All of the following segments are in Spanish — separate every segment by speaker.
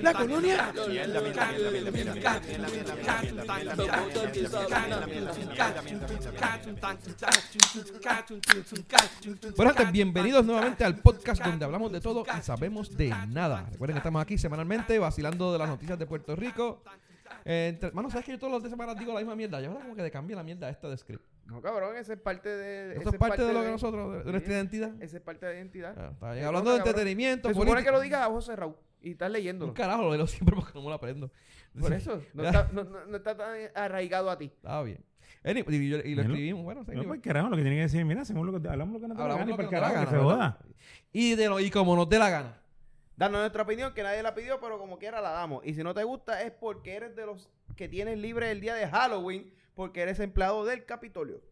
Speaker 1: La colonia.
Speaker 2: Buenas tardes, bienvenidos nuevamente al podcast donde hablamos de todo y sabemos de nada. Recuerden que estamos aquí semanalmente vacilando de las noticias de Puerto Rico. Eh, entre- Mano, ¿sabes que yo todos los de semanas digo la misma mierda? Ya ahora como que le cambia la mierda esta de script.
Speaker 3: No, cabrón, esa Eh, es parte de.
Speaker 2: Esto
Speaker 3: esa
Speaker 2: es parte de lo que
Speaker 3: de-
Speaker 2: nosotros, de- de nuestra identidad.
Speaker 3: Esa es parte de la identidad.
Speaker 2: Ah, está bien. Hablando de
Speaker 3: cabrón.
Speaker 2: entretenimiento,
Speaker 3: Se supone
Speaker 2: política-
Speaker 3: que lo diga a José cerrado y estás leyéndolo.
Speaker 2: Un carajo lo leo siempre porque no me lo aprendo.
Speaker 3: Por eso, no
Speaker 2: Ya.
Speaker 3: está, no, no- no está tan arraigado a ti.
Speaker 2: Está bien. Any- Y, yo- y lo
Speaker 4: Mira,
Speaker 2: escribimos, bueno, sí,
Speaker 4: No,
Speaker 2: digo.
Speaker 4: pues carajo, lo que tienen que decir, mira, hacemos lo que, hablamos lo que no te da la
Speaker 2: Hablamos
Speaker 4: gana y
Speaker 2: lo
Speaker 4: pa'l
Speaker 2: que nos da la
Speaker 4: carajo, que se
Speaker 2: gana,
Speaker 4: joda.
Speaker 2: y, de lo, y como nos dé la gana.
Speaker 3: Danos nuestra opinión, que nadie la pidió, pero como quiera la damos. Y si no te gusta es porque eres de los que tienes libre el día de Halloween, porque eres empleado del Capitolio.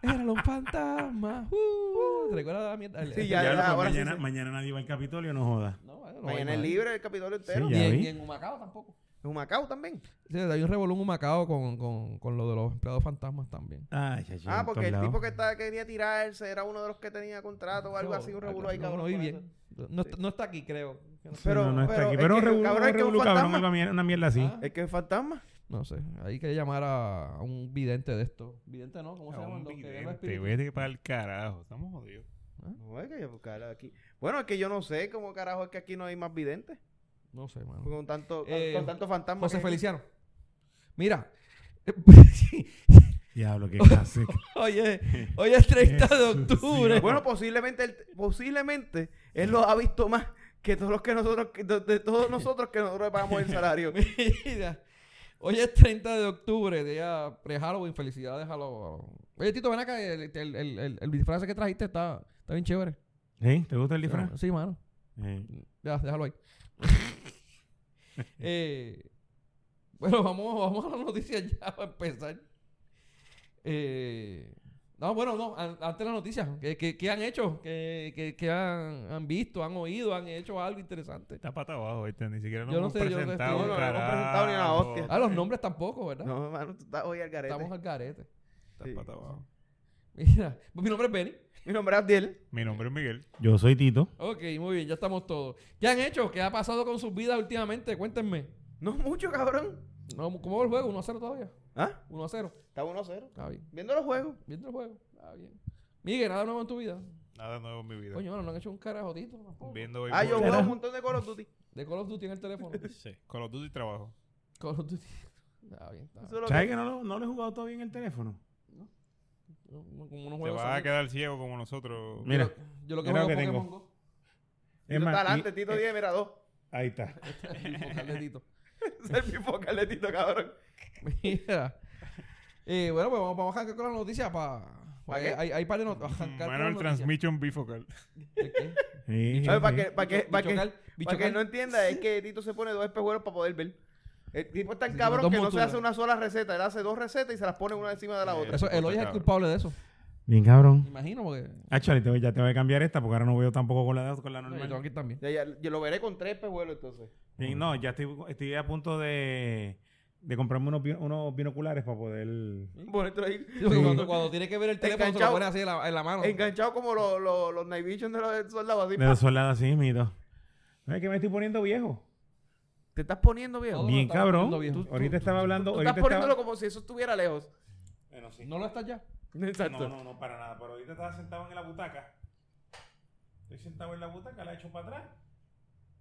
Speaker 2: Era un fantasma. Uh, ¿Te recuerdas la mierda? El-
Speaker 3: Sí,
Speaker 2: el-
Speaker 4: Ya,
Speaker 3: Ya,
Speaker 4: pues,
Speaker 3: ya, ahora sí,
Speaker 4: mañana,
Speaker 3: sí.
Speaker 4: mañana nadie va al Capitolio, no joda.
Speaker 2: No, bueno, no voy
Speaker 3: Mañana es
Speaker 2: mal.
Speaker 3: libre el Capitolio entero.
Speaker 4: Sí,
Speaker 2: Ni
Speaker 4: Ya
Speaker 2: en,
Speaker 4: vi.
Speaker 2: ni en Humacao tampoco.
Speaker 3: En Humacao también.
Speaker 2: Sí, hay un revolú en Humacao con, con, con lo de los empleados fantasmas también.
Speaker 4: Ay, ya, ya,
Speaker 3: ah,
Speaker 4: en
Speaker 3: porque
Speaker 4: todos
Speaker 3: el
Speaker 4: lados.
Speaker 3: tipo que estaba, quería tirarse era uno de los que tenía contrato o algo así, un revuelo ahí,
Speaker 2: No,
Speaker 3: cabrón.
Speaker 2: No, vi
Speaker 3: con
Speaker 2: bien. No, está- no está aquí, creo. Que no-
Speaker 4: Sí,
Speaker 3: pero-
Speaker 4: no, no está
Speaker 3: pero
Speaker 4: aquí.
Speaker 3: es
Speaker 4: Pero
Speaker 3: que,
Speaker 4: un revolú-
Speaker 3: cabrón,
Speaker 4: un
Speaker 3: es que un
Speaker 4: revolú, cabrón,
Speaker 3: fantasma-
Speaker 4: una mier- una mierda así.
Speaker 2: Ah.
Speaker 3: eso. Es que es fantasma.
Speaker 2: No sé. Hay que llamar a un vidente de esto. Vidente no, ¿cómo se llama?
Speaker 4: Te vete para el carajo, estamos jodidos.
Speaker 3: No, es que yo, cara, aquí. Bueno, es que yo no sé cómo carajo es que aquí no hay más videntes.
Speaker 2: No sé, mano.
Speaker 3: Con tanto, con,
Speaker 2: Eh,
Speaker 3: con tanto fantasma.
Speaker 2: José
Speaker 3: que-
Speaker 2: Feliciano. Mira.
Speaker 4: Diablo, qué clase.
Speaker 2: Oye, hoy es 30 de
Speaker 4: Jesús,
Speaker 2: octubre.
Speaker 4: Dios.
Speaker 3: Bueno, posiblemente él, posiblemente él los ha visto más que todos los que nosotros, que- de, de todos nosotros que nosotros le pagamos el salario.
Speaker 2: Mira, hoy es 30 de octubre, día pre-Halloween. Felicidades a los. Oye, Tito, ven acá. El, el, el, el- el disfraz que trajiste está, está bien chévere.
Speaker 4: ¿Eh? ¿Te gusta el disfraz?
Speaker 2: Sí, mano.
Speaker 4: Eh,
Speaker 2: Ya, déjalo ahí. Eh, bueno, vamos, vamos a la noticia ya para empezar. Eh, no, bueno, no, an- antes de las noticias. ¿Qué, qué, qué han hecho? ¿Qué, qué- qué han, han visto? ¿Han oído? ¿Han hecho algo interesante?
Speaker 4: Está pata abajo, ¿viste? Ni siquiera nos
Speaker 2: Yo no
Speaker 4: hemos
Speaker 2: sé, yo no
Speaker 4: presentado.
Speaker 2: estoy-
Speaker 4: un
Speaker 2: No, no
Speaker 3: hemos presentado ni una
Speaker 4: carajo.
Speaker 3: hostia.
Speaker 2: Ah, los nombres tampoco, ¿verdad?
Speaker 3: No, este. hermano, tú estás hoy al garete.
Speaker 2: Estamos al carete.
Speaker 4: Está
Speaker 3: Sí.
Speaker 4: pata abajo.
Speaker 2: Mira, pues mi nombre es Benny.
Speaker 3: Mi nombre es Abdiel.
Speaker 4: Mi nombre es Miguel. Yo soy Tito.
Speaker 2: Ok, muy bien, ya estamos todos. ¿Qué han hecho? ¿Qué ha pasado con sus vidas últimamente? Cuéntenme.
Speaker 3: No mucho, cabrón.
Speaker 2: No, ¿Cómo va el juego? 1 a 0 todavía.
Speaker 3: ¿Ah?
Speaker 2: 1 a 0.
Speaker 3: Está 1-0.
Speaker 2: Está bien.
Speaker 3: Viendo los juegos.
Speaker 2: Viendo el juego. Está bien. Miguel, nada nuevo en tu vida.
Speaker 4: Nada nuevo en mi vida.
Speaker 2: Coño, mano, no han hecho un carajotito. tampoco.
Speaker 4: Viendo hoy
Speaker 3: Ah, yo juego un
Speaker 4: Carajo.
Speaker 3: montón de Call of Duty.
Speaker 2: De Call of Duty en el teléfono.
Speaker 4: Sí. Con los dudes y trabajo.
Speaker 2: Call of Duty. Está bien, está
Speaker 3: Eso es
Speaker 2: bien.
Speaker 3: lo
Speaker 4: ¿Sabes
Speaker 3: que-
Speaker 4: que no lo, no lo he jugado todavía en el teléfono?
Speaker 2: No, no, Como unos
Speaker 4: Te
Speaker 2: juegos.
Speaker 4: vas a
Speaker 2: son-
Speaker 4: quedar ciego como nosotros.
Speaker 2: Yo lo-
Speaker 4: Mira,
Speaker 2: Yo lo que
Speaker 4: mira
Speaker 2: juego
Speaker 4: lo
Speaker 2: es
Speaker 4: que
Speaker 2: Pokémon Go.
Speaker 4: es
Speaker 3: Tito
Speaker 4: más,
Speaker 3: está
Speaker 4: y-
Speaker 3: adelante, Tito
Speaker 4: eh,
Speaker 3: 10, mira, 2.
Speaker 4: ahí está.
Speaker 2: Carletito.
Speaker 3: Ese es mi focal de Tito, cabrón.
Speaker 2: Mira. Eh, bueno, pues vamos, vamos a arrancar con la noticia para.
Speaker 3: ¿Pa qué?
Speaker 2: Hay, hay par de not- arrancar con las
Speaker 4: Manuel
Speaker 2: noticias.
Speaker 4: Transmission bifocal.
Speaker 2: ¿El qué?
Speaker 4: Sí,
Speaker 3: ¿Sabes? Para
Speaker 4: sí.
Speaker 3: que, para que, para que,
Speaker 2: Bichocal,
Speaker 3: para que
Speaker 2: bichocal.
Speaker 3: no entienda, es que Tito se pone dos espejuelos para poder ver. El tipo es tan
Speaker 2: Sí,
Speaker 3: cabrón
Speaker 2: dos
Speaker 3: que no se
Speaker 2: monturas.
Speaker 3: hace una sola receta. Él hace dos recetas y se las pone una encima de la
Speaker 4: Eh,
Speaker 3: otra.
Speaker 2: Eso, Eloy es el
Speaker 4: Cabrón.
Speaker 2: culpable de eso.
Speaker 4: Bien cabrón.
Speaker 2: Imagino, porque.
Speaker 4: Actually, te voy, ya te voy a cambiar esta porque ahora no veo tampoco con la, con la
Speaker 2: No, yo tengo
Speaker 4: normal.
Speaker 2: aquí también.
Speaker 3: Ya, ya, yo lo veré con tres espejuelos entonces.
Speaker 4: Bien, no, ya estoy, estoy a punto de, de comprarme unos, bi- unos binoculares para poder...
Speaker 3: Ponértelo ahí.
Speaker 2: Sí, porque Cuando, cuando tiene que ver el teléfono, se lo
Speaker 3: Enganchado.
Speaker 2: pone así en la, en la mano.
Speaker 3: Enganchado como los, los, los night vision de los soldados. Así.
Speaker 4: De los soldados así, mito. Es que me estoy poniendo viejo.
Speaker 3: Te estás poniendo viejo.
Speaker 2: Todo
Speaker 3: Tú-
Speaker 2: lo
Speaker 4: Bien
Speaker 2: estaba
Speaker 4: cabrón.
Speaker 2: poniendo viejo.
Speaker 4: ahorita estaba hablando...
Speaker 3: Tú
Speaker 4: ahorita
Speaker 2: este
Speaker 3: estás poniéndolo
Speaker 4: estaba...
Speaker 3: como si eso estuviera lejos.
Speaker 4: Bueno, sí.
Speaker 2: ¿No lo estás ya?
Speaker 3: Exacto.
Speaker 4: No, no, no, para nada. Pero ahorita estaba sentado en la butaca. Estoy sentado en la butaca, la he hecho para atrás.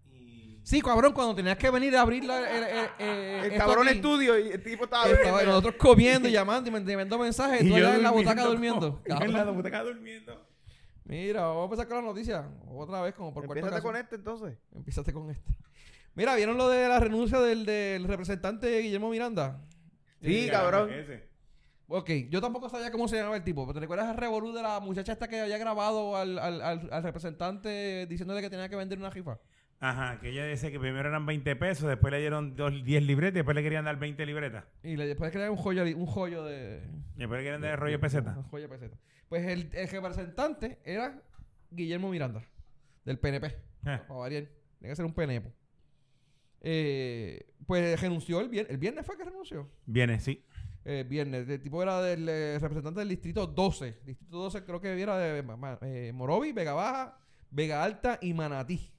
Speaker 4: Y...
Speaker 2: Sí, cabrón, cuando tenías que venir a abrir la, el, el- el-
Speaker 3: El
Speaker 2: esto
Speaker 3: cabrón
Speaker 2: aquí,
Speaker 3: estudio y el tipo estaba
Speaker 2: estaba-
Speaker 3: durmiendo.
Speaker 2: nosotros comiendo y llamando y mandando mensajes. Y tú allá en la butaca durmiendo.
Speaker 4: En la
Speaker 2: Cabrón.
Speaker 4: butaca durmiendo.
Speaker 2: Mira, vamos a empezar con las noticias. Otra vez, como por cuarta
Speaker 3: Empiezate con
Speaker 2: ocasión.
Speaker 3: este entonces.
Speaker 2: Empiezate con este. Mira, ¿vieron lo de la renuncia del, del representante Guillermo Miranda?
Speaker 3: Sí, cabrón.
Speaker 4: Ese.
Speaker 2: Ok, yo tampoco sabía cómo se llamaba el tipo. pero ¿Te recuerdas el revolú de la muchacha esta que había grabado al, al, al, al representante diciéndole que tenía que vender una rifa?
Speaker 4: Ajá, que ella dice que primero eran 20 pesos, después le dieron dos, 10 libretas, después le querían dar 20 libretas.
Speaker 2: Y le, después crear un joyo, un joyo de...
Speaker 4: Y después le querían dar el rollo de peseta.
Speaker 2: Un joyo de peseta. Pues el, el representante era Guillermo Miranda, del PNP.
Speaker 4: Ah.
Speaker 2: Para variar, tiene que ser un PNP. Eh, pues renunció el viernes. ¿El viernes fue que renunció?
Speaker 4: Viene, sí.
Speaker 2: Eh, viernes. El tipo era del eh, representante del distrito 12. Distrito 12 creo que era de Ma- Ma- eh, Morovi, Vega Baja, Vega Alta y Manatí.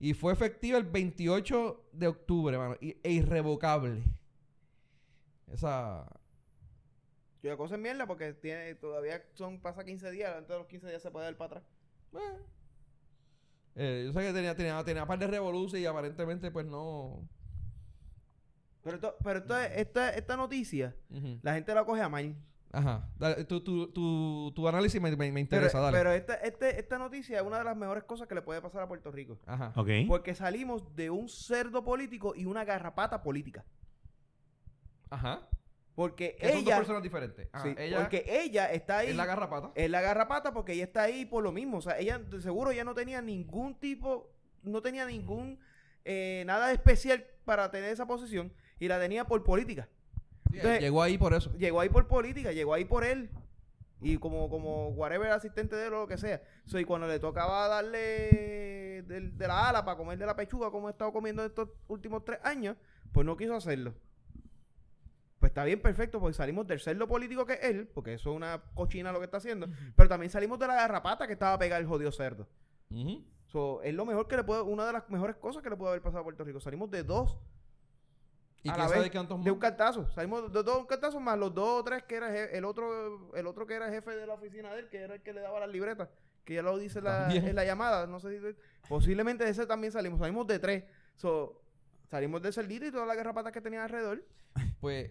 Speaker 2: Y fue efectiva el 28 de octubre, mano, y- e irrevocable. Esa,
Speaker 3: Yo la cosa es mierda porque tiene, todavía son, pasa 15 días, antes de los 15 días se puede dar para atrás.
Speaker 2: Bueno. Eh, yo sé que tenía, tenía, tenía par de revoluciones y aparentemente pues no...
Speaker 3: Pero, esto, pero esto es- esta, esta noticia,
Speaker 2: Ujú.
Speaker 3: la gente la coge a mal.
Speaker 2: Ajá. Dale, tu, tu, tu, tu análisis me, me- me
Speaker 3: Pero,
Speaker 2: interesa, dale.
Speaker 3: pero esta, este- esta noticia es una de las mejores cosas que le puede pasar a Puerto Rico.
Speaker 2: Ajá.
Speaker 5: Ok.
Speaker 3: Porque salimos de un cerdo político y una garrapata política.
Speaker 2: Ajá.
Speaker 3: Porque
Speaker 2: Que son dos
Speaker 3: ella,
Speaker 2: personas diferentes. Ajá,
Speaker 3: sí,
Speaker 2: ella
Speaker 3: porque ella está ahí
Speaker 2: es la garrapata.
Speaker 3: Es la garrapata porque ella está ahí por lo mismo. O sea, ella de seguro ya no tenía ningún tipo, no tenía ningún, eh, nada especial para tener esa posición y la tenía por política.
Speaker 2: Sí,
Speaker 3: entonces-
Speaker 2: llegó ahí por eso.
Speaker 3: Llegó ahí por política, llegó ahí por él. Y como, como whatever asistente de él o lo que sea. So, y cuando le tocaba darle del- de, la ala para comer de la pechuga, como he estado comiendo estos últimos tres años, pues no quiso hacerlo. Pues está bien, perfecto, porque salimos del cerdo político que es él, porque eso es una cochina lo que está haciendo, pero también salimos de la garrapata que estaba pegada el jodido cerdo.
Speaker 2: Ujú.
Speaker 3: So, es lo mejor que le puede, una de las mejores cosas que le puede haber pasado a Puerto Rico. Salimos de dos
Speaker 2: Y
Speaker 3: a
Speaker 2: quién
Speaker 3: la
Speaker 2: sabe
Speaker 3: vez,
Speaker 2: cuántos
Speaker 3: de
Speaker 2: más.
Speaker 3: un cartazo. Salimos de dos cartazos más los dos o tres que era je- el otro, el otro que era jefe de la oficina de él, que era el que le daba las libretas, que ya lo dice la,
Speaker 2: También.
Speaker 3: en la llamada, no sé si posiblemente de ese también salimos, salimos de tres. So, salimos del cerdito y todas las garrapatas que tenía alrededor.
Speaker 2: Pues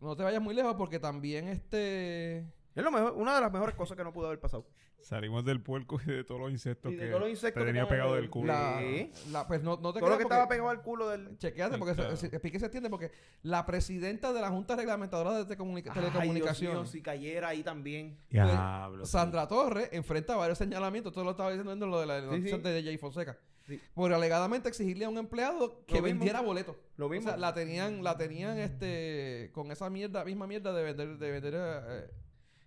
Speaker 2: no te vayas muy lejos porque también este...
Speaker 3: Es lo mejor, una de las mejores cosas que no pudo haber pasado.
Speaker 5: Salimos del puerco y de todos los insectos
Speaker 3: Y de
Speaker 5: que
Speaker 3: todos los insectos
Speaker 5: te
Speaker 3: que
Speaker 5: tenía
Speaker 3: estaban
Speaker 5: pegado
Speaker 3: alrededor.
Speaker 5: del culo.
Speaker 2: La,
Speaker 3: Sí.
Speaker 2: la- pues no, no te
Speaker 3: Todo lo
Speaker 2: creas
Speaker 3: que
Speaker 2: porque-
Speaker 3: estaba pegado al culo del
Speaker 2: Chequéate porque
Speaker 5: Ahí
Speaker 2: se,
Speaker 5: está.
Speaker 2: se- Piqué se extiende porque la presidenta de la Junta Reglamentadora de Telecomunica-
Speaker 3: Ay, Dios
Speaker 2: Telecomunicaciones,
Speaker 3: mío, si cayera ahí también.
Speaker 5: Diablo.
Speaker 2: Sandra Torres, enfrenta varios señalamientos, todo lo estaba diciendo en lo de la noticia
Speaker 3: sí.
Speaker 2: de Jay Fonseca,
Speaker 3: Sí.
Speaker 2: por alegadamente exigirle a un empleado que
Speaker 3: Lo mismo.
Speaker 2: vendiera boletos.
Speaker 3: Pues, Lo mismo.
Speaker 2: O sea, la tenían, la tenían
Speaker 3: Mm.
Speaker 2: este, con esa mierda, misma mierda de vender, de vender eh,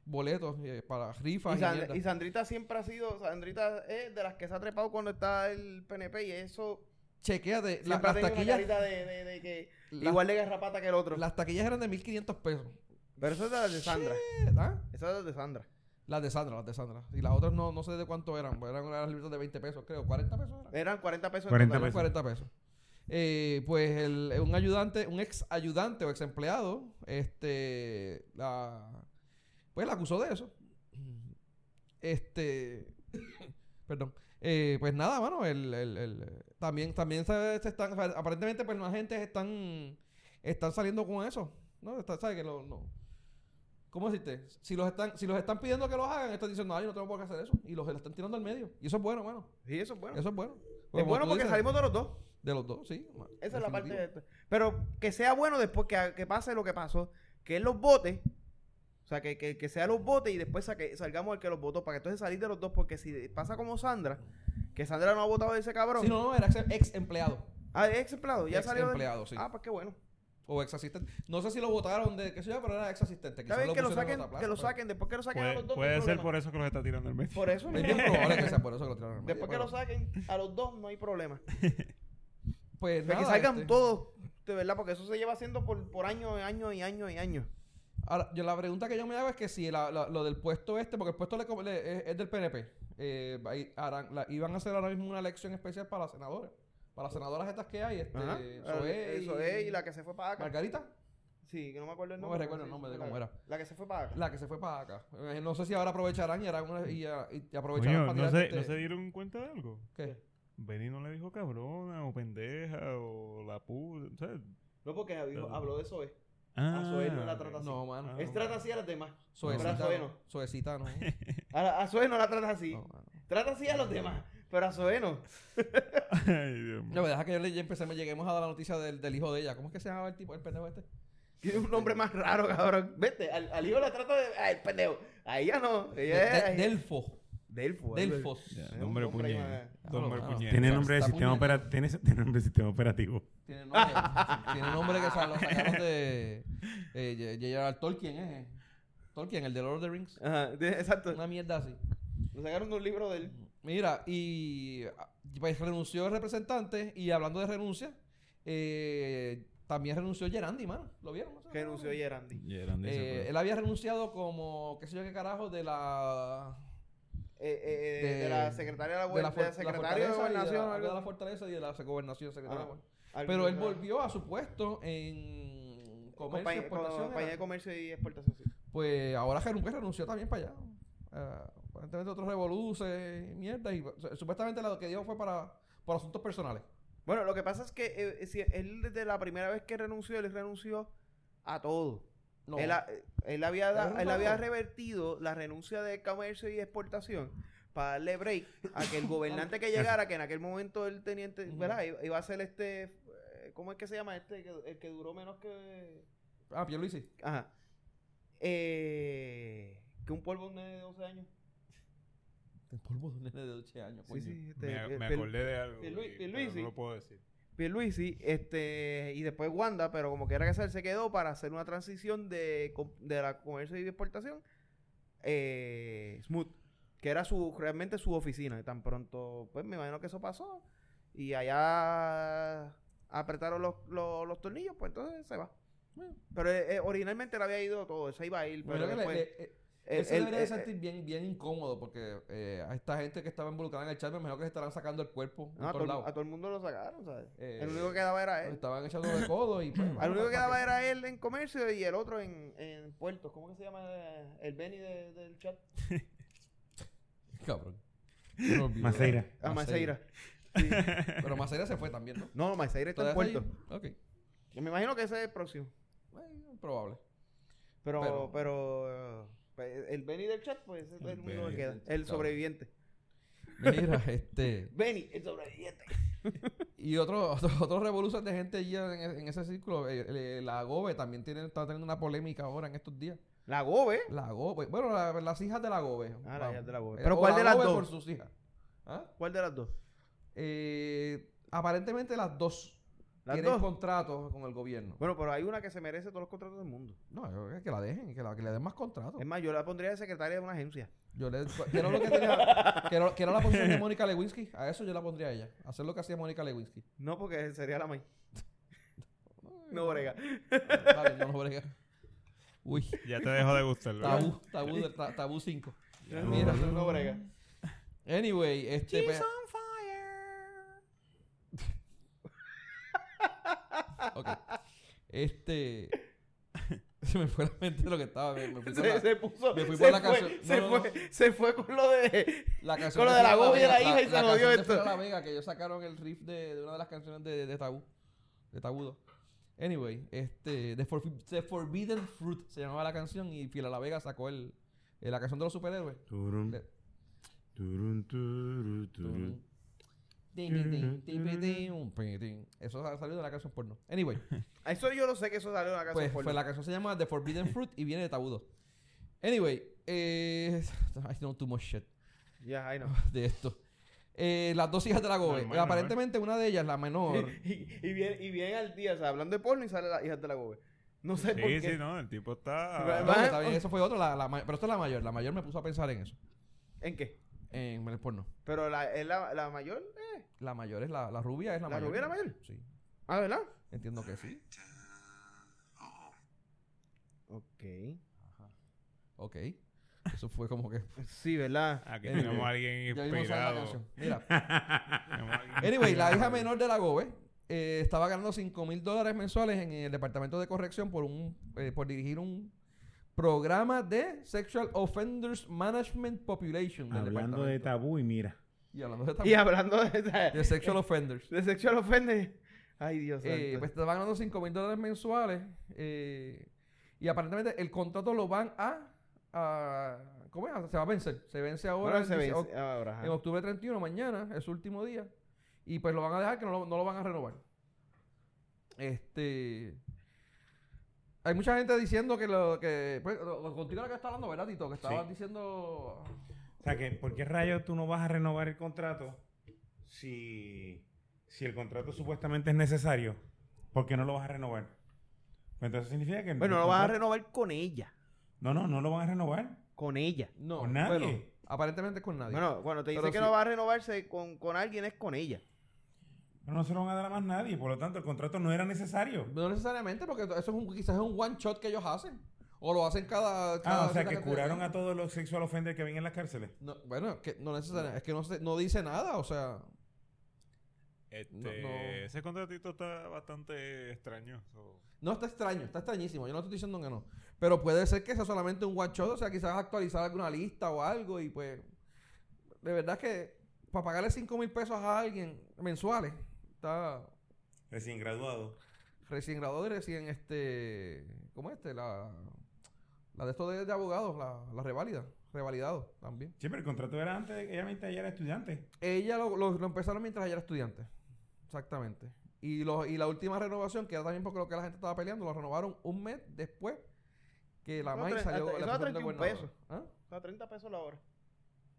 Speaker 2: boletos eh, para rifas
Speaker 3: Y,
Speaker 2: y,
Speaker 3: Sand-
Speaker 2: mierda.
Speaker 3: y Sandrita siempre ha sido, Sandrita es de las que se ha trepado cuando está el PNP y eso
Speaker 2: Chequéate, la-
Speaker 3: siempre ha
Speaker 2: las,
Speaker 3: tenido una
Speaker 2: taquillas,
Speaker 3: carita de, de- de que
Speaker 2: las-
Speaker 3: igual de garrapata que el otro.
Speaker 2: las taquillas eran de 1.500 pesos.
Speaker 3: Pero eso es de las de Sandra.
Speaker 2: Eh, ¿ah?
Speaker 3: Eso es de las de Sandra.
Speaker 2: Las de Sandra, las de Sandra. Y las otras no, no sé de cuánto eran. pues Eran unas libretas de 20 pesos, creo. 40 pesos eran.
Speaker 3: Eran 40 pesos. en
Speaker 5: 40
Speaker 3: total.
Speaker 2: Eran
Speaker 5: pesos.
Speaker 2: 40 pesos. Eh, pues el- un ayudante, un ex ayudante o ex empleado, este, la, pues la acusó de eso. Este, perdón. Eh, pues nada, mano, el, el- el- también, también se, se están, aparentemente pues las gentes están, están saliendo con eso, ¿no? Está- ¿sabes? Que lo- no. ¿Cómo decirte? Si los están, si los están pidiendo que los hagan, están diciendo, ay, yo no tengo por qué hacer eso. Y los están tirando al medio. Y eso es bueno, mano.
Speaker 3: Sí, eso es bueno.
Speaker 2: Eso es bueno.
Speaker 3: es
Speaker 2: Como
Speaker 3: bueno
Speaker 2: tú
Speaker 3: porque
Speaker 2: dices,
Speaker 3: salimos de los dos.
Speaker 2: De los dos, sí. ma-
Speaker 3: Esa es la parte de
Speaker 2: definitivo.
Speaker 3: esto. Pero que sea bueno después que, que pase lo que pasó. Que él los vote. O sea, que, que, que sea los vote y después saque- salgamos el que los votó. Para que entonces salir de los dos. Porque si pasa como Sandra, que Sandra no ha votado a ese cabrón.
Speaker 2: Sí, no, no, era ex, ex empleado
Speaker 3: Ah, ex empleado. Ya
Speaker 2: Ex
Speaker 3: salió. del-
Speaker 2: empleado, sí.
Speaker 3: Ah, pues qué bueno.
Speaker 2: o ex asistente. No sé si lo votaron de qué sé yo, pero era ex asistente.
Speaker 3: Está
Speaker 2: Quizás
Speaker 3: bien que lo
Speaker 2: pusieron en
Speaker 3: saquen,
Speaker 2: otra plaza,
Speaker 3: que lo
Speaker 2: pero-
Speaker 3: saquen. Después que lo saquen a los
Speaker 5: Puede,
Speaker 3: dos.
Speaker 5: puede
Speaker 3: no hay
Speaker 5: ser por
Speaker 3: problema.
Speaker 5: eso que los está tirando al medio.
Speaker 3: Por eso.
Speaker 2: Es bien probable que sea por eso que lo tiraron. al medio,
Speaker 3: después que
Speaker 2: pero-
Speaker 3: lo saquen a los dos, no hay problema.
Speaker 2: Pues
Speaker 3: O sea, que
Speaker 2: nada,
Speaker 3: salgan
Speaker 2: este,
Speaker 3: todos, de verdad, porque eso se lleva haciendo por, por años y años y años y años.
Speaker 2: Ahora, yo la pregunta que yo me hago es que si la- la- lo del puesto este, porque el puesto le co- le- es, es del PNP, eh, ahí harán- la- iban a hacer ahora mismo una elección especial para las senadoras. Para las senadoras estas que hay, este,
Speaker 3: Ajá.
Speaker 2: Zoé
Speaker 3: Eso es, y la que se fue para acá.
Speaker 2: Margarita,
Speaker 3: Sí, que no me acuerdo el
Speaker 2: No me
Speaker 3: nombre. pero
Speaker 2: recuerdo el
Speaker 3: sí,
Speaker 2: nombre de
Speaker 3: la-
Speaker 2: cómo era.
Speaker 3: La que se fue para acá.
Speaker 2: la que se fue para acá. Eh, No sé si ahora aprovecharán y, harán una- y, ah, y- y aprovecharán
Speaker 5: Coño,
Speaker 2: para
Speaker 5: ¿no
Speaker 2: tirar
Speaker 5: se,
Speaker 2: este-
Speaker 5: ¿no se dieron cuenta de algo?
Speaker 2: ¿Qué?
Speaker 5: Benny no le dijo cabrona o pendeja o la puta. ¿sabes?
Speaker 3: No, porque dijo-
Speaker 5: Pero-
Speaker 3: habló de Zoe.
Speaker 5: Ah,
Speaker 3: Zoe no la trata-
Speaker 2: No, mano.
Speaker 5: Ah.
Speaker 3: Él trata así a las demás.
Speaker 2: Suavecita,
Speaker 3: Pero a Zoe no.
Speaker 2: suavecita no.
Speaker 3: A, la- a Zoe no la tratas así.
Speaker 2: No, mano.
Speaker 3: Trata así a los demás, pero a Zoe no.
Speaker 5: Ay, Dios
Speaker 2: No, pues,
Speaker 5: mío.
Speaker 2: me deja que yo le ya empecemos, lleguemos a la noticia del, del hijo de ella. ¿Cómo es que se llama el tipo, el pendejo este?
Speaker 3: Tiene un nombre más raro, cabrón. Vete, al, al hijo la trata de. Ay, pendejo. A ella no.
Speaker 2: De-
Speaker 3: Ella es.
Speaker 2: de- Delfo.
Speaker 3: Delfo. algo así.
Speaker 2: Delfos.
Speaker 5: Ya,
Speaker 3: un
Speaker 5: Nombre
Speaker 3: hombre
Speaker 5: puñet.
Speaker 3: más-
Speaker 5: Nombre
Speaker 2: Claro,
Speaker 5: puñet.
Speaker 4: Tiene nombre de
Speaker 2: Está
Speaker 4: sistema,
Speaker 2: puñeta.
Speaker 4: opera- tiene, tiene nombre de sistema operativo.
Speaker 2: Tiene nombre, tiene nombre que sa- lo sacaron de eh, J- J.R.R. Tolkien, ¿eh? Tolkien, el de Lord of the Rings.
Speaker 3: Ajá, de- exacto.
Speaker 2: Una mierda así.
Speaker 3: Lo sacaron de un libro de él.
Speaker 2: Mira, y ah, pues, renunció el representante y hablando de renuncia, eh, también renunció Gerandi, mano. ¿Lo vieron?
Speaker 3: Que anunció Gerandi.
Speaker 4: Y eran de ese,
Speaker 2: Eh,
Speaker 4: pues.
Speaker 2: él había renunciado como, qué sé yo qué carajo, de la...
Speaker 3: eh, eh, de,
Speaker 2: De-
Speaker 3: de la secretaria de la,
Speaker 2: de
Speaker 3: guer-
Speaker 2: la,
Speaker 3: de
Speaker 2: for-
Speaker 3: la
Speaker 2: la
Speaker 3: secretaria de
Speaker 2: fortaleza y
Speaker 3: gobernación.
Speaker 2: la,
Speaker 3: algo
Speaker 2: de la
Speaker 3: así.
Speaker 2: fortaleza y de la gobernación secretaria de
Speaker 3: Ajá.
Speaker 2: Gobernación.
Speaker 3: Algo
Speaker 2: Pero él
Speaker 3: así.
Speaker 2: volvió a su puesto en comercio,
Speaker 3: Compañía-
Speaker 2: exportación,
Speaker 3: compañía
Speaker 2: era-
Speaker 3: de comercio y exportación. sí.
Speaker 2: Pues ahora Jerunque renunció también para allá. Ah, aparentemente otros revoluces, y mierda. Y o sea, supuestamente lo que dio fue para, para asuntos personales.
Speaker 3: Bueno, lo que pasa es que eh, si él desde la primera vez que renunció, él renunció a todo.
Speaker 2: No.
Speaker 3: Él, ha- eh, él había da-
Speaker 2: Renunció
Speaker 3: él
Speaker 2: a
Speaker 3: había
Speaker 2: todo.
Speaker 3: revertido la renuncia de comercio y exportación para darle break a que el gobernante que llegara, que en aquel momento él tenía, ente-
Speaker 2: Ujú.
Speaker 3: ¿verdad? Iba- Iba a ser este, eh, ¿cómo es que se llama este? Que- El que duró menos que...
Speaker 2: Ah, Pierluisi.
Speaker 3: Ajá. Eh, que un polvo un nene de 12 años.
Speaker 2: El polvo de un nene de 12 años,
Speaker 3: Sí,
Speaker 2: coño.
Speaker 3: sí, este,
Speaker 5: Me,
Speaker 3: eh,
Speaker 5: me
Speaker 3: Pier-
Speaker 5: acordé de algo.
Speaker 3: Pierlui-
Speaker 5: y-
Speaker 3: Pierluisi.
Speaker 5: pero No lo puedo decir.
Speaker 3: Pierluisi, este, y después Wanda, pero como quiera que sea, él se quedó para hacer una transición de, com- de la comercio y exportación eh, smooth, que era su realmente su oficina. Y tan pronto, pues me imagino que eso pasó. Y allá apretaron los, los, los tornillos, pues entonces se va.
Speaker 2: Bueno.
Speaker 3: Pero eh, eh, originalmente le había ido todo, se iba a ir, pero
Speaker 2: Bueno, que le-
Speaker 3: después,
Speaker 2: le- eh,
Speaker 3: él-
Speaker 2: él se
Speaker 3: él-
Speaker 2: debería de
Speaker 3: él-
Speaker 2: sentir bien, bien incómodo porque eh, a esta gente que estaba involucrada en el chat, me imagino que le estarán sacando el cuerpo
Speaker 3: no, a,
Speaker 2: a
Speaker 3: todo,
Speaker 2: todos
Speaker 3: el-
Speaker 2: lados.
Speaker 3: a todo el mundo lo sacaron, ¿sabes?
Speaker 2: Eh,
Speaker 3: el único que quedaba era
Speaker 2: Le
Speaker 3: él.
Speaker 2: Estaban echando de codo y. pues,
Speaker 3: Al
Speaker 2: bueno,
Speaker 3: único que
Speaker 2: ¿para
Speaker 3: daba
Speaker 2: qué?
Speaker 3: era él en comercio y el otro en, en puertos. ¿Cómo que se llama? eh, El Benny de- del chat.
Speaker 2: Cabrón. Se me olvidó.
Speaker 4: Maceira.
Speaker 3: Ah,
Speaker 2: Maceira.
Speaker 3: Maceira.
Speaker 2: Pero Maceira se fue también, ¿no?
Speaker 3: No, Maceira está en
Speaker 2: ¿Todavía
Speaker 3: puerto.
Speaker 2: ahí? Ok.
Speaker 3: Yo me imagino que ese es el próximo.
Speaker 2: Bueno, probable.
Speaker 3: Pero,
Speaker 2: Pero-
Speaker 3: pero, eh, pues, el Benny del chat, pues ese es el único
Speaker 4: Benny
Speaker 3: que queda.
Speaker 2: del chat,
Speaker 3: El
Speaker 2: cabrón.
Speaker 3: sobreviviente.
Speaker 2: Mira, este.
Speaker 3: Benny, el sobreviviente.
Speaker 2: Y otro, otro, otro revolución de gente allí en, en ese círculo. eh, eh, la GOBE también tiene, está teniendo una polémica ahora en estos días.
Speaker 3: La ¿eh? Gobe.
Speaker 2: La GOBE. Bueno, la- las hijas de la GOBE.
Speaker 3: Ah, las
Speaker 2: vamos.
Speaker 3: hijas de la GOBE.
Speaker 2: Eh,
Speaker 3: Pero
Speaker 2: o
Speaker 3: ¿cuál
Speaker 2: la
Speaker 3: de las
Speaker 2: GOBE
Speaker 3: dos?
Speaker 2: por sus hijas. ¿Ah?
Speaker 3: ¿Cuál de las dos?
Speaker 2: Eh, aparentemente las dos
Speaker 3: Las
Speaker 2: tienen
Speaker 3: dos.
Speaker 2: contratos con el gobierno.
Speaker 3: Bueno, pero hay una que se merece todos los contratos del mundo.
Speaker 2: No, yo creo que la dejen, que, la, que le den más contratos.
Speaker 3: Es más, yo la pondría de secretaria de una agencia.
Speaker 2: Yo le quiero lo que tenía, quiero, quiero la posición de Mónica Lewinsky, a eso yo la pondría a ella, hacer lo que hacía Mónica Lewinsky.
Speaker 3: No, porque sería la maíz. No brega.
Speaker 2: Vale, no, no brega. Uy,
Speaker 5: Ya te dejo de gustar.
Speaker 2: tabú, tabú, de- ta- tabú 5.
Speaker 3: Mira, no brega.
Speaker 2: Anyway, este pues, ok. Este se me fue la mente de lo que estaba, me, me fui con
Speaker 3: Se,
Speaker 2: la,
Speaker 3: se puso.
Speaker 2: me fui
Speaker 3: se
Speaker 2: por la
Speaker 3: fue,
Speaker 2: canción.
Speaker 3: Se,
Speaker 2: No, no,
Speaker 3: fue se fue con lo de.
Speaker 2: la canción
Speaker 3: con lo de la
Speaker 2: Fiera
Speaker 3: Gobi y la hija y se
Speaker 2: canción
Speaker 3: jodió
Speaker 2: de
Speaker 3: esto.
Speaker 2: Fiera La Vega que ellos sacaron el riff de, de una de las canciones de, de Tabú, de Tabudo. Anyway, este The, Forbi- The Forbidden Fruit se llamaba la canción y Fiera La Vega sacó el, eh, la canción de los superhéroes. Eh,
Speaker 4: Turun,
Speaker 2: Le-
Speaker 4: turun, turu, turun.
Speaker 2: Eso ha salido de la canción porno. Anyway,
Speaker 3: Eso yo lo sé que eso salió en la casa
Speaker 2: pues,
Speaker 3: por
Speaker 2: pues la canción se llama The Forbidden Fruit y viene de Tabudo. Anyway, eh, I know too much shit
Speaker 3: Ya, ahí no.
Speaker 2: de esto. Eh, las dos hijas de la Gobe.
Speaker 5: Normal, normal.
Speaker 2: Aparentemente una de ellas, la menor,
Speaker 3: Y, y bien, y bien al día, o sea, hablando de porno y sale la hija de la gobe. No sé por
Speaker 5: Sí,
Speaker 3: qué.
Speaker 5: sí, no. El tipo
Speaker 2: Ah,
Speaker 3: Pero-
Speaker 5: está.
Speaker 2: no,
Speaker 3: Ajá.
Speaker 2: está bien, eso fue otro, la, la ma- pero esta es la mayor. La mayor me puso a pensar en eso,
Speaker 3: ¿En qué?
Speaker 2: en el porno.
Speaker 3: Pero la, es la, la mayor.
Speaker 2: La mayor es la, la rubia, es la,
Speaker 3: ¿La
Speaker 2: mayor.
Speaker 3: rubia es la mayor?
Speaker 2: Sí,
Speaker 3: Ah, ¿verdad?
Speaker 2: entiendo que sí.
Speaker 3: Ok.
Speaker 2: Ok, eso fue como que...
Speaker 3: Sí, ¿verdad?
Speaker 5: Aquí
Speaker 2: Anyway.
Speaker 5: tenemos a alguien
Speaker 2: Ya mismo sale la
Speaker 5: inspirado.
Speaker 2: canción. Mira,
Speaker 5: Tenemos a alguien
Speaker 2: anyway, la
Speaker 5: inspirado.
Speaker 2: hija menor de la Gobe eh, estaba ganando 5 mil dólares mensuales en el departamento de corrección por, un, eh, por dirigir un programa de Sexual Offenders Management Population. del
Speaker 4: Hablando de
Speaker 2: departamento.
Speaker 4: tabú y mira.
Speaker 2: Y hablando de tabú.
Speaker 3: Y hablando de,
Speaker 2: De
Speaker 3: de,
Speaker 2: Sexual Offenders.
Speaker 3: sexual offender. Ay, Dios
Speaker 2: Eh,
Speaker 3: santo.
Speaker 2: pues te van ganando 5 mil dólares mensuales. eh, y aparentemente el contrato lo van a. a- ¿Cómo es? Se va a vencer. Se vence
Speaker 3: Bueno,
Speaker 2: ahora el
Speaker 3: se ve
Speaker 2: 16 oc-
Speaker 3: ahora. ajá.
Speaker 2: en octubre 31, mañana, es su último día. Y pues lo van a dejar que no lo, no lo van a renovar. Este. Hay mucha gente diciendo que lo que. Pues, lo- lo- contigo era que está hablando, ¿verdad, Tito? Que estabas
Speaker 4: Sí.
Speaker 2: diciendo.
Speaker 4: O sea, que ¿por qué rayos tú no vas a renovar el contrato si, si el contrato supuestamente es necesario? ¿Por qué no lo vas a renovar? Pues entonces significa que...
Speaker 3: Bueno, lo vas a renovar con ella.
Speaker 4: No, no, no lo van a renovar.
Speaker 3: Con ella.
Speaker 2: No.
Speaker 4: Con nadie.
Speaker 2: bueno, aparentemente es con nadie.
Speaker 3: Bueno, cuando te dice
Speaker 2: Pero
Speaker 3: que
Speaker 2: sí.
Speaker 3: no va a renovarse con, con alguien es con ella.
Speaker 4: Pero no se lo van a dar a más nadie. Por lo tanto, el contrato no era necesario.
Speaker 2: No necesariamente, porque eso es un, quizás es un one shot que ellos hacen. O lo hacen cada. cada
Speaker 4: Ah, o sea,
Speaker 2: cierta
Speaker 4: que
Speaker 2: cantidad de
Speaker 4: curaron
Speaker 2: tiempo.
Speaker 4: a todos los sexual offenders que ven en las cárceles.
Speaker 2: No, bueno, que no necesariamente. Es que no, se- no dice nada, o sea.
Speaker 6: Este,
Speaker 2: No, no.
Speaker 6: Ese contratito está bastante extraño. so.
Speaker 2: No, está extraño, está extrañísimo. Yo no estoy diciendo que no. Pero puede ser que sea solamente un one shot, o sea, quizás actualizar alguna lista o algo y pues. De verdad que para pagarle 5 mil pesos a alguien mensuales, está
Speaker 4: Recién graduado.
Speaker 2: recién graduado y recién este. ¿Cómo es este? La, la de esto de, de abogados, la, la reválida. Revalidado también.
Speaker 4: Sí, pero el contrato era antes de que ella mientras ella era estudiante.
Speaker 2: Ella lo, lo- lo empezaron mientras ella era estudiante. Exactamente. Y, lo- y la última renovación, que era también porque lo que la gente estaba peleando, lo renovaron un mes después que la
Speaker 3: Eso
Speaker 2: MAI
Speaker 3: tre-
Speaker 2: salió.
Speaker 3: eso
Speaker 2: la
Speaker 3: da
Speaker 2: fusión de
Speaker 3: 31
Speaker 2: gobernador.
Speaker 3: pesos.
Speaker 2: ¿Ah?
Speaker 3: O sea, 30 pesos la hora.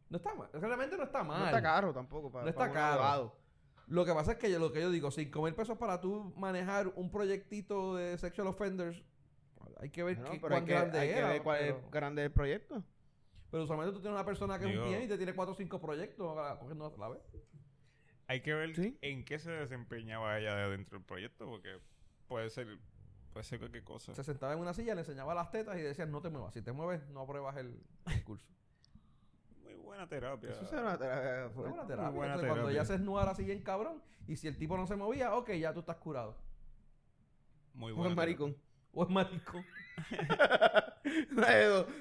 Speaker 2: No está mal. Realmente no está mal.
Speaker 3: No está caro tampoco. Para,
Speaker 2: No está
Speaker 3: para un
Speaker 2: caro.
Speaker 3: abogado.
Speaker 2: Lo que pasa es que yo, lo que yo digo, 5 mil pesos para tú manejar un proyectito de sexual offenders, hay que ver
Speaker 3: Bueno,
Speaker 2: qué,
Speaker 3: pero hay
Speaker 2: cuán
Speaker 3: que,
Speaker 2: grande
Speaker 3: hay que
Speaker 2: era,
Speaker 3: ver cuál
Speaker 2: pero,
Speaker 3: es grande el proyecto.
Speaker 2: pero usualmente tú tienes una persona que es
Speaker 6: Digo-
Speaker 2: un pie y te tiene 4 o 5 proyectos a- cogiendo a la vez.
Speaker 6: Hay que ver
Speaker 3: Sí.
Speaker 6: en qué se desempeñaba ella de dentro del proyecto, porque puede ser, puede ser cualquier cosa.
Speaker 2: Se sentaba en una silla, le enseñaba las tetas y decía, no te muevas. Si te mueves, no apruebas el, el curso.
Speaker 6: Muy buena terapia.
Speaker 3: Eso será una terapia fuerte.
Speaker 2: Fue Pues, una terapia.
Speaker 6: buena
Speaker 2: Entonces, cuando
Speaker 6: terapia.
Speaker 2: ella se desnudara así bien cabrón, y si el tipo no se movía, ok, ya tú estás curado.
Speaker 6: Muy
Speaker 3: Como
Speaker 6: buena
Speaker 3: el
Speaker 6: terapia.
Speaker 3: maricón.
Speaker 2: O es marico.
Speaker 3: O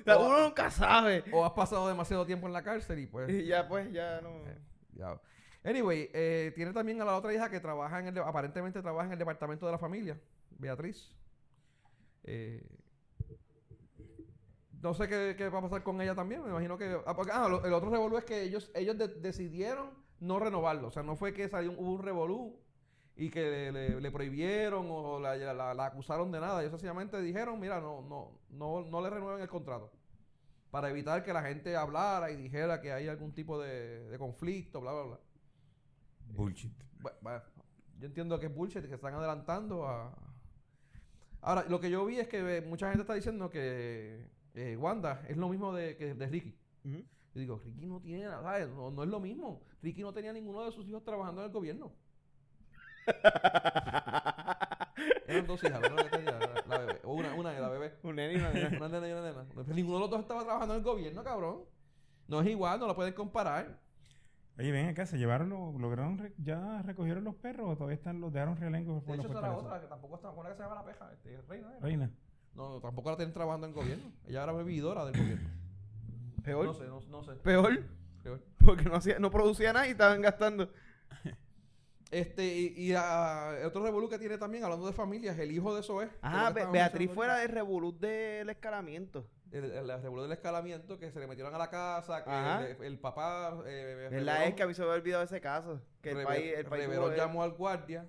Speaker 3: sea,
Speaker 2: O-
Speaker 3: uno nunca sabe.
Speaker 2: o has pasado demasiado tiempo en la cárcel y pues...
Speaker 3: Y ya pues, ya no.
Speaker 2: Eh. Ya. Anyway, eh, tiene también a la otra hija que trabaja en el, de- aparentemente trabaja en el departamento de la familia, Beatriz. Eh, no sé qué, qué va a pasar con ella también, me imagino que... Ah, porque- ah, lo- el otro revolú es que ellos, ellos de- decidieron no renovarlo, o sea, no fue que salió un, hubo un revolú y que le, le- le prohibieron o la, la- la acusaron de nada, ellos sencillamente dijeron, mira, no, no, no, no le renueven el contrato para evitar que la gente hablara y dijera que hay algún tipo de, de conflicto, bla, bla, bla.
Speaker 4: Bullshit.
Speaker 2: Bu- bueno, yo entiendo que es bullshit, que están adelantando a... Ahora, lo que yo vi es que eh, mucha gente está diciendo que eh, Wanda es lo mismo de, que de Ricky.
Speaker 3: Ujú.
Speaker 2: Yo digo, Ricky no tiene nada, ¿sabes? No, no es lo mismo. Ricky no tenía ninguno de sus hijos trabajando en el gobierno. Eran dos hijas, la otra que tenía, la, la bebé. O una, una, la bebé.
Speaker 3: Un nene y una nena.
Speaker 2: Una nena y una nena. Pero Ninguno de los dos estaba trabajando en el gobierno, cabrón. No es igual, no lo pueden comparar.
Speaker 4: Oye, ven acá, se llevaron los, lograron, re- ya recogieron los perros o todavía están, los dejaron
Speaker 2: De
Speaker 4: relengos pues por la
Speaker 2: hecho, esa era
Speaker 4: fortaleza.
Speaker 2: otra, que tampoco estaba con la que se llama la peja, este, reina. era.
Speaker 4: Reina.
Speaker 2: No, tampoco la tienen trabajando en el gobierno. Ella era bebidora del gobierno.
Speaker 3: Peor.
Speaker 2: No sé, no, no sé.
Speaker 3: Peor.
Speaker 2: Peor.
Speaker 3: Porque no, hacía, no producía nada y estaban gastando.
Speaker 2: Este, y, y, ah, otro revolú que tiene también, hablando de familias, el hijo de Zoé.
Speaker 3: Ah, Be- Beatriz fuera del revolut del escalamiento.
Speaker 2: El, el, el revolú del escalamiento, que se le metieron a la casa, que
Speaker 3: Ajá.
Speaker 2: el, el papá... Eh,
Speaker 3: Es la ex que a mí se me había olvidado ese caso. Que el
Speaker 2: Rever-
Speaker 3: país. El país
Speaker 2: Reverón
Speaker 3: tuvo-
Speaker 2: llamó al guardia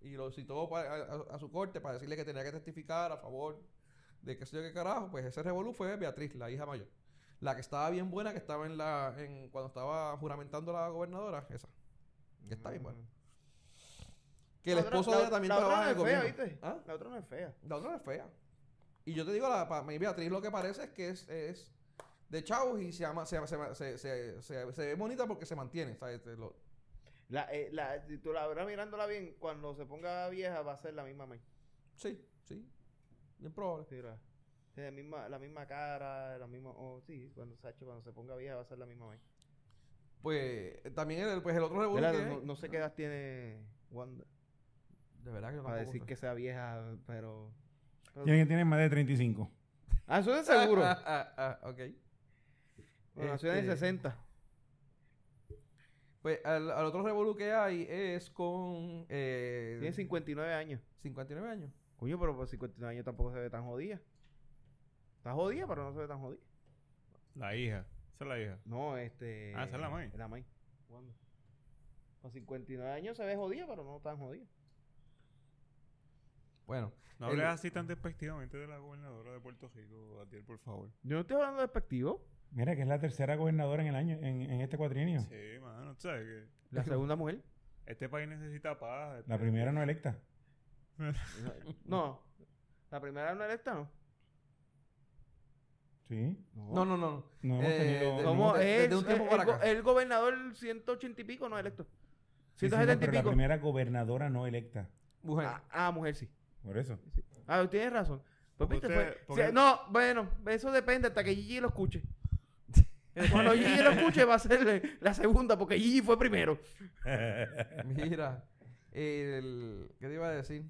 Speaker 2: y lo citó pa- a, a- a su corte para decirle que tenía que testificar a favor de qué sé yo qué carajo. Pues ese revolú fue Beatriz, la hija mayor. La que estaba bien buena, que estaba en la. En, cuando estaba juramentando la gobernadora, esa. Que está bien buena. Que el
Speaker 3: La otra-
Speaker 2: esposo
Speaker 3: la-
Speaker 2: de ella también
Speaker 3: la otra
Speaker 2: trabaja en el
Speaker 3: no es
Speaker 2: gobierno.
Speaker 3: fea, ¿viste?
Speaker 2: ¿Ah?
Speaker 3: La otra no es fea.
Speaker 2: La otra es fea. Y yo te digo, la, para mí Beatriz lo que parece es que es, es de chavos y se, ama, se, se, se, se, se- se ve bonita porque se mantiene. ¿sabes? Este, lo-
Speaker 3: La, eh, la, si tú la verás mirándola bien, cuando se ponga vieja va a ser la misma May.
Speaker 2: sí, sí. Bien probable.
Speaker 3: Sí, la, sí, la misma, la misma cara, la misma. Oh, sí, cuando Sacho, cuando se ponga vieja va a ser la misma May.
Speaker 2: Pues también el, pues, el otro revuelo
Speaker 3: Mira,
Speaker 2: que
Speaker 3: no,
Speaker 2: hay-
Speaker 3: no sé qué Ah. edad tiene Wanda
Speaker 2: De verdad que yo
Speaker 3: para
Speaker 2: tampoco
Speaker 3: decir
Speaker 2: sé.
Speaker 3: que sea vieja, pero. pero-
Speaker 4: Tienen que tener más de 35.
Speaker 3: Ah, eso es seguro.
Speaker 2: Ah, ah, ah, ah, ok.
Speaker 3: Bueno, nació en el
Speaker 2: Este,
Speaker 3: 60.
Speaker 2: Pues al, al otro revolú que hay es con... Eh,
Speaker 3: Tiene 59 años.
Speaker 2: 59 años.
Speaker 3: Coño, pero pues por 59 años tampoco se ve tan jodida. Está jodida, pero no se ve tan jodida.
Speaker 6: La hija. Esa es la hija.
Speaker 3: No, este.
Speaker 6: Ah, esa es la May.
Speaker 3: La May. Wanda. Con 59 años se ve jodida, pero no tan jodida.
Speaker 2: Bueno,
Speaker 6: No
Speaker 2: El-
Speaker 6: hables así tan despectivamente de la gobernadora de Puerto Rico, Atiel, por favor.
Speaker 3: Yo no estoy hablando despectivo.
Speaker 4: Mira, que es la tercera gobernadora en el año, en, en este cuatrienio.
Speaker 6: Sí, mano, tú sabes que
Speaker 3: La segunda mujer.
Speaker 6: este país necesita paz. este-
Speaker 4: La primera no electa.
Speaker 3: No. La primera no electa, ¿no?
Speaker 4: Sí.
Speaker 2: no, no, no. no.
Speaker 4: No hemos
Speaker 2: Eh,
Speaker 4: tenido.
Speaker 2: de-
Speaker 4: no
Speaker 3: Somos-
Speaker 4: hemos-
Speaker 2: desde-
Speaker 3: es-
Speaker 2: desde un tiempo
Speaker 3: el,
Speaker 2: para
Speaker 3: go-
Speaker 2: acá.
Speaker 3: el gobernador 180 y pico no electo.
Speaker 4: sí, sí, no,
Speaker 3: 170 y
Speaker 4: pero la
Speaker 3: pico.
Speaker 4: primera gobernadora no electa.
Speaker 2: Mujer.
Speaker 3: Ah, ah, mujer sí.
Speaker 4: Por eso.
Speaker 3: Ah, tienes razón. Pues viste,
Speaker 6: Usted-
Speaker 3: fue-
Speaker 6: porque-
Speaker 3: sí, No, bueno, eso depende hasta que Gigi lo escuche. Cuando Gigi lo escuche va a ser la segunda, porque Gigi fue primero.
Speaker 2: Mira, el, ¿qué te iba a decir?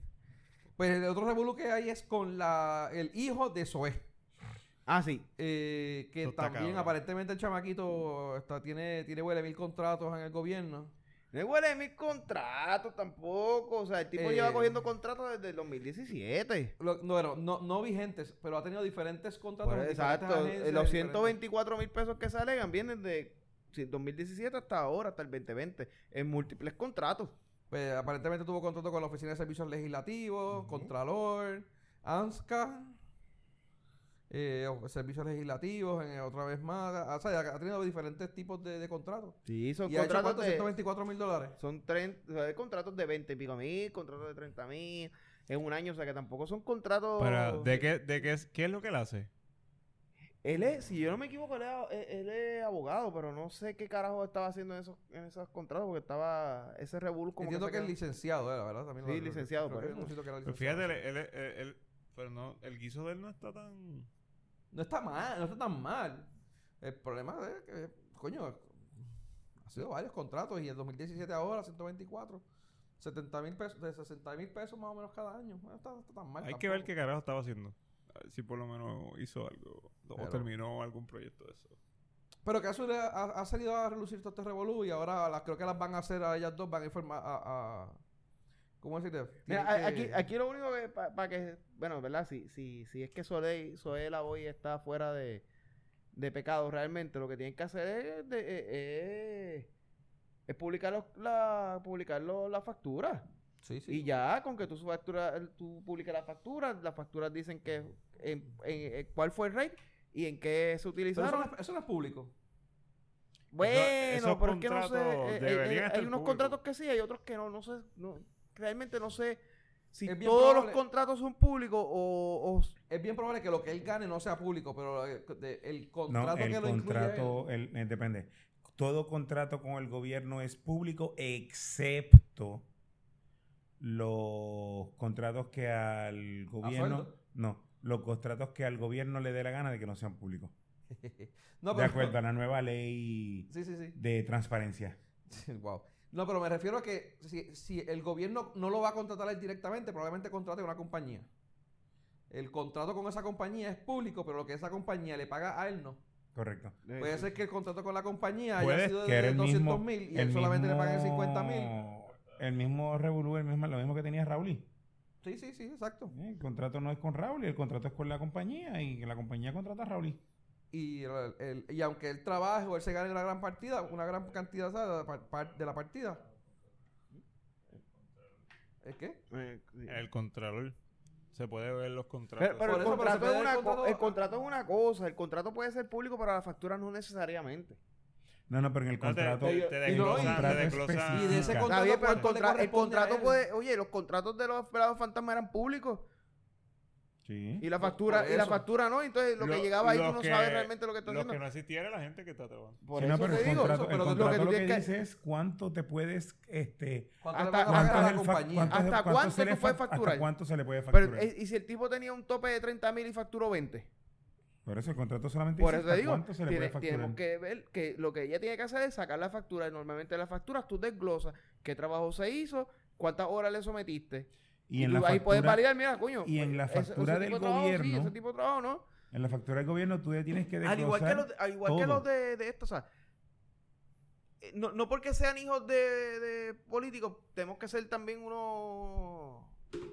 Speaker 2: Pues el otro revolú que hay es con la, el hijo de Zoé.
Speaker 3: Ah, sí.
Speaker 2: eh, que
Speaker 6: Eso está
Speaker 2: también
Speaker 6: cabrón.
Speaker 2: aparentemente el chamaquito está, tiene, tiene huele mil contratos en el gobierno.
Speaker 3: No huele mis contratos tampoco. O sea, el tipo
Speaker 2: Eh.
Speaker 3: lleva cogiendo contratos desde el 2017.
Speaker 2: Lo- no, bueno, no, no vigentes, pero ha tenido diferentes contratos.
Speaker 3: Pues,
Speaker 2: en diferentes
Speaker 3: exacto.
Speaker 2: agencias,
Speaker 3: Los
Speaker 2: en
Speaker 3: 124 mil pesos que se alegan vienen de sí, 2017 hasta ahora, hasta el 2020, en múltiples contratos.
Speaker 2: diferentes- pues, aparentemente tuvo contrato con la Oficina de Servicios Legislativos, Contralor, ANSCA, eh, o- Servicios Legislativos, en- otra vez más. O sea, ha ha tenido diferentes tipos de, de contratos.
Speaker 3: Sí, son
Speaker 2: Y ha hecho
Speaker 3: contratos
Speaker 2: cuánto,
Speaker 3: de...
Speaker 2: 124 mil dólares.
Speaker 3: Son 30, o sea, hay contratos de 20 y pico mil, contratos de 30 mil, en un año, o sea que tampoco son contratos...
Speaker 6: Pero, ¿de qué, de qué, es- qué es lo que él hace?
Speaker 3: Él es, si yo no me equivoco, él es, a- él- él es abogado, pero no sé qué carajo estaba haciendo en esos, en esos contratos, porque estaba ese revuelo como
Speaker 2: Entiendo
Speaker 3: se
Speaker 2: que, es
Speaker 3: quedó.
Speaker 2: licenciado, era, ¿verdad? También
Speaker 3: Sí,
Speaker 2: lo- lo-
Speaker 3: licenciado,
Speaker 2: creo que
Speaker 3: pero-
Speaker 2: había un sitio que era
Speaker 6: Pues
Speaker 2: licenciado,
Speaker 6: fíjate, él,
Speaker 2: sí.
Speaker 6: él- él- él- pero no, el guiso de él no está tan...
Speaker 2: No está mal, no está tan mal. El problema es que, coño, ha sido varios contratos y en 2017 ahora 124. 70 mil pesos, de 60 mil pesos más o menos cada año. No está, no está tan mal.
Speaker 6: Hay que ver
Speaker 2: tampoco.
Speaker 6: qué carajo estaba haciendo. A ver si por lo menos hizo algo.
Speaker 2: Pero-
Speaker 6: O terminó algún proyecto de eso.
Speaker 2: Pero que ha, salido- ha- ha salido a relucir todo este revolú y ahora las- creo que las van a hacer a ellas dos, van a informar a... a- ¿Cómo decirte?
Speaker 3: Mira,
Speaker 2: Tienen
Speaker 3: a-
Speaker 2: que-
Speaker 3: aquí, aquí lo único que para que, bueno, ¿verdad? Si, si, si es que Soleil, Soela hoy está fuera de, de pecado realmente, lo que tienen que hacer es, de- eh, eh, es publicar, los, la, publicar los- las facturas.
Speaker 2: Sí, sí.
Speaker 3: Y ya, con que tú, su factura, tú publiques las facturas, las facturas dicen que en, en- en cuál fue el rate y en qué se
Speaker 2: Pero eso,
Speaker 3: utilizaron.
Speaker 2: no es, eso no es público.
Speaker 3: Bueno,
Speaker 6: esos
Speaker 3: pero es que no sé.
Speaker 6: contratos
Speaker 3: eh, eh,
Speaker 6: deberían
Speaker 3: eh,
Speaker 6: estar
Speaker 3: hay unos
Speaker 6: públicos.
Speaker 3: contratos que sí, hay otros que no. No sé. no- realmente no sé si
Speaker 2: Es bien
Speaker 3: todos
Speaker 2: probable-
Speaker 3: los contratos son públicos o. o-
Speaker 2: Es bien probable que lo que él gane no sea público, pero eh, de- el
Speaker 4: No,
Speaker 2: contrato que
Speaker 4: el
Speaker 2: lo incluye a él-
Speaker 4: contrato, el, eh, depende. Todo contrato con el gobierno es público excepto los contratos que al gobierno...
Speaker 2: sueldo?
Speaker 4: No, los contratos que al gobierno le dé la gana de que no sean públicos.
Speaker 2: No,
Speaker 4: de
Speaker 2: pero-
Speaker 4: acuerdo a la nueva ley
Speaker 2: Sí, sí, sí.
Speaker 4: de transparencia.
Speaker 2: Wow. No, pero me refiero a que si, si el gobierno no lo va a contratar a él directamente, probablemente contrate a una compañía. El contrato con esa compañía es público, pero lo que esa compañía le paga a él no.
Speaker 4: Correcto.
Speaker 3: eh,
Speaker 2: Puede ser que el contrato con la compañía haya
Speaker 6: Puede
Speaker 2: sido
Speaker 4: que era
Speaker 2: de
Speaker 4: el
Speaker 2: 200
Speaker 4: mismo...
Speaker 2: mil y
Speaker 4: el
Speaker 2: él solamente le
Speaker 4: mismo-
Speaker 2: pagan 50 mil.
Speaker 4: El mismo revolú, el mismo, lo mismo que tenía Raúl. Eh,
Speaker 2: Sí, sí, sí, exacto.
Speaker 4: El contrato no es con Raúl, el contrato es con la compañía y que la compañía contrata a Raúl.
Speaker 2: Y, el- el- y aunque él trabaje o él se gane la gran partida, una gran cantidad ¿sabes? de la par- par- de la partida. ¿Es qué?
Speaker 6: El contralor. Se puede ver los contratos.
Speaker 3: pero pero
Speaker 2: Por
Speaker 3: el, contrato
Speaker 2: eso, pero se puede
Speaker 3: es una
Speaker 2: el contrato-
Speaker 3: co- el contrato es una cosa. El contrato puede ser público, pero la factura no necesariamente.
Speaker 4: No, no, pero en el
Speaker 6: No, te-
Speaker 4: contrato.
Speaker 6: te, te
Speaker 2: y no,
Speaker 6: desglosan-
Speaker 2: y-
Speaker 6: te
Speaker 4: contrato
Speaker 6: desglosan-
Speaker 4: específico.
Speaker 2: Y de ese
Speaker 4: Está
Speaker 3: Está
Speaker 2: contrato,
Speaker 3: bien, pero el,
Speaker 2: ¿cuánto le
Speaker 3: contra- el
Speaker 2: corresponde a
Speaker 3: contrato
Speaker 2: él?
Speaker 3: puede. Oye, los contratos de los pelados fantasmas eran públicos
Speaker 4: Sí.
Speaker 3: y la factura
Speaker 2: por
Speaker 3: y la
Speaker 2: eso.
Speaker 3: factura no. Entonces lo,
Speaker 6: Lo-
Speaker 3: que llegaba ahí tú
Speaker 6: los
Speaker 3: no
Speaker 6: que-
Speaker 3: sabes realmente lo que está
Speaker 6: Los que
Speaker 3: haciendo.
Speaker 6: no existiera la gente que está trabajando.
Speaker 3: Por
Speaker 4: Sí, no,
Speaker 3: eso
Speaker 4: pero
Speaker 3: te
Speaker 4: el
Speaker 3: digo,
Speaker 4: contrato,
Speaker 3: eso, pero
Speaker 4: el
Speaker 3: lo que
Speaker 4: contrato
Speaker 3: tú
Speaker 4: lo que,
Speaker 3: tienes que-
Speaker 4: dice es cuánto te puedes. Este,
Speaker 2: ¿Cuánto le
Speaker 3: hasta-
Speaker 2: van a pagar
Speaker 4: cuánto
Speaker 2: a
Speaker 4: es
Speaker 2: la
Speaker 4: el fa-
Speaker 2: compañía?
Speaker 4: cuánto es-
Speaker 3: ¿Hasta
Speaker 4: cuánto
Speaker 3: cuánto
Speaker 4: se
Speaker 3: te
Speaker 4: le
Speaker 3: puede
Speaker 4: fac-
Speaker 3: facturar?
Speaker 4: ¿Hasta cuánto se le puede facturar?
Speaker 3: Pero, eh, y si el tipo tenía un tope de 30 mil y facturó 20.
Speaker 4: Por eso el contrato solamente
Speaker 3: Por
Speaker 4: dice
Speaker 3: eso te
Speaker 4: hasta
Speaker 3: digo,
Speaker 4: cuánto se le
Speaker 3: tiene-
Speaker 4: puede facturar.
Speaker 3: tenemos que ver que lo que ella tiene que hacer es sacar la factura. Y normalmente las facturas tú desglosas qué trabajo se hizo, cuántas horas le sometiste.
Speaker 4: Y en la
Speaker 3: tú ahí puedes
Speaker 4: factura-
Speaker 3: validar, mira, coño.
Speaker 4: y en la
Speaker 3: ese-
Speaker 4: factura
Speaker 3: ese
Speaker 4: del
Speaker 3: tipo de trabajo sí,
Speaker 4: gobierno-
Speaker 3: ese tipo de trabajo no.
Speaker 4: en la factura del gobierno tú le tienes que desglosar.
Speaker 3: Al igual que los, de- al igual que
Speaker 4: todo.
Speaker 3: los de, de esto, o sea, eh, no, no porque sean hijos de, de políticos, tenemos que ser también unos,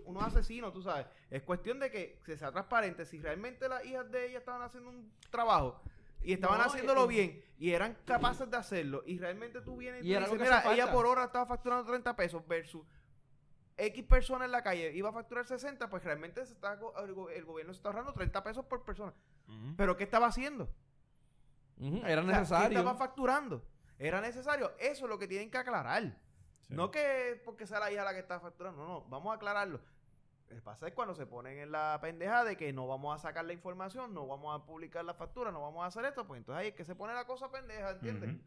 Speaker 3: unos asesinos, tú sabes. Es cuestión de que se sea transparente. Si realmente las hijas de ella estaban haciendo un trabajo y estaban
Speaker 2: No,
Speaker 3: haciéndolo
Speaker 2: eh,
Speaker 3: bien y eran capaces de hacerlo y realmente tú vienes y,
Speaker 2: Y
Speaker 3: tú
Speaker 2: era lo
Speaker 3: dices,
Speaker 2: que hacía
Speaker 3: mira, ella
Speaker 2: falta".
Speaker 3: por hora estaba facturando 30 pesos versus X persona en la calle iba a facturar 60, pues realmente se está, go- el go- el gobierno se está ahorrando 30 pesos por persona.
Speaker 6: Ujú.
Speaker 3: ¿Pero qué estaba haciendo?
Speaker 2: Ujú, Era
Speaker 3: O sea, ¿qué
Speaker 2: necesario.
Speaker 3: estaba facturando? Era necesario. Eso es lo que tienen que aclarar.
Speaker 6: Sí.
Speaker 3: No que porque sea la hija la que está facturando. No, no. Vamos a aclararlo. Lo que pasa es cuando se ponen en la pendeja de que no vamos a sacar la información, no vamos a publicar la factura, no vamos a hacer esto, pues entonces ahí es que se pone la cosa pendeja, ¿entiendes?
Speaker 4: Ujú.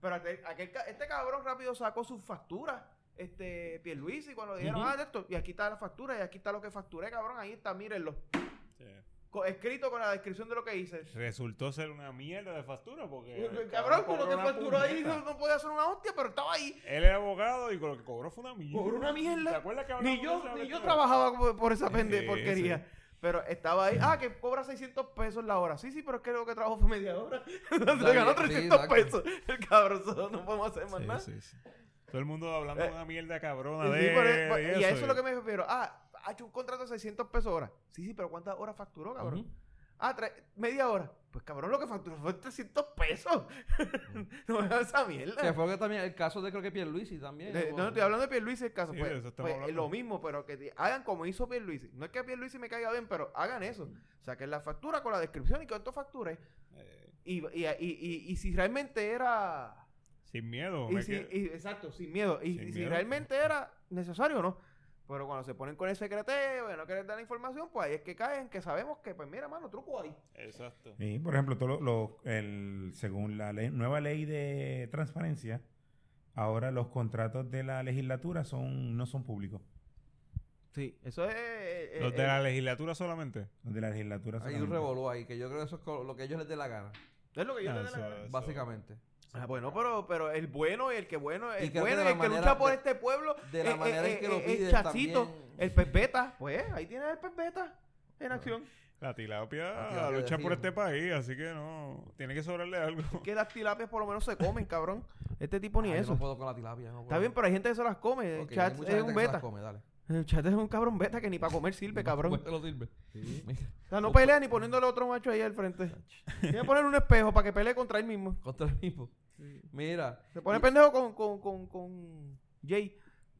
Speaker 3: Pero aquel, aquel ca- este cabrón rápido sacó sus facturas, este, Pierluisi, cuando dijeron, ah, de esto, y aquí está la factura, y aquí está lo que facturé, cabrón, ahí está, mírenlo.
Speaker 6: Sí.
Speaker 3: co- escrito con la descripción de lo que hice.
Speaker 6: Resultó ser una mierda de factura porque. el
Speaker 3: Cabrón, con lo
Speaker 6: cobró
Speaker 3: que
Speaker 6: una
Speaker 3: facturó ahí
Speaker 6: puñeta.
Speaker 3: no, no podía hacer una hostia, pero estaba ahí.
Speaker 6: Él era abogado y con lo que cobró fue una mierda.
Speaker 3: Cobró una mierda.
Speaker 6: ¿Te acuerdas que hablamos
Speaker 3: Ni
Speaker 6: de
Speaker 3: yo,
Speaker 6: esa
Speaker 3: ni yo
Speaker 6: aventura?
Speaker 3: trabajaba por, por esa pende
Speaker 6: Sí,
Speaker 3: porquería. Pero estaba ahí. Ah, que cobra 600 pesos la hora. Sí, sí, pero es que lo que trabajó fue media hora. Se
Speaker 2: Dale,
Speaker 3: ganó
Speaker 2: sí,
Speaker 3: 300
Speaker 2: exacto.
Speaker 3: pesos. El cabrón, solo no podemos hacer más
Speaker 6: Sí,
Speaker 3: nada.
Speaker 6: sí, sí. Todo el mundo hablando
Speaker 3: Eh,
Speaker 6: una mierda cabrona
Speaker 3: Sí,
Speaker 6: de
Speaker 3: por e- por-
Speaker 6: de
Speaker 3: y a eso es lo que me refiero. Ah, ha hecho un contrato de 600 pesos hora. Sí, sí, pero ¿cuántas horas facturó, cabrón? Ah, tre- media hora. Pues cabrón, lo que facturó fue 300 pesos. no me hagas esa mierda.
Speaker 2: Que fue que también el caso de creo que Pierluisi también.
Speaker 3: De-
Speaker 2: ¿no?
Speaker 3: no, estoy hablando de Pierluisi el caso.
Speaker 6: Sí,
Speaker 3: pues,
Speaker 6: de eso estamos
Speaker 3: pues,
Speaker 6: hablando.
Speaker 3: lo mismo, pero que te- hagan como hizo Pierluisi. No es que Pierluisi me caiga bien, pero hagan eso. Saquen la factura con la descripción y cuánto facturé.
Speaker 6: Eh.
Speaker 3: Y, y, y, y- y si realmente era...
Speaker 6: Sin miedo.
Speaker 3: y
Speaker 6: me
Speaker 3: si-
Speaker 6: quedé-
Speaker 3: y- exacto, sin miedo. Y,
Speaker 6: Sin
Speaker 3: y si
Speaker 6: miedo.
Speaker 3: realmente era necesario o no. Pero cuando se ponen con el secreteo y no quieren dar la información, pues ahí es que caen, que sabemos que, pues mira, mano, truco ahí.
Speaker 6: Exacto.
Speaker 4: Y, por ejemplo, todo lo- lo- el, según la ley- nueva ley de transparencia, ahora los contratos de la legislatura son no son públicos.
Speaker 3: Sí, eso es... eh,
Speaker 6: Los
Speaker 3: eh,
Speaker 6: de la legislatura solamente.
Speaker 4: Los de la legislatura
Speaker 2: Hay un
Speaker 4: solamente.
Speaker 2: revolú ahí, que yo creo que eso es co- lo que ellos les dé la gana,
Speaker 3: es lo que yo
Speaker 6: Ah,
Speaker 3: te
Speaker 6: eso- eso-
Speaker 2: básicamente.
Speaker 3: Ah, bueno, pero, pero el bueno y el que bueno, el
Speaker 2: creo que
Speaker 3: bueno
Speaker 2: de
Speaker 3: y
Speaker 2: la
Speaker 3: el que
Speaker 2: manera-
Speaker 3: lucha por
Speaker 2: de-
Speaker 3: este pueblo.
Speaker 2: de la
Speaker 3: eh,
Speaker 2: manera
Speaker 3: eh,
Speaker 2: en que lo
Speaker 3: eh, eh,
Speaker 2: piden
Speaker 3: Chachito,
Speaker 2: también.
Speaker 3: el Pepeta, pues ahí tiene el Pepeta en acción.
Speaker 6: La tilapia,
Speaker 2: La tilapia
Speaker 6: lucha
Speaker 2: de
Speaker 6: por
Speaker 2: Río.
Speaker 6: este país, así que no. Tiene que sobrarle algo.
Speaker 3: Que las tilapias por lo menos se comen, cabrón. Este tipo ni
Speaker 2: Ah, yo
Speaker 3: eso.
Speaker 2: no puedo con la tilapia. no
Speaker 3: Está
Speaker 2: puedo.
Speaker 3: bien, pero hay gente que se las come.
Speaker 2: Ok, hay
Speaker 3: Chat
Speaker 2: mucha
Speaker 3: es
Speaker 2: gente
Speaker 3: un
Speaker 2: que se las
Speaker 3: beta.
Speaker 2: come, dale.
Speaker 3: El Chat es un cabrón beta que ni para comer sirve, cabrón.
Speaker 2: Te lo sirve.
Speaker 3: O sea, no pelea ni poniéndole otro macho ahí al frente. Tiene que ponerle un espejo para que pelee contra él mismo.
Speaker 2: Contra el mismo. Mira.
Speaker 3: Se pone
Speaker 2: Y-
Speaker 3: pendejo con, con, con, con Jay.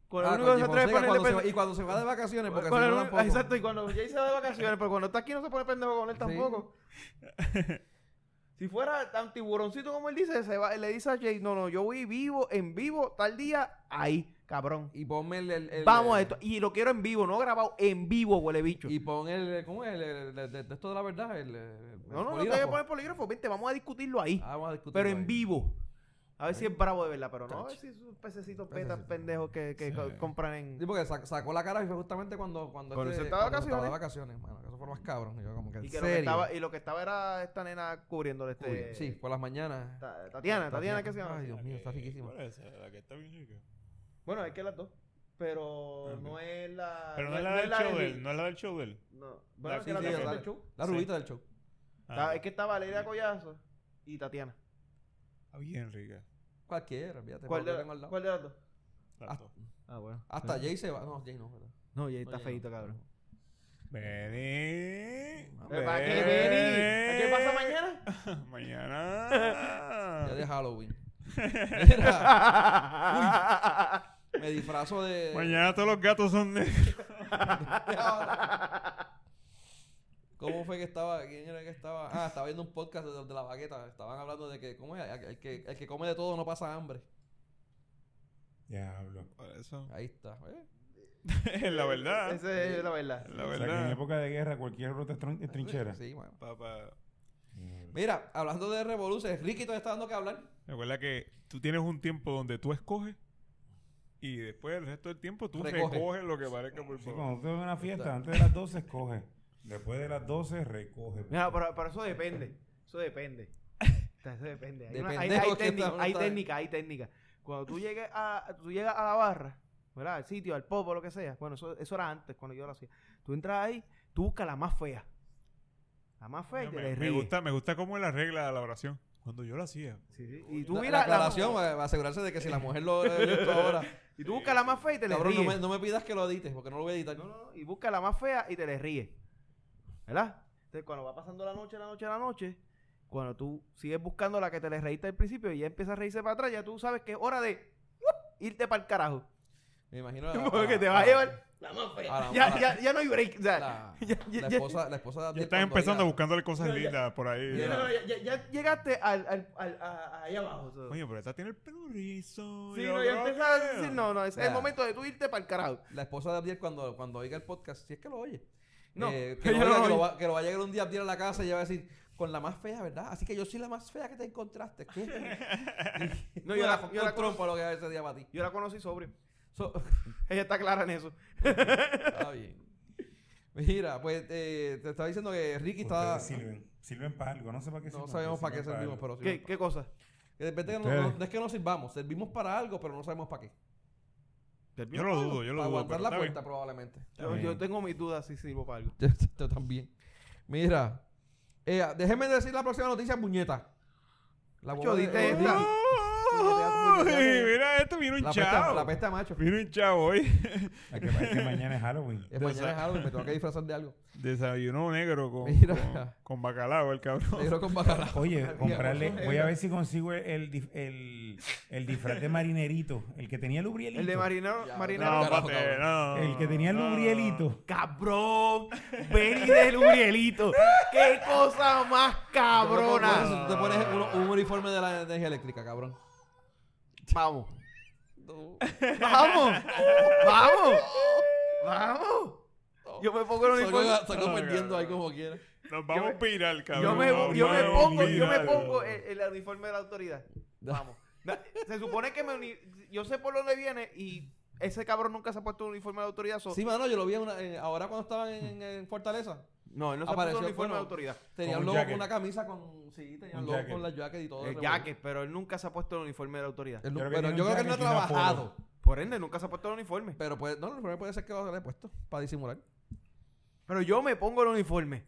Speaker 3: Con el
Speaker 2: Ah,
Speaker 3: único
Speaker 2: con
Speaker 3: que se
Speaker 2: Jay
Speaker 3: atreve a
Speaker 2: Fonseca
Speaker 3: ponerle
Speaker 2: cuando se
Speaker 3: pendejo.
Speaker 2: va- y cuando se va de vacaciones, porque si
Speaker 3: Con
Speaker 2: no
Speaker 3: el único-
Speaker 2: tampoco.
Speaker 3: Exacto, y cuando Jay se va de vacaciones, pero cuando está aquí no se pone pendejo con él
Speaker 2: Sí.
Speaker 3: tampoco. Si fuera tan tiburoncito como él dice, se va- le dice a Jay, no, no, yo voy vivo, en vivo, tal día, ahí, cabrón.
Speaker 2: Y ponme el... el- el-
Speaker 3: Vamos a
Speaker 2: el-
Speaker 3: esto. Y lo quiero en vivo, no grabado, en vivo, huele bicho.
Speaker 2: Y pon el... ¿Cómo es? El, el- el- el texto de la verdad. El, el-
Speaker 3: no, no, no te voy
Speaker 2: polígrafo.
Speaker 3: a poner polígrafo, vente, vamos a discutirlo ahí.
Speaker 2: Ah, vamos a discutir.
Speaker 3: pero en vivo. A ver si es bravo de verdad, pero no a ver
Speaker 2: Chacho.
Speaker 3: si esos pececitos petas
Speaker 2: Pececito.
Speaker 3: pendejos que, que co- compran en...
Speaker 2: Sí, porque sac- sacó la cara y fue justamente cuando... Cuando
Speaker 3: Cuando
Speaker 2: este-
Speaker 3: se estaba de
Speaker 2: cuando estaba de
Speaker 3: vacaciones.
Speaker 2: vacaciones, mano, que Eso fue lo más cabrón. y yo como que,
Speaker 3: Y
Speaker 2: ¿en
Speaker 3: que, lo que
Speaker 2: serio?
Speaker 3: estaba, y lo que estaba era esta nena cubriéndole este...
Speaker 2: Uy, Sí, por las mañanas.
Speaker 3: Ta- Tatiana, Tatiana, ¿qué se llama?
Speaker 2: Ay, Dios mío, está
Speaker 6: La que-
Speaker 2: riquísima.
Speaker 6: eh, ¿cuál es esa? La que está bien rica.
Speaker 3: Bueno, es que las dos. Pero no es la.
Speaker 6: Pero no, es la del
Speaker 3: de
Speaker 6: show de él, no es la del show de él.
Speaker 3: No. Bueno,
Speaker 6: La
Speaker 3: es que las dos
Speaker 6: sí, sí,
Speaker 3: son del
Speaker 2: dale.
Speaker 3: show.
Speaker 2: La
Speaker 6: Sí.
Speaker 2: rubita del show.
Speaker 3: Está-
Speaker 6: Ah,
Speaker 3: Es que está Valeria Collazo y Tatiana.
Speaker 6: está bien rica.
Speaker 2: Cualquiera, fíjate.
Speaker 3: ¿Cuál
Speaker 2: pero
Speaker 3: de,
Speaker 2: lo
Speaker 3: la-
Speaker 2: tengo al lado.
Speaker 3: ¿Cuál de las dos?
Speaker 6: las
Speaker 2: Ah.
Speaker 6: dos.
Speaker 3: Ah, bueno.
Speaker 2: Hasta Jay se va. No, Jay no, ¿verdad?
Speaker 3: No, ya
Speaker 2: No,
Speaker 3: está
Speaker 2: ya
Speaker 3: feito,
Speaker 2: no.
Speaker 3: cabrón.
Speaker 6: Vení.
Speaker 3: Eh, ¿Para qué venir? ¿Qué pasa mañana?
Speaker 6: pasa
Speaker 2: Ya de
Speaker 6: mañana?
Speaker 2: Halloween. Mira, me disfrazo de.
Speaker 6: mañana todos los gatos son negros.
Speaker 2: ¿Cómo fue que estaba? ¿Quién era que estaba? Ah, estaba viendo un podcast de, de la bagueta. Estaban hablando de que, ¿cómo es? El que, el que come de todo no pasa hambre.
Speaker 4: Diablo.
Speaker 6: Por eso.
Speaker 2: Ahí está. ¿eh?
Speaker 6: Es la verdad. Es
Speaker 3: Esa es la verdad.
Speaker 6: la
Speaker 4: O sea, que en
Speaker 6: verdad.
Speaker 4: época de guerra cualquier ruta es tron- es trinchera.
Speaker 2: Sí, bueno.
Speaker 6: Papá.
Speaker 2: Mira, hablando de revoluciones, Ricky todavía está dando que hablar.
Speaker 6: Recuerda que tú tienes un tiempo donde tú escoges y después el resto del tiempo tú
Speaker 2: Recoge.
Speaker 6: recoges lo que parezca por
Speaker 4: Sí,
Speaker 6: favor.
Speaker 4: cuando tú vas a una fiesta, antes de las 12 escoge. Después de las 12 recoge. pues.
Speaker 3: Mira, pero, pero eso depende. Eso depende. O sea, Eso depende. Hay, una- hay-
Speaker 2: Depende
Speaker 3: hay
Speaker 2: porque
Speaker 3: técnica,
Speaker 2: está-
Speaker 3: hay
Speaker 2: está-
Speaker 3: técnica, hay técnica. Cuando tú llegues a, tú llegas a la barra, ¿verdad? Al sitio, al pop o lo que sea. Bueno, eso, eso era antes cuando yo lo hacía. Tú entras ahí, tú buscas la más fea. La más fea y
Speaker 6: Me,
Speaker 3: te Pues, le
Speaker 6: me
Speaker 3: ríes.
Speaker 6: gusta, me gusta cómo es la regla de la oración. Cuando yo lo hacía.
Speaker 3: Sí, sí. Y tú
Speaker 2: La,
Speaker 3: miras
Speaker 2: la
Speaker 3: la-
Speaker 2: aclaración, eh, va a asegurarse de que si la mujer lo ve esto ahora,
Speaker 3: y tú buscas la más fea y te le
Speaker 2: cabrón, no
Speaker 3: ríes.
Speaker 2: me, no me pidas que lo edites, porque no lo voy a editar.
Speaker 3: No, no, no, y busca la más fea y te le ríes. ¿Verdad? Entonces, cuando va pasando la noche, la noche, la noche, cuando tú sigues buscando la que te le reíste al principio y ya empiezas a reírse para atrás, ya tú sabes que es hora de ¡wup! irte para el carajo.
Speaker 2: Me imagino. a-
Speaker 3: Porque te vas a llevar la más
Speaker 2: a
Speaker 3: fea.
Speaker 2: la- a
Speaker 3: Ya,
Speaker 2: la-
Speaker 3: ya, ya no hay break. o sea,
Speaker 2: la,
Speaker 3: ya, ya,
Speaker 2: la
Speaker 3: ya-
Speaker 2: esposa, la esposa de
Speaker 6: Ya
Speaker 2: Abdiel
Speaker 6: estás
Speaker 2: cuando
Speaker 6: empándole
Speaker 2: diga-
Speaker 6: buscándole cosas
Speaker 3: No, ya-
Speaker 6: lindas por ahí.
Speaker 3: ya- no, no, ya- ya- ya llegaste al, al, al- a- a- allá abajo. o sea.
Speaker 6: Oye, pero esta tiene el pelo rizo.
Speaker 3: Sí,
Speaker 6: y
Speaker 3: no,
Speaker 6: la
Speaker 3: ya
Speaker 6: otra-
Speaker 3: empiezas a decir, no, no, ese es el
Speaker 2: Ya.
Speaker 3: momento de tú irte para el carajo.
Speaker 2: La esposa de Abdiel cuando, cuando oiga el podcast, si es que lo oye.
Speaker 3: No,
Speaker 2: Eh, que, lo
Speaker 3: ella no
Speaker 2: oiga,
Speaker 3: lo
Speaker 2: que, lo
Speaker 3: oye.
Speaker 2: va, que lo va a llegar un día Abdiel a la casa y ella va a decir, con la más fea, ¿verdad? Así que yo soy la más fea que te encontraste. ¿Qué?
Speaker 3: No, yo la-
Speaker 2: Con
Speaker 3: yo la
Speaker 2: trompa lo que va ese día para ti.
Speaker 3: Yo la conocí sobre.
Speaker 2: So-
Speaker 3: Ella está clara en eso.
Speaker 2: está bien. Mira, pues eh, te estaba diciendo que Ricky está.
Speaker 4: Ustedes sirven. Sirven para algo. No sé para qué
Speaker 2: No
Speaker 4: sirven,
Speaker 2: sabemos
Speaker 4: pero
Speaker 2: para qué
Speaker 4: sirven
Speaker 2: servimos, pero
Speaker 4: algo.
Speaker 3: ¿Qué,
Speaker 2: sí.
Speaker 3: qué cosa?
Speaker 2: Que de repente no,
Speaker 4: Ustedes.
Speaker 2: no- es que no sirvamos, servimos para algo, pero no sabemos para qué.
Speaker 6: Yo lo dudo, yo lo
Speaker 2: para
Speaker 6: dudo.
Speaker 2: aguantar
Speaker 6: pero
Speaker 2: la
Speaker 6: está bien.
Speaker 2: puerta, probablemente.
Speaker 3: Yo, yo tengo mis dudas si sirvo para algo.
Speaker 2: Yo, yo también. Mira, eh, déjeme decir la próxima noticia, puñeta. La
Speaker 3: Yo
Speaker 2: guagua de-
Speaker 3: diste
Speaker 2: eh,
Speaker 3: esta.
Speaker 2: Ricky.
Speaker 6: Ay, mira esto, vino
Speaker 2: La
Speaker 6: un
Speaker 2: pesta, la
Speaker 6: chavo.
Speaker 2: pesta macho.
Speaker 6: Vino un chavo hoy.
Speaker 4: Es que, es que mañana es Halloween.
Speaker 2: Es mañana
Speaker 6: esa-
Speaker 2: es Halloween, me tengo que disfrazar de algo.
Speaker 6: Desayunó negro con, con,
Speaker 2: Mira.
Speaker 6: con bacalao, el cabrón.
Speaker 2: Negro con bacalao.
Speaker 4: Oye, comprarle.
Speaker 3: vos-
Speaker 4: Voy a ver si consigo el, el, dif- el, el disfraz de marinerito. El que tenía el Urielito.
Speaker 3: El de marinero,
Speaker 2: Ya,
Speaker 3: marinero.
Speaker 6: No,
Speaker 2: Carajo,
Speaker 6: pate,
Speaker 2: cabrón.
Speaker 6: no.
Speaker 4: El que tenía el
Speaker 6: no, no, no.
Speaker 4: Urielito.
Speaker 3: Cabrón, Benny del Urielito. Qué cosa más
Speaker 2: Por
Speaker 3: cabrona.
Speaker 2: eso tú te pones un, un uniforme de la energía eléctrica, cabrón.
Speaker 3: Vamos. Vamos. Vamos. Vamos. Yo me pongo el
Speaker 2: Sacó,
Speaker 3: uniforme.
Speaker 4: Ah,
Speaker 2: sacó perdiendo ahí como quiera.
Speaker 6: Nos vamos a pirar,
Speaker 3: Yo
Speaker 6: cabrón.
Speaker 3: me,
Speaker 6: nos
Speaker 3: yo me
Speaker 6: vamos a
Speaker 3: pongo, yo me
Speaker 6: pirar.
Speaker 3: pongo eh, el, el uniforme de la autoridad. Vamos. Na- Se supone que me uni- yo sé por dónde viene y ese cabrón nunca se ha puesto un uniforme de la autoridad. so-
Speaker 2: Sí, mano, yo lo vi en una- en- ahora cuando estaban
Speaker 4: Hmm.
Speaker 2: en, en Fortaleza.
Speaker 3: no, él no se ha puesto
Speaker 2: apareció,
Speaker 3: un uniforme de
Speaker 2: bueno,
Speaker 3: autoridad.
Speaker 2: Tenía
Speaker 4: Con
Speaker 2: un
Speaker 4: un
Speaker 2: logo con
Speaker 4: jacket.
Speaker 2: una camisa con. Sí, tenía
Speaker 4: Un
Speaker 2: un logo
Speaker 4: jacket.
Speaker 2: con la jacket y todo.
Speaker 3: El
Speaker 2: ese
Speaker 3: jacket, Eh, pero él nunca se ha puesto el uniforme de la autoridad.
Speaker 2: revolú. Él no-
Speaker 4: Creo que
Speaker 2: pero
Speaker 4: tiene
Speaker 2: yo
Speaker 4: un
Speaker 2: creo que él no ha
Speaker 4: jacket y una polo.
Speaker 2: trabajado.
Speaker 3: Por ende, nunca se ha puesto el uniforme.
Speaker 2: Pero puede, no, el uniforme puede ser que lo haya puesto para disimular.
Speaker 3: Pero yo me pongo el uniforme.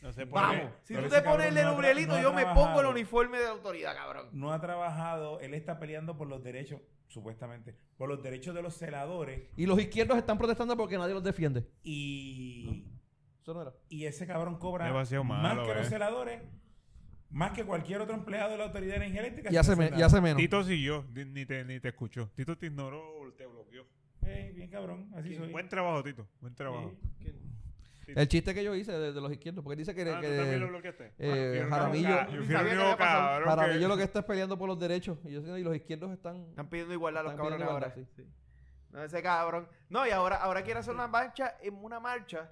Speaker 6: No se pone.
Speaker 3: Vamos. Si
Speaker 4: pero
Speaker 3: tú
Speaker 4: ese
Speaker 3: te pones el
Speaker 4: cabrón no ha tra-
Speaker 3: Urielito,
Speaker 4: no ha
Speaker 3: yo me
Speaker 4: trabajado.
Speaker 3: pongo el uniforme de la autoridad, cabrón.
Speaker 4: No ha trabajado. Él está peleando por los derechos, supuestamente, por los derechos de los celadores.
Speaker 2: Y los izquierdos están protestando porque nadie los defiende.
Speaker 4: Y,
Speaker 2: Eso no era.
Speaker 4: y ese cabrón cobra
Speaker 6: Demasiado malo,
Speaker 4: más que los
Speaker 6: eh.
Speaker 4: celadores, más que cualquier otro empleado de la autoridad de energía eléctrica.
Speaker 2: Y
Speaker 4: sin
Speaker 2: hace,
Speaker 4: hacer
Speaker 2: me- y
Speaker 4: nada.
Speaker 2: hace menos.
Speaker 6: Tito siguió, ni- ni te, ni te escuchó. Tito te ignoró o te bloqueó.
Speaker 4: Ey, bien cabrón, así soy.
Speaker 6: Buen trabajo, Tito. Buen trabajo.
Speaker 2: El chiste que yo hice de, de los izquierdos, porque él dice que,
Speaker 6: Ah, ¿tú
Speaker 2: que-
Speaker 6: también lo bloqueaste?
Speaker 2: eh,
Speaker 6: Ah, yo fui el
Speaker 2: Jaramillo-
Speaker 6: único ca- Yo fui el
Speaker 3: Sabía que
Speaker 6: único
Speaker 3: había pasado.
Speaker 6: cabrón
Speaker 2: para
Speaker 6: que-
Speaker 2: mí yo lo que está es peleando por los derechos. Y yo sé, y los izquierdos están.
Speaker 3: Están pidiendo igualdad a los
Speaker 2: Están
Speaker 3: cabrones
Speaker 2: pidiendo
Speaker 3: ahora.
Speaker 2: igualdad,
Speaker 3: Sí. No, ese cabrón. No, y ahora, ahora quiere hacer una marcha, en una marcha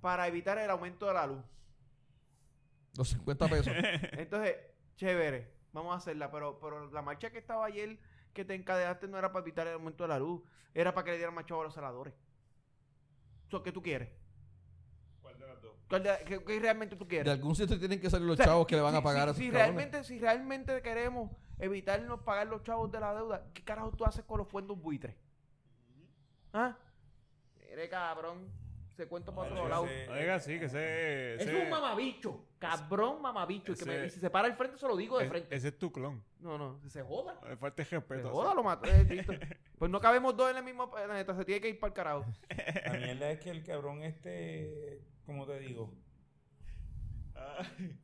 Speaker 3: para evitar el aumento de la luz.
Speaker 2: Los 50 pesos.
Speaker 3: Entonces, chévere, vamos a hacerla. Pero, pero la marcha que estaba ayer, que te encadenaste, no era para evitar el aumento de la luz. Era para que le dieran más chavos a los saladores. So, ¿Qué tú quieres?
Speaker 6: ¿Cuál de las dos?
Speaker 3: ¿Cuál de- ¿Qué, qué realmente tú quieres?
Speaker 2: De algún sitio tienen que salir los
Speaker 3: O sea,
Speaker 2: chavos que le van
Speaker 3: si-
Speaker 2: a
Speaker 3: si,
Speaker 2: pagar a esos
Speaker 3: si
Speaker 2: cabrones.
Speaker 3: realmente si realmente queremos evitarnos pagar los chavos de la deuda qué carajo tú haces con los fondos buitres ah eres cabrón se cuenta para otro lado
Speaker 4: Ese-
Speaker 6: Oiga, sí, que se.
Speaker 3: es un mamabicho cabrón mamabicho y que me-
Speaker 6: ese-
Speaker 3: y si se para al frente se lo digo de frente
Speaker 6: Ese es tu clon.
Speaker 3: no no si se joda
Speaker 6: Le falta el
Speaker 3: se
Speaker 6: respeto.
Speaker 3: joda lo mato eh, listo. pues no cabemos dos en el mismo planeta se tiene que ir para el carajo
Speaker 4: La mierda es que el cabrón este, como te digo,
Speaker 6: Ah,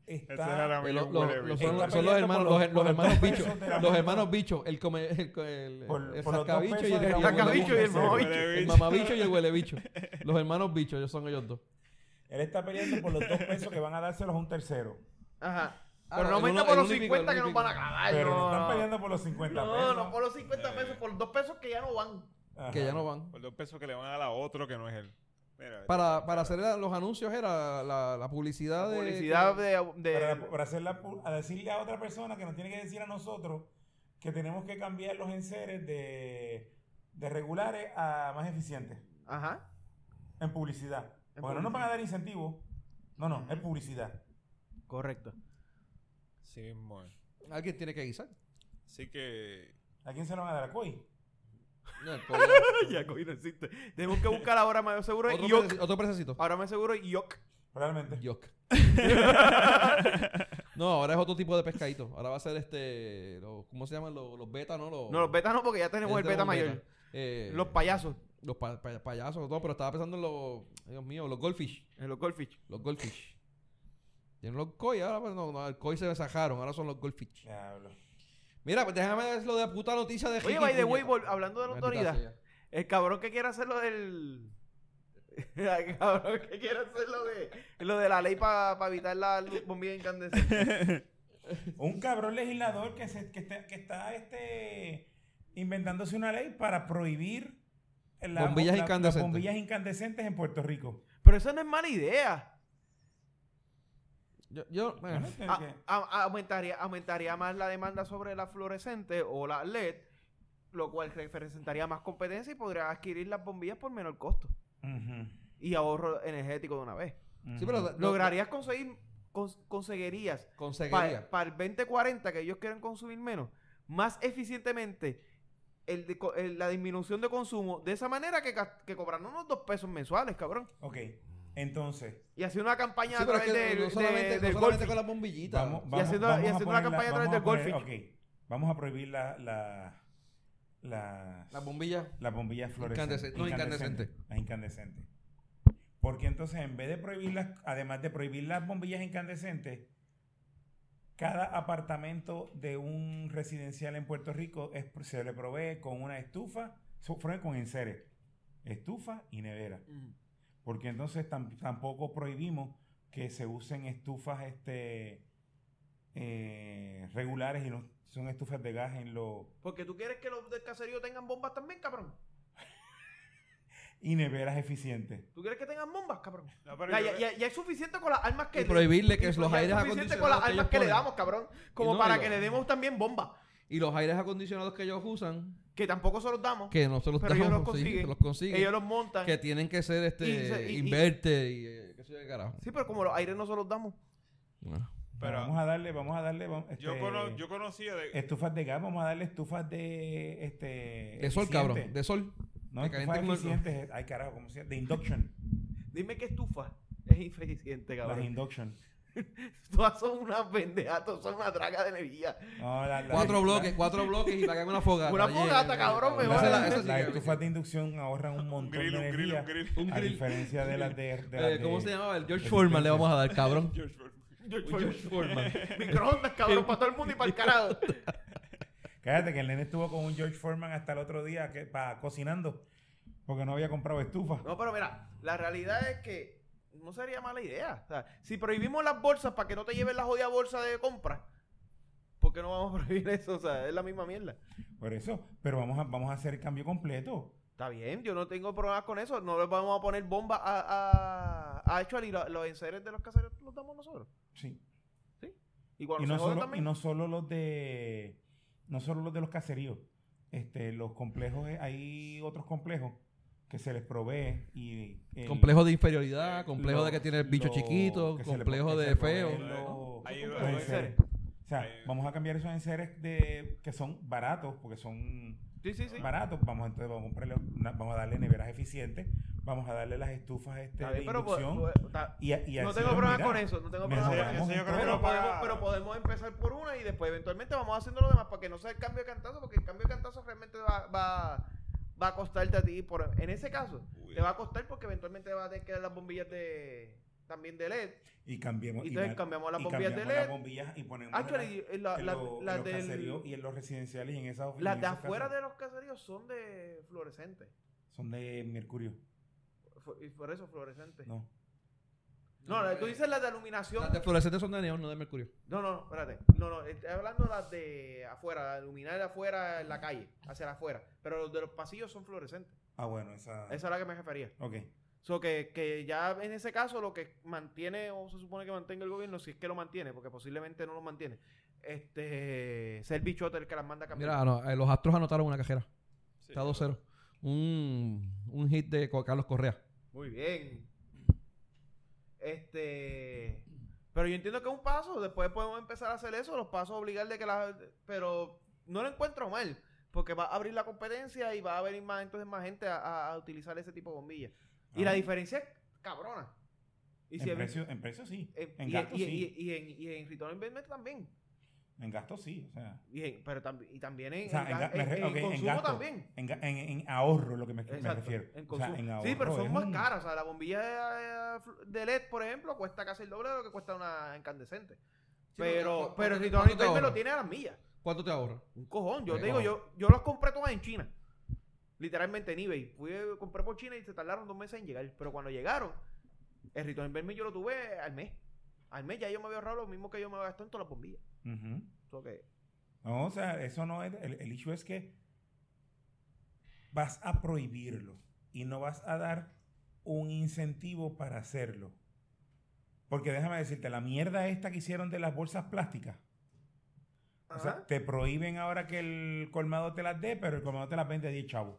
Speaker 6: Ese
Speaker 4: está...
Speaker 2: Eh,
Speaker 6: Jaramillo
Speaker 2: lo- lo-
Speaker 6: huele
Speaker 2: lo-
Speaker 6: bicho.
Speaker 2: son,
Speaker 4: Está
Speaker 2: son los
Speaker 4: peleando
Speaker 2: hermanos,
Speaker 4: por
Speaker 2: los,
Speaker 4: los-
Speaker 2: los
Speaker 4: por los
Speaker 2: hermanos
Speaker 4: dos
Speaker 2: bichos,
Speaker 4: pesos de la
Speaker 2: los
Speaker 4: mano.
Speaker 2: hermanos bichos, el come, el, el,
Speaker 4: Por-
Speaker 2: el
Speaker 4: por los dos
Speaker 2: sacabicho y
Speaker 4: pesos
Speaker 2: el,
Speaker 4: de la
Speaker 2: el, huele-
Speaker 4: mano.
Speaker 3: Sacabicho y el
Speaker 2: el
Speaker 3: mamabicho.
Speaker 6: Huele bicho.
Speaker 2: mamabicho y el huele bicho. Los hermanos bichos, ellos son ellos dos.
Speaker 4: Él está peleando por los dos pesos que van a dárselos a un tercero.
Speaker 3: ajá
Speaker 2: Ah,
Speaker 3: pero
Speaker 2: el
Speaker 3: no aumenta
Speaker 2: uno-
Speaker 3: por
Speaker 2: el
Speaker 3: los
Speaker 2: uno y pico,
Speaker 3: 50
Speaker 2: el
Speaker 3: que nos
Speaker 2: uno y
Speaker 3: van a cagar
Speaker 4: pero no
Speaker 3: no,
Speaker 4: están
Speaker 3: no,
Speaker 4: peleando Eh. por los 50
Speaker 3: no,
Speaker 4: pesos.
Speaker 3: no por los 50 pesos por los dos pesos que ya no van
Speaker 4: Ajá.
Speaker 2: Que ya no van.
Speaker 6: Por dos pesos que le van a dar a otro que no es él. Mira,
Speaker 2: Para, para hacer la- los anuncios era la, la publicidad de...
Speaker 3: publicidad de, de-
Speaker 4: Para, para hacer la pu- a decirle a otra persona que nos tiene que decir a nosotros que tenemos que cambiar los enseres de, de regulares a más eficientes
Speaker 3: ajá
Speaker 4: en publicidad.
Speaker 3: En
Speaker 4: Porque no nos van a dar incentivos. No, no, es publicidad.
Speaker 3: correcto
Speaker 6: Sí, mismo es.
Speaker 2: Alguien tiene que guisar.
Speaker 6: Así que.
Speaker 4: ¿A quién se lo van a dar? ¿A COI?
Speaker 2: No, el coño.
Speaker 3: ya COVID no existe. Tenemos que buscar ahora más seguro
Speaker 2: otro,
Speaker 3: Yok.
Speaker 2: prece- otro prececito.
Speaker 3: Ahora más seguro Yok.
Speaker 4: Realmente.
Speaker 2: Yok. no, ahora es otro tipo de pescadito. Ahora va a ser este... los- ¿Cómo se llaman? Los, los beta, ¿no? Los,
Speaker 3: No, los beta no, porque ya
Speaker 2: ya
Speaker 3: tenemos el beta
Speaker 2: tenemos
Speaker 3: mayor.
Speaker 2: beta. Oh. Eh,
Speaker 3: Los payasos.
Speaker 2: Los pa- pa- payasos, todo, pero estaba pensando en los. Dios mío, los goldfish.
Speaker 3: En los goldfish.
Speaker 2: Los goldfish. Tienen los koi, ahora pues, no, no, el koi se desajaron, ahora son los goldfish.
Speaker 4: Diablo.
Speaker 2: Mira, pues déjame ver lo de puta noticia de
Speaker 3: Oye,
Speaker 2: Ricky,
Speaker 3: by the way,
Speaker 2: puñeta.
Speaker 3: vol- hablando de la
Speaker 2: Maldita
Speaker 3: autoridad,
Speaker 2: sea.
Speaker 3: el cabrón que quiere hacer lo del. el cabrón que quiere hacer lo de, lo de la ley para evitar la luz- bombilla incandescente.
Speaker 4: Un cabrón legislador que, se, que, está, que está este, inventándose una ley para prohibir la-
Speaker 2: Bombillas
Speaker 4: la- las
Speaker 2: incandescentes.
Speaker 4: bombillas incandescentes en Puerto Rico.
Speaker 3: Pero eso no es mala idea.
Speaker 2: Yo, yo, bueno,
Speaker 3: A- a- Ah, aumentaría, aumentaría más la demanda sobre la fluorescente o la LED, lo cual representaría más competencia y podría adquirir las bombillas por menor costo.
Speaker 4: Ujú.
Speaker 3: y ahorro energético de una vez.
Speaker 2: Sí, pero lo-
Speaker 3: Lograrías conseguir, cons- conseguirías
Speaker 2: conseguiría.
Speaker 3: para el 2040 que ellos quieren consumir menos, más eficientemente el de co- el- la disminución de consumo de esa manera que, gas- que cobrando unos dos pesos mensuales, cabrón.
Speaker 4: Ok, entonces,
Speaker 3: Y haciendo una campaña
Speaker 2: Sí,
Speaker 3: a
Speaker 2: pero es
Speaker 3: través
Speaker 2: que
Speaker 3: de,
Speaker 2: no
Speaker 3: de-
Speaker 2: solamente, no
Speaker 3: del
Speaker 2: solamente
Speaker 3: golfing.
Speaker 2: con las bombillitas.
Speaker 4: vamos,
Speaker 3: Y
Speaker 4: vamos,
Speaker 3: haciendo-
Speaker 4: vamos
Speaker 3: y
Speaker 4: a
Speaker 3: haciendo una
Speaker 4: poner
Speaker 3: campaña a través
Speaker 4: vamos
Speaker 3: del
Speaker 4: poner-
Speaker 3: Goldfinch.
Speaker 4: ok, vamos a prohibir la, la, las-
Speaker 2: Las bombillas.
Speaker 4: las bombillas fluorescentes.
Speaker 2: Incandescente- no, incandescente.
Speaker 4: Las incandescentes. Porque entonces, en vez de prohibirlas, además de prohibir las bombillas incandescentes, cada apartamento de un residencial en Puerto Rico es- se le provee con una estufa, su- fue con enseres, estufa y nevera. Porque entonces tam- tampoco prohibimos que se usen estufas este eh, regulares y no son estufas de gas en los
Speaker 3: Porque tú quieres que los del caserío tengan bombas también, cabrón.
Speaker 4: y neveras eficientes.
Speaker 3: ¿Tú quieres que tengan bombas, cabrón?
Speaker 6: No, pero
Speaker 3: Ya,
Speaker 6: yo
Speaker 3: ya,
Speaker 6: creo-
Speaker 3: ya- ya es suficiente con las armas que...
Speaker 2: Y prohibirle que
Speaker 3: ya
Speaker 2: los aires
Speaker 3: Es suficiente con las
Speaker 2: acondicionados
Speaker 3: armas
Speaker 2: que ellos
Speaker 3: que le
Speaker 2: ponen.
Speaker 3: damos, cabrón. Como
Speaker 2: no, y
Speaker 3: para
Speaker 2: lo-
Speaker 3: que le demos también bombas.
Speaker 2: Y los aires acondicionados que ellos usan,
Speaker 3: Que tampoco se los damos.
Speaker 2: que no se los
Speaker 3: Pero ellos
Speaker 2: damos,
Speaker 3: los
Speaker 2: sí,
Speaker 3: consiguen.
Speaker 2: los consiguen,
Speaker 3: Ellos los montan.
Speaker 2: que tienen que ser este
Speaker 3: Y se- y- y-
Speaker 2: inverter y eh, qué sé yo qué carajo.
Speaker 3: Sí, pero como los aires no se los damos.
Speaker 2: Bueno.
Speaker 6: Pero-
Speaker 4: vamos a darle, vamos a darle vamos,
Speaker 6: Yo,
Speaker 4: este,
Speaker 6: cono- yo conocía
Speaker 2: este,
Speaker 6: de...
Speaker 4: estufas de gas, vamos a darle estufas de este
Speaker 2: De sol,
Speaker 4: eficientes.
Speaker 2: cabrón, de sol.
Speaker 4: no,
Speaker 2: de
Speaker 4: estufas
Speaker 2: caliente con el-
Speaker 4: eficientes, eh, ay carajo, ¿cómo se llama? De induction,
Speaker 3: Dime qué estufa es insuficiente,
Speaker 4: las
Speaker 3: cabrón.
Speaker 4: induction.
Speaker 3: Todas son unas pendejas, todas son una draga de energía.
Speaker 4: No, la- la-
Speaker 2: Cuatro
Speaker 4: la-
Speaker 2: bloques, cuatro bloques y pagan una fogata.
Speaker 3: Una
Speaker 2: oye,
Speaker 3: fogata,
Speaker 2: eh,
Speaker 3: cabrón,
Speaker 2: eh,
Speaker 3: mejor.
Speaker 2: esa es
Speaker 4: Las
Speaker 2: la- esa sí que-
Speaker 4: estufas de inducción ahorran un montón
Speaker 6: grill,
Speaker 4: de
Speaker 6: un grill,
Speaker 4: energía.
Speaker 6: un grill.
Speaker 2: Un
Speaker 4: a
Speaker 2: grill.
Speaker 4: diferencia de las de, de,
Speaker 2: eh,
Speaker 4: las
Speaker 2: ¿Cómo
Speaker 4: de-
Speaker 2: se llamaba? El George
Speaker 4: de
Speaker 2: Foreman le
Speaker 4: George
Speaker 2: vamos a dar, cabrón.
Speaker 6: George Foreman.
Speaker 3: George
Speaker 2: Un George Foreman.
Speaker 3: Foreman. Microondas, cabrón, para todo el mundo y para el carajo.
Speaker 4: Cállate que el nene estuvo con un George Foreman hasta el otro día que, pa, cocinando porque no había comprado estufa.
Speaker 3: No, pero mira, la realidad es que no sería mala idea. O sea, si prohibimos las bolsas para que no te lleven la jodida bolsa de compra, ¿por qué no vamos a prohibir eso? O sea, es la misma mierda.
Speaker 4: Por eso, pero vamos a, vamos a hacer el cambio completo.
Speaker 3: Está bien, yo no tengo problemas con eso. No le vamos a poner bomba a, a, a Actual y lo- los enseres de los caseros los damos nosotros.
Speaker 4: Sí.
Speaker 3: Y cuando
Speaker 4: Y no,
Speaker 3: se jodan
Speaker 4: solo, y
Speaker 3: también.
Speaker 4: no solo los de no solo los de los caseríos. Este, los complejos, eh, hay otros complejos que se les provee y el-
Speaker 2: Complejo de inferioridad, complejo
Speaker 4: lo-
Speaker 2: de que tiene el bicho
Speaker 4: lo-
Speaker 2: chiquito,
Speaker 4: que se le-
Speaker 2: complejo
Speaker 4: que se
Speaker 2: de
Speaker 4: le
Speaker 2: feo.
Speaker 4: provee
Speaker 6: ¿no?
Speaker 4: los-
Speaker 6: Ahí
Speaker 4: los
Speaker 6: va, ahí va.
Speaker 4: enseres. O sea, vamos a cambiar esos enseres de que son baratos porque son
Speaker 3: Sí, sí, sí.
Speaker 4: baratos, vamos entonces vamos a comprarle una- vamos a darle neveras eficientes, vamos a darle las estufas este
Speaker 3: Está
Speaker 4: de
Speaker 3: bien, pero, pues,
Speaker 4: inducción
Speaker 3: pues, está-
Speaker 4: y, a- y
Speaker 3: no
Speaker 4: así,
Speaker 3: tengo problemas
Speaker 4: mira,
Speaker 3: con eso, no tengo problemas
Speaker 4: mejoramos
Speaker 3: con
Speaker 6: Ese- ese
Speaker 3: eso.
Speaker 6: yo creo
Speaker 4: entonces.
Speaker 6: que
Speaker 3: Pero
Speaker 6: no
Speaker 3: podemos,
Speaker 6: paga-
Speaker 3: pero podemos empezar por una y después eventualmente vamos haciéndolo demás para que no sea el cambio de cantazo, porque el cambio de cantazo realmente va, va, va a costarte a ti. Por, en ese caso,
Speaker 6: Uy.
Speaker 3: te va a costar porque eventualmente vas a tener que dar las bombillas de también de E LED.
Speaker 4: y cambiemos
Speaker 3: Y entonces
Speaker 4: na-
Speaker 3: cambiamos las
Speaker 4: y
Speaker 3: bombillas de
Speaker 4: cambiamos
Speaker 3: LED.
Speaker 4: las bombillas y ponemos
Speaker 3: Ah,
Speaker 4: en
Speaker 3: Actually, la,
Speaker 4: la-
Speaker 3: la,
Speaker 4: en
Speaker 3: la,
Speaker 4: lo- en
Speaker 3: la
Speaker 4: los
Speaker 3: del-
Speaker 4: caseríos y en los residenciales y en esas
Speaker 3: las
Speaker 4: en
Speaker 3: de
Speaker 4: esas
Speaker 3: afuera
Speaker 4: casas
Speaker 3: de los caseríos son de fluorescentes.
Speaker 4: son de mercurio
Speaker 3: Fu- Y por eso fluorescentes. No,
Speaker 4: no
Speaker 3: la- tú dices las de iluminación.
Speaker 2: Las de fluorescentes son de neón, no de mercurio.
Speaker 3: No, no, no, espérate. No, no, estoy hablando de las de afuera, de iluminar de afuera en la calle, hacia afuera. Pero los de los pasillos son fluorescentes.
Speaker 4: ah bueno esa
Speaker 3: Esa es a la que me refería.
Speaker 4: ok
Speaker 3: So que, que ya en ese caso lo que mantiene o se supone que mantenga el gobierno, si es que lo mantiene, porque posiblemente no lo mantiene, este es el bichote el que las manda a cambiar.
Speaker 2: Mira, no, eh, los astros anotaron una cajera.
Speaker 6: Sí,
Speaker 2: Está 2-0. Un, un hit de Co- Carlos Correa.
Speaker 3: Muy bien. Este. Pero yo entiendo que es un paso. Después podemos empezar a hacer eso, los pasos obligar de que las. Pero no lo encuentro mal. Porque va a abrir la competencia y va a venir más entonces más gente a- a, a utilizar ese tipo de bombillas. Y
Speaker 4: Ah.
Speaker 3: la diferencia es cabrona. Y si
Speaker 4: en,
Speaker 3: es-
Speaker 4: precio, en precio sí
Speaker 3: eh,
Speaker 4: en
Speaker 3: y-
Speaker 4: gasto
Speaker 3: y-
Speaker 4: sí
Speaker 3: y- y en- y en return on investment también.
Speaker 4: en gasto sí o sea
Speaker 3: Y en- pero tambi- y también en,
Speaker 4: o sea,
Speaker 3: en
Speaker 4: en
Speaker 3: ga-
Speaker 4: ga- me
Speaker 3: en-
Speaker 4: re-
Speaker 3: en
Speaker 4: ok, en
Speaker 3: consumo
Speaker 4: gasto,
Speaker 3: también.
Speaker 4: En, ga- en- en ahorro, lo que me, me
Speaker 3: Exacto,
Speaker 4: refiero.
Speaker 3: en
Speaker 4: O sea,
Speaker 3: consumo.
Speaker 4: en
Speaker 3: sí,
Speaker 4: ahorro
Speaker 3: pero
Speaker 4: es
Speaker 3: son más
Speaker 4: un-
Speaker 3: caras. O sea, la bombilla eh, fl- de LED, por ejemplo, cuesta casi el doble de lo que cuesta una incandescente. pero
Speaker 2: ¿cu-
Speaker 3: pero
Speaker 2: cuánto-
Speaker 3: si
Speaker 2: cuánto te
Speaker 3: me lo
Speaker 2: ahorra?
Speaker 3: tiene a las millas.
Speaker 2: ¿Cuánto te ahorra?
Speaker 3: Un cojón. Yo
Speaker 2: Un
Speaker 3: te digo,
Speaker 2: cojón.
Speaker 3: yo, yo las compré todas en China. Literalmente en eBay. Fui, eh, compré por China y se tardaron dos meses en llegar. Pero cuando llegaron, el return investment yo lo tuve al mes. Al mes ya yo me había ahorrado lo mismo que yo me había gastado en todas las bombillas.
Speaker 4: Ujú.
Speaker 3: So que-
Speaker 4: No, o sea, eso no es. El, el issue es que vas a prohibirlo y no vas a dar un incentivo para hacerlo. Porque déjame decirte, la mierda esta que hicieron de las bolsas plásticas. O sea,
Speaker 3: Ajá.
Speaker 4: te prohíben ahora que el colmado te las dé, pero el colmado te las vende a 10 chavos.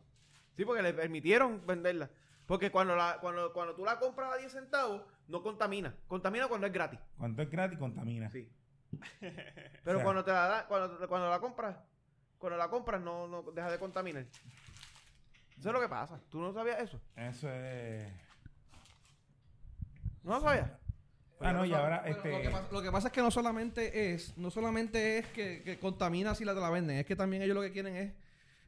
Speaker 3: Sí, porque le permitieron venderla. Porque cuando, la, cuando, cuando tú la compras a 10 centavos, no contamina. Contamina cuando es gratis.
Speaker 4: Cuando es gratis, contamina.
Speaker 3: Sí. Pero
Speaker 4: O sea.
Speaker 3: cuando te la da- cuando, cuando la compras, cuando la compras no, no deja de contaminar. Eso es lo que pasa. ¿Tú no sabías eso?
Speaker 4: Eso es.
Speaker 3: ¿No lo sabías?
Speaker 4: Ah, no, y ahora
Speaker 7: Bueno,
Speaker 4: este.
Speaker 7: lo, que pasa, lo que pasa es que no solamente es, no solamente es que, que contamina si la te la venden, es que también ellos lo que quieren es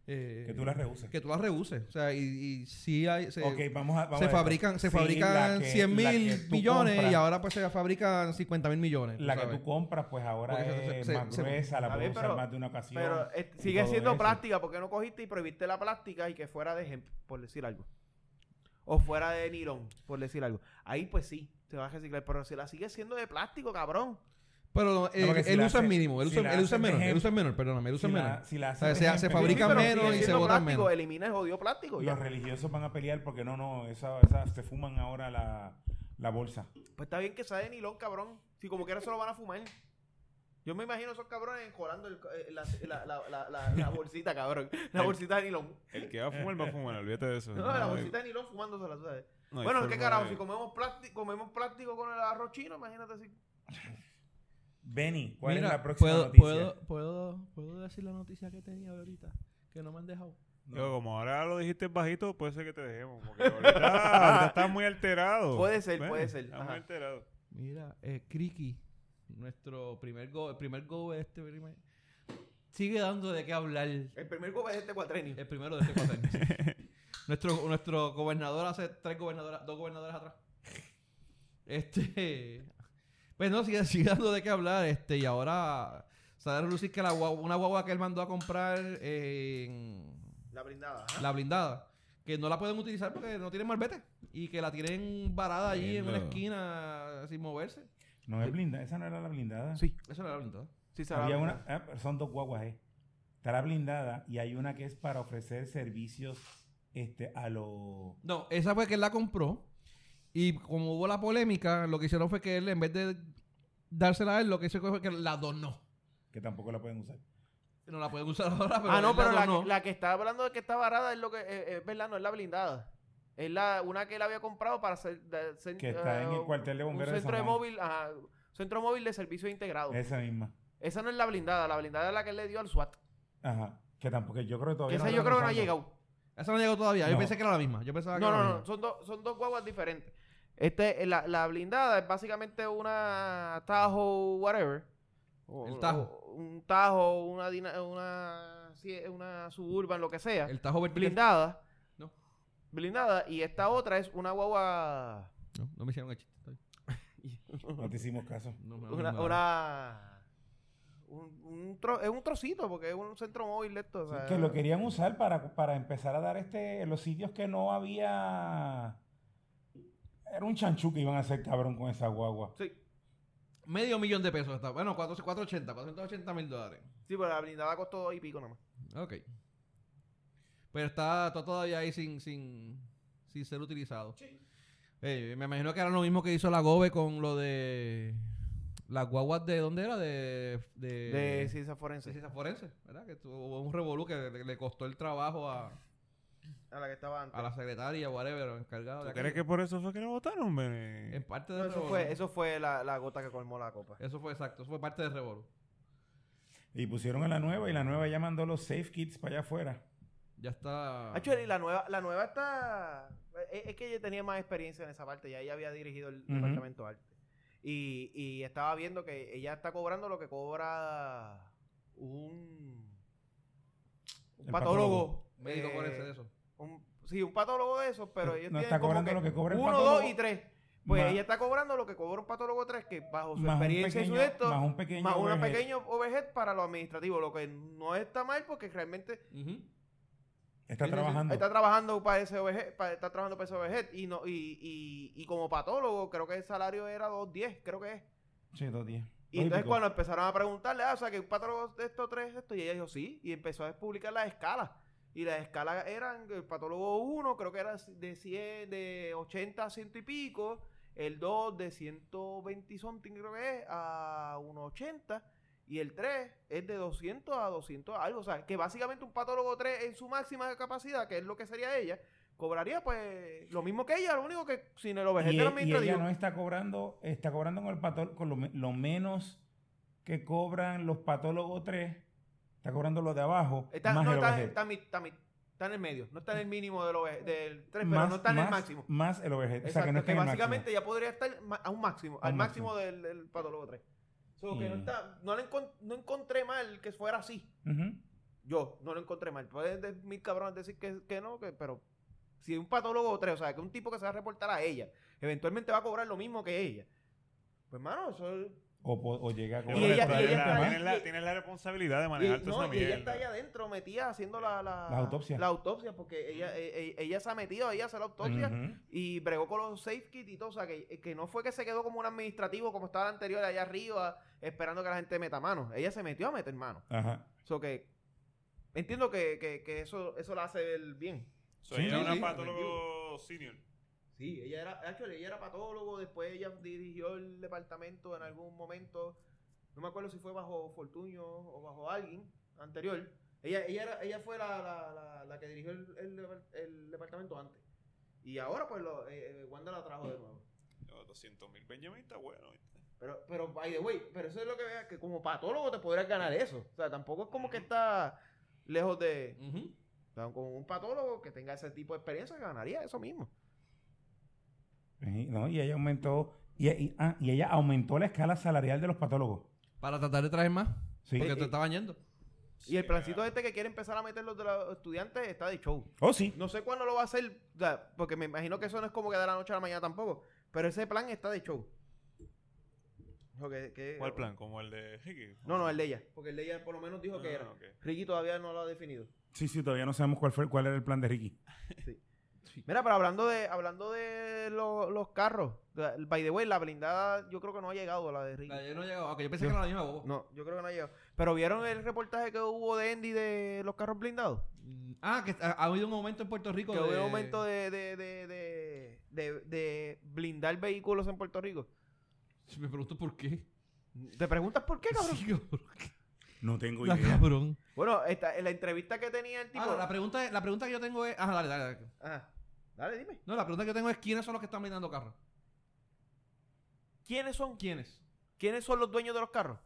Speaker 7: eh,
Speaker 4: que tú las rehuses.
Speaker 7: que tú la rehuses. O sea, y, y si hay, se,
Speaker 4: Ok, vamos a. vamos
Speaker 7: se
Speaker 4: a ver. pues.
Speaker 7: fabrican, se
Speaker 4: Sí, la
Speaker 7: fabrican
Speaker 4: que-
Speaker 7: 100
Speaker 4: la
Speaker 7: mil
Speaker 4: que tú
Speaker 7: millones
Speaker 4: compras-
Speaker 7: y ahora pues se fabrican 50 mil millones.
Speaker 4: La que
Speaker 7: sabes.
Speaker 4: tú compras, pues ahora
Speaker 7: Porque se-
Speaker 4: es
Speaker 7: se-
Speaker 4: más
Speaker 7: se-
Speaker 4: gruesa, la
Speaker 3: Está
Speaker 4: puedes
Speaker 3: bien,
Speaker 4: usar
Speaker 3: pero-
Speaker 4: más de una ocasión.
Speaker 3: Pero eh,
Speaker 4: y
Speaker 3: sigue
Speaker 4: todo
Speaker 3: siendo
Speaker 4: eso.
Speaker 3: plástica, porque no cogiste y prohibiste la plástica y que fuera de ejemplo, por decir algo. O fuera de nilón, por decir algo. Ahí pues sí, se va a reciclar, pero si la sigue siendo de plástico, cabrón.
Speaker 7: Pero eh,
Speaker 4: No, porque si
Speaker 7: el
Speaker 4: la
Speaker 7: uso es
Speaker 4: hace-
Speaker 7: mínimo, el
Speaker 4: si
Speaker 7: uso,
Speaker 4: la
Speaker 7: el uso es
Speaker 4: hacen de
Speaker 7: menor, el
Speaker 4: ejemplo-
Speaker 7: uso es menor, perdóname, el uso
Speaker 4: Si
Speaker 7: es
Speaker 4: la,
Speaker 7: menor.
Speaker 4: si la
Speaker 7: sea,
Speaker 4: haces
Speaker 7: se-
Speaker 4: de
Speaker 7: se
Speaker 4: ejemplo,
Speaker 3: Sí,
Speaker 7: fabrican
Speaker 3: pero
Speaker 7: menos
Speaker 3: sigue
Speaker 7: y se
Speaker 3: siendo
Speaker 7: botan
Speaker 3: plástico,
Speaker 7: menos.
Speaker 3: Elimina el jodido plástico. ya.
Speaker 4: Los religiosos van a pelear porque no, no, esa, esa- se fuman ahora la, la bolsa.
Speaker 3: Pues está bien que sea de nilón, cabrón. Si como quiera se lo van a fumar. Yo me imagino esos cabrones enjorando el- eh, la, la- la- la- la- la bolsita, cabrón. La bolsita de nilón.
Speaker 6: El que va a fumar, va a fumar, olvídate de eso.
Speaker 3: No, la
Speaker 6: hay-
Speaker 3: bolsita de nilón fumándosela, tú ¿sabes?
Speaker 6: no hay
Speaker 3: bueno, ¿qué
Speaker 6: forma
Speaker 3: carajo?
Speaker 6: de-
Speaker 3: Si comemos plástico, comemos plástico con el arroz chino, imagínate si...
Speaker 4: Benny, ¿cuál
Speaker 2: Mira,
Speaker 4: es la próxima
Speaker 2: puedo,
Speaker 4: noticia?
Speaker 2: Puedo, puedo, puedo decir la noticia que tenía ahorita, que no me han dejado.
Speaker 6: Digo, como ahora lo dijiste bajito, puede ser que te dejemos. Porque ahorita, ahorita estás muy alterado.
Speaker 3: Puede ser,
Speaker 6: Ven,
Speaker 3: puede ser,
Speaker 6: Estás
Speaker 3: ajá.
Speaker 6: muy alterado.
Speaker 2: Mira, eh, Criqui, nuestro primer go, el primer go de este primer- sigue dando de qué hablar. El
Speaker 3: El primer gobernador es este cuatrenio.
Speaker 2: primero de este cuatrenio. sí. nuestro, nuestro gobernador hace tres gobernadoras, dos gobernadoras atrás. Este, pues no, sigue, sigue dando de qué hablar, este, y ahora sale a relucir que la guagua- una guagua que él mandó a comprar eh, en
Speaker 3: La brindada. ajá.
Speaker 2: la blindada, que no la pueden utilizar porque no tienen malvete y que la tienen varada allí en una
Speaker 7: Tremendo.
Speaker 2: esquina sin moverse.
Speaker 4: No es blindada, esa no era la blindada.
Speaker 3: Sí,
Speaker 2: Eso no era la blindada.
Speaker 3: sí, se la
Speaker 4: Había
Speaker 3: brinda.
Speaker 4: una, ah, pero son dos guaguas, eh. Está la blindada y hay una que es para ofrecer servicios este, a los...
Speaker 2: No, esa fue que él la compró y como hubo la polémica, lo que hicieron fue que él en vez de dársela a él, lo que hizo fue que la donó.
Speaker 4: que tampoco la pueden usar.
Speaker 2: No la pueden usar ahora, pero
Speaker 3: Ah, no,
Speaker 2: él la
Speaker 3: pero la,
Speaker 2: donó.
Speaker 3: que- la que está hablando de que está varada es lo que... eh, Es verdad, no es la blindada. Es la una que él había comprado para hacer... de- hacer,
Speaker 4: Que está en
Speaker 3: eh,
Speaker 4: el cuartel de
Speaker 3: un
Speaker 4: bomberos de
Speaker 3: centro de
Speaker 4: San Juan.
Speaker 3: móvil... ajá, centro móvil de servicio integrado.
Speaker 4: Esa misma.
Speaker 3: Esa no es la blindada. La blindada es la que él le dio al SWAT.
Speaker 4: Ajá. Que tampoco, yo creo que
Speaker 3: Que
Speaker 4: todavía...
Speaker 3: esa
Speaker 4: la
Speaker 3: yo creo que no ha
Speaker 4: están usando.
Speaker 3: llegado.
Speaker 2: Esa no llegó todavía. Yo
Speaker 4: No.
Speaker 2: pensé que era la misma. Yo pensaba que
Speaker 3: No,
Speaker 2: era
Speaker 3: no,
Speaker 2: la
Speaker 3: no.
Speaker 2: misma.
Speaker 3: Son, dos- son dos guaguas diferentes. Este, eh, la, la blindada es básicamente una Tahoe, whatever. O-
Speaker 2: El Tajo.
Speaker 3: o- Un Tajo, una, dina- una, sí, una Suburban, lo que sea.
Speaker 2: El tajo vertical.
Speaker 3: blindada.
Speaker 2: No.
Speaker 3: Blindada. Y esta otra es una guagua...
Speaker 2: No, no me hicieron el chiste. está bien.
Speaker 4: No te hicimos caso.
Speaker 2: No, no,
Speaker 3: Una...
Speaker 2: no.
Speaker 3: una- un, un tro- es un trocito porque es un centro móvil de esto. o sea,
Speaker 4: que lo querían usar para, para empezar a dar este los sitios que no había... Era un chanchú que iban a hacer cabrón con esa guagua.
Speaker 3: Sí.
Speaker 2: Medio millón de pesos. Está. Bueno, 4, 480, 480 mil dólares.
Speaker 3: Sí, pero la blindada costó dos y pico nomás.
Speaker 2: Ok. Pero está, está todavía ahí sin, sin, sin ser utilizado. Eh, me imagino que era lo mismo que hizo la Gobe con lo de las guaguas de dónde era de de,
Speaker 3: De
Speaker 2: de
Speaker 3: ciencia forense.
Speaker 2: ciencias forenses, ¿verdad? Que tuvo un revolú que le, le costó el trabajo a,
Speaker 3: A la que estaba antes.
Speaker 2: a la secretaria whatever encargada
Speaker 6: ¿Tú
Speaker 2: de
Speaker 6: crees que
Speaker 2: aquello.
Speaker 6: por eso fue que lo votaron, Benny?
Speaker 2: en parte
Speaker 3: No,
Speaker 2: de
Speaker 3: eso
Speaker 2: revolú.
Speaker 3: fue, eso fue la, la gota que colmó la copa.
Speaker 2: Eso fue exacto, eso fue parte del revolú.
Speaker 4: Y pusieron a la nueva y la nueva ya mandó los safe kits para allá afuera.
Speaker 2: Ya
Speaker 4: Ah.
Speaker 2: está
Speaker 3: Actually, la nueva, la nueva está. Es, es que ella tenía más experiencia en esa parte, ya ella había dirigido el
Speaker 4: Ujú.
Speaker 3: departamento de arte. Y, y estaba viendo que ella está cobrando lo que cobra un, un
Speaker 4: El
Speaker 3: patólogo.
Speaker 2: médico
Speaker 3: eh,
Speaker 2: forense de eso.
Speaker 3: un- sí, un patólogo de esos, pero
Speaker 4: No-
Speaker 3: ellos
Speaker 4: no
Speaker 3: tienen
Speaker 4: está
Speaker 3: como
Speaker 4: cobrando
Speaker 3: que
Speaker 4: lo que cobra el
Speaker 3: uno,
Speaker 4: patólogo.
Speaker 3: dos y tres. Pues
Speaker 4: Más-
Speaker 3: ella está cobrando lo que cobra un patólogo tres, que bajo su
Speaker 4: Más un
Speaker 3: experiencia y su de
Speaker 4: pequeño-
Speaker 3: esto,
Speaker 4: más un pequeño
Speaker 3: más un
Speaker 4: overhead.
Speaker 3: pequeño overhead para lo administrativo, lo que no está mal porque realmente
Speaker 2: Ujú.
Speaker 4: Está
Speaker 2: Sí, sí, sí.
Speaker 4: trabajando.
Speaker 3: Está trabajando para ese OVG, para- está trabajando para ese OVG y no y, y, y como patólogo creo que el salario era 2.10, creo que es.
Speaker 4: Sí, dos días.
Speaker 3: Y entonces cuando empezaron a preguntarle, ah, o sea, que un patólogo de estos tres, de esto, y ella dijo sí, y empezó a publicar las escalas. Y las escalas eran, el patólogo 1 creo que era de 100, de 80 a 100 y pico, el 2 de 120 y something creo que es, a 180, y el 3 es de 200 a 200 algo. O sea, que básicamente un patólogo 3 en su máxima capacidad, que es lo que sería ella, cobraría pues lo mismo que ella, lo único que sin el OBGT
Speaker 4: Y,
Speaker 3: pues, este lo
Speaker 4: e- y
Speaker 3: administra
Speaker 4: ella
Speaker 3: Dios.
Speaker 4: no está cobrando, está cobrando con el patólogo, con lo, me- lo menos que cobran los patólogos 3, está cobrando lo de abajo,
Speaker 3: Está,
Speaker 4: más
Speaker 3: no,
Speaker 4: el
Speaker 3: está,
Speaker 4: overhead.
Speaker 3: está mi- está mi- está en el medio, no está en el mínimo del, OBG del 3, pero
Speaker 4: Más-
Speaker 3: no está en el
Speaker 4: más-
Speaker 3: máximo.
Speaker 4: Más el overhead. o sea,
Speaker 3: Exacto,
Speaker 4: que no está
Speaker 3: que
Speaker 4: en el
Speaker 3: básicamente ya podría estar ma- a un máximo,
Speaker 4: A
Speaker 3: al
Speaker 4: un
Speaker 3: máximo, del, del patólogo 3. So, que no,
Speaker 4: Mm.
Speaker 3: está, no, le encon- no encontré mal que fuera así.
Speaker 4: máximo. Ujú.
Speaker 3: Yo no lo encontré mal. Pueden de- mil cabrones decir que, que no, que- pero si un patólogo 3, o sea, que un tipo que se va a reportar a ella, eventualmente va a cobrar lo mismo que ella. Pues, mano, eso es-
Speaker 4: O, po- o llega a
Speaker 6: Pero
Speaker 4: cobrar
Speaker 3: ella-
Speaker 4: por
Speaker 3: y
Speaker 4: ahí
Speaker 3: ella
Speaker 4: este
Speaker 3: está-
Speaker 4: mes.
Speaker 6: tienes, la, tienes la responsabilidad de manejar
Speaker 3: Y,
Speaker 6: toda
Speaker 3: no,
Speaker 6: esa
Speaker 3: y ella está
Speaker 6: mierda.
Speaker 3: allá adentro metida haciendo la, la-
Speaker 4: Las autopsias.
Speaker 3: la autopsia, porque ella, e- e- ella se ha metido, ella hace la autopsia
Speaker 4: Ujú.
Speaker 3: y bregó con los safe kits y todo. O sea, que, que no fue que se quedó como un administrativo como estaba el anterior allá arriba, esperando que la gente meta mano. Ella se metió a meter mano.
Speaker 4: Ajá.
Speaker 3: So que entiendo que, que- que eso, eso la hace ver bien.
Speaker 6: So,
Speaker 4: Sí,
Speaker 6: ella
Speaker 4: sí,
Speaker 6: era una
Speaker 8: sí.
Speaker 6: patólogo senior.
Speaker 3: Sí, ella era, actually, ella era patólogo, después ella dirigió el departamento en algún momento, no me acuerdo si fue bajo Fortunio o bajo alguien anterior. Ella, ella, era- ella fue la, la- la- la que dirigió el, el depar- el departamento antes. Y ahora pues lo, eh, eh, Wanda la trajo de nuevo.
Speaker 6: 200 mil Benjamin está bueno. ¿viste?
Speaker 3: Pero, pero, by the way, pero eso es lo que veas, que como patólogo te podrías ganar eso. O sea, tampoco es como que está lejos de...
Speaker 8: Ujú.
Speaker 3: o sea, como un patólogo que tenga ese tipo de experiencia ganaría eso mismo.
Speaker 4: Sí, no, y ella aumentó. Y, y- ah, y ella aumentó la escala salarial de los patólogos.
Speaker 8: Para tratar de traer más.
Speaker 4: Sí.
Speaker 8: Porque
Speaker 3: Eh,
Speaker 8: te
Speaker 3: eh.
Speaker 8: estaban yendo.
Speaker 3: Y el
Speaker 6: Sí,
Speaker 3: plancito
Speaker 6: ah,
Speaker 3: este que quiere empezar a meter los de los estudiantes está de show.
Speaker 4: Oh, sí.
Speaker 3: No sé cuándo lo va a hacer, o sea, porque me imagino que eso no es como que de la noche a la mañana tampoco. Pero ese plan está de show. Lo que- que-
Speaker 6: ¿Cuál plan? ¿Como el de Hickey?
Speaker 3: No, no, el de ella. Porque el de ella por lo menos dijo
Speaker 6: Ah,
Speaker 3: que era.
Speaker 6: ok.
Speaker 3: Ricky todavía no lo ha definido.
Speaker 4: Sí, sí, todavía no sabemos cuál fue cuál era el plan de Ricky.
Speaker 3: Mira, pero hablando de hablando de los, los carros, la- by the way, la blindada yo creo que no ha llegado la de Ricky.
Speaker 8: La de no llegaba. Ok, yo pensé que era la misma boba.
Speaker 3: No, yo creo que no ha llegado. Pero vieron el reportaje que hubo de Andy de los carros blindados.
Speaker 8: Mm, Ah, que ha, ha habido un aumento en Puerto Rico.
Speaker 3: Que
Speaker 8: de...
Speaker 3: hubo un aumento de, de, de, de, de- de blindar vehículos en Puerto Rico.
Speaker 8: Si Me pregunto por qué.
Speaker 3: ¿Te preguntas por qué, cabrón?
Speaker 8: Sí, cabrón.
Speaker 4: No tengo
Speaker 8: Ah,
Speaker 4: idea.
Speaker 8: cabrón.
Speaker 3: Bueno, esta, en la entrevista que tenía el tipo.
Speaker 8: Ahora, la pregunta, la pregunta que yo tengo es... Ah, dale, dale, dale.
Speaker 3: Ajá. Dale, dime.
Speaker 8: No, la pregunta que yo tengo es ¿quiénes son los que están blindando carros?
Speaker 3: ¿Quiénes son?
Speaker 8: ¿Quiénes?
Speaker 3: ¿Quiénes son los dueños de los carros?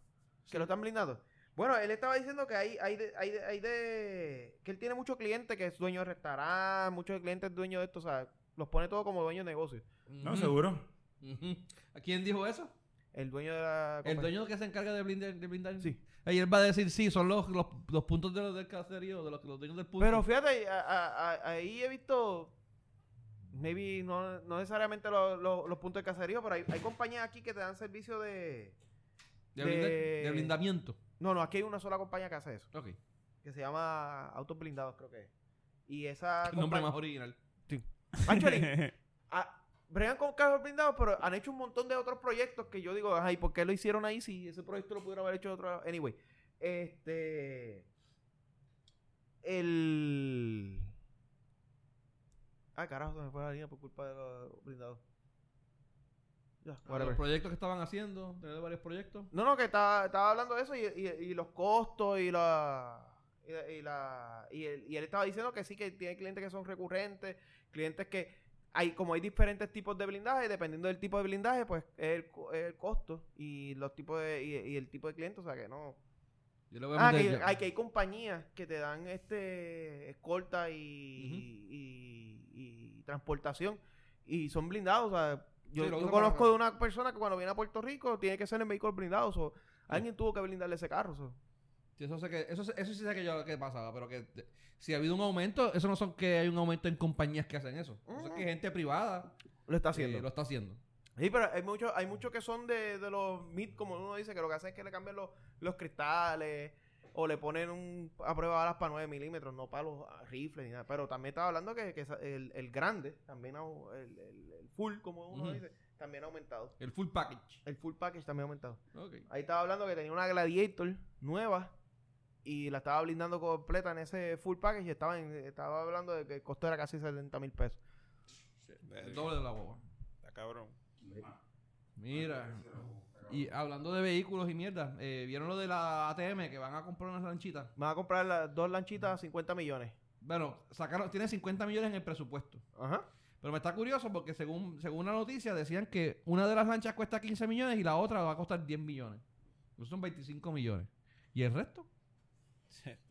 Speaker 3: Que lo están blindando. Bueno, él estaba diciendo que hay, hay, de, hay, de, hay de- que él tiene muchos clientes que es dueño de restaurantes, muchos clientes dueños de esto, o sea, los pone todo como dueño de negocio.
Speaker 4: No,
Speaker 8: Ujú.
Speaker 4: seguro.
Speaker 8: Ujú. ¿A quién dijo eso?
Speaker 3: El dueño de la
Speaker 8: ¿El
Speaker 3: compañía.
Speaker 8: dueño que se encarga de blindar? De blindar?
Speaker 3: Sí.
Speaker 8: Y él va a decir, sí, son los, los, los puntos de los del caserío, de los, los dueños del punto.
Speaker 3: Pero fíjate, a- a- a- ahí he visto, maybe no, no necesariamente lo- lo- los puntos de caserío, pero hay, hay compañías aquí que te dan servicio de...
Speaker 8: de, blindar-
Speaker 3: de-
Speaker 8: de blindamiento.
Speaker 3: No, no, aquí hay una sola compañía que hace eso,
Speaker 8: Ok.
Speaker 3: que se llama Autos Blindados, creo que es. Y esa...
Speaker 8: El nombre
Speaker 3: compa-
Speaker 8: más original.
Speaker 3: Actually, a- bregan con carros blindados, pero han hecho un montón de otros proyectos que yo digo, ay, ¿por qué lo hicieron ahí si ese proyecto lo pudieron haber hecho otro? Anyway, este. El. Ah, carajo, se me fue la línea por culpa de los blindados. Ya,
Speaker 8: Los
Speaker 3: whatever.
Speaker 8: proyectos que estaban haciendo, tener varios proyectos.
Speaker 3: No, no, que estaba, estaba hablando de eso y, y- y los costos y la. Y, la- y la y, él, y él estaba diciendo que sí, que tiene clientes que son recurrentes, clientes que. hay Como hay diferentes tipos de blindaje, dependiendo del tipo de blindaje, pues es el, co- es el costo y los tipos de, y, y el tipo de cliente, o sea que no.
Speaker 8: Yo le voy a
Speaker 3: Ah,
Speaker 8: meter
Speaker 3: que,
Speaker 8: ya.
Speaker 3: hay, que hay compañías que te dan este escolta y, y- y transportación y son blindados. O sea, yo,
Speaker 8: Sí, lo
Speaker 3: yo
Speaker 8: usan
Speaker 3: conozco
Speaker 8: para-
Speaker 3: de una persona que cuando viene a Puerto Rico tiene que ser en vehículos blindados. O alguien tuvo que blindarle ese carro. so.
Speaker 8: Sí, Eso, sé que, eso, sé- eso sí sé que yo que pasaba, pero que te- si ha habido un aumento, eso no son que hay un aumento en compañías que hacen eso. Eso es que gente privada
Speaker 3: Lo está
Speaker 8: eh,
Speaker 3: haciendo.
Speaker 8: lo está haciendo.
Speaker 3: Sí, pero hay muchos hay muchos que son de, de los mid, como uno dice, que lo que hacen es que le cambian los, los cristales o le ponen un, a prueba de balas para 9 milímetros, no para los ah, rifles ni nada. Pero también estaba hablando que, que esa- el, el grande, también au- el, el- el full, como uno
Speaker 8: Ujú.
Speaker 3: dice, también ha aumentado.
Speaker 8: El full package.
Speaker 3: El full package también ha aumentado.
Speaker 8: Ok.
Speaker 3: Ahí estaba hablando que tenía una Gladiator nueva y la estaba blindando completa en ese full package y estaba, en- estaba hablando de que el costo era casi 70 mil pesos.
Speaker 8: El doble de la boba.
Speaker 6: Está cabrón.
Speaker 8: Mira. Y hablando de vehículos y mierda, eh, ¿vieron lo de la ATM que van a comprar unas lanchitas?
Speaker 3: Me va a comprar las dos lanchitas a 50 millones.
Speaker 2: Bueno, sacaron, tiene 50 millones en el presupuesto.
Speaker 3: Ajá.
Speaker 2: Pero me está curioso porque según, según una noticia decían que una de las lanchas cuesta 15 millones y la otra va a costar 10 millones. Eso son 25 millones. ¿Y el resto?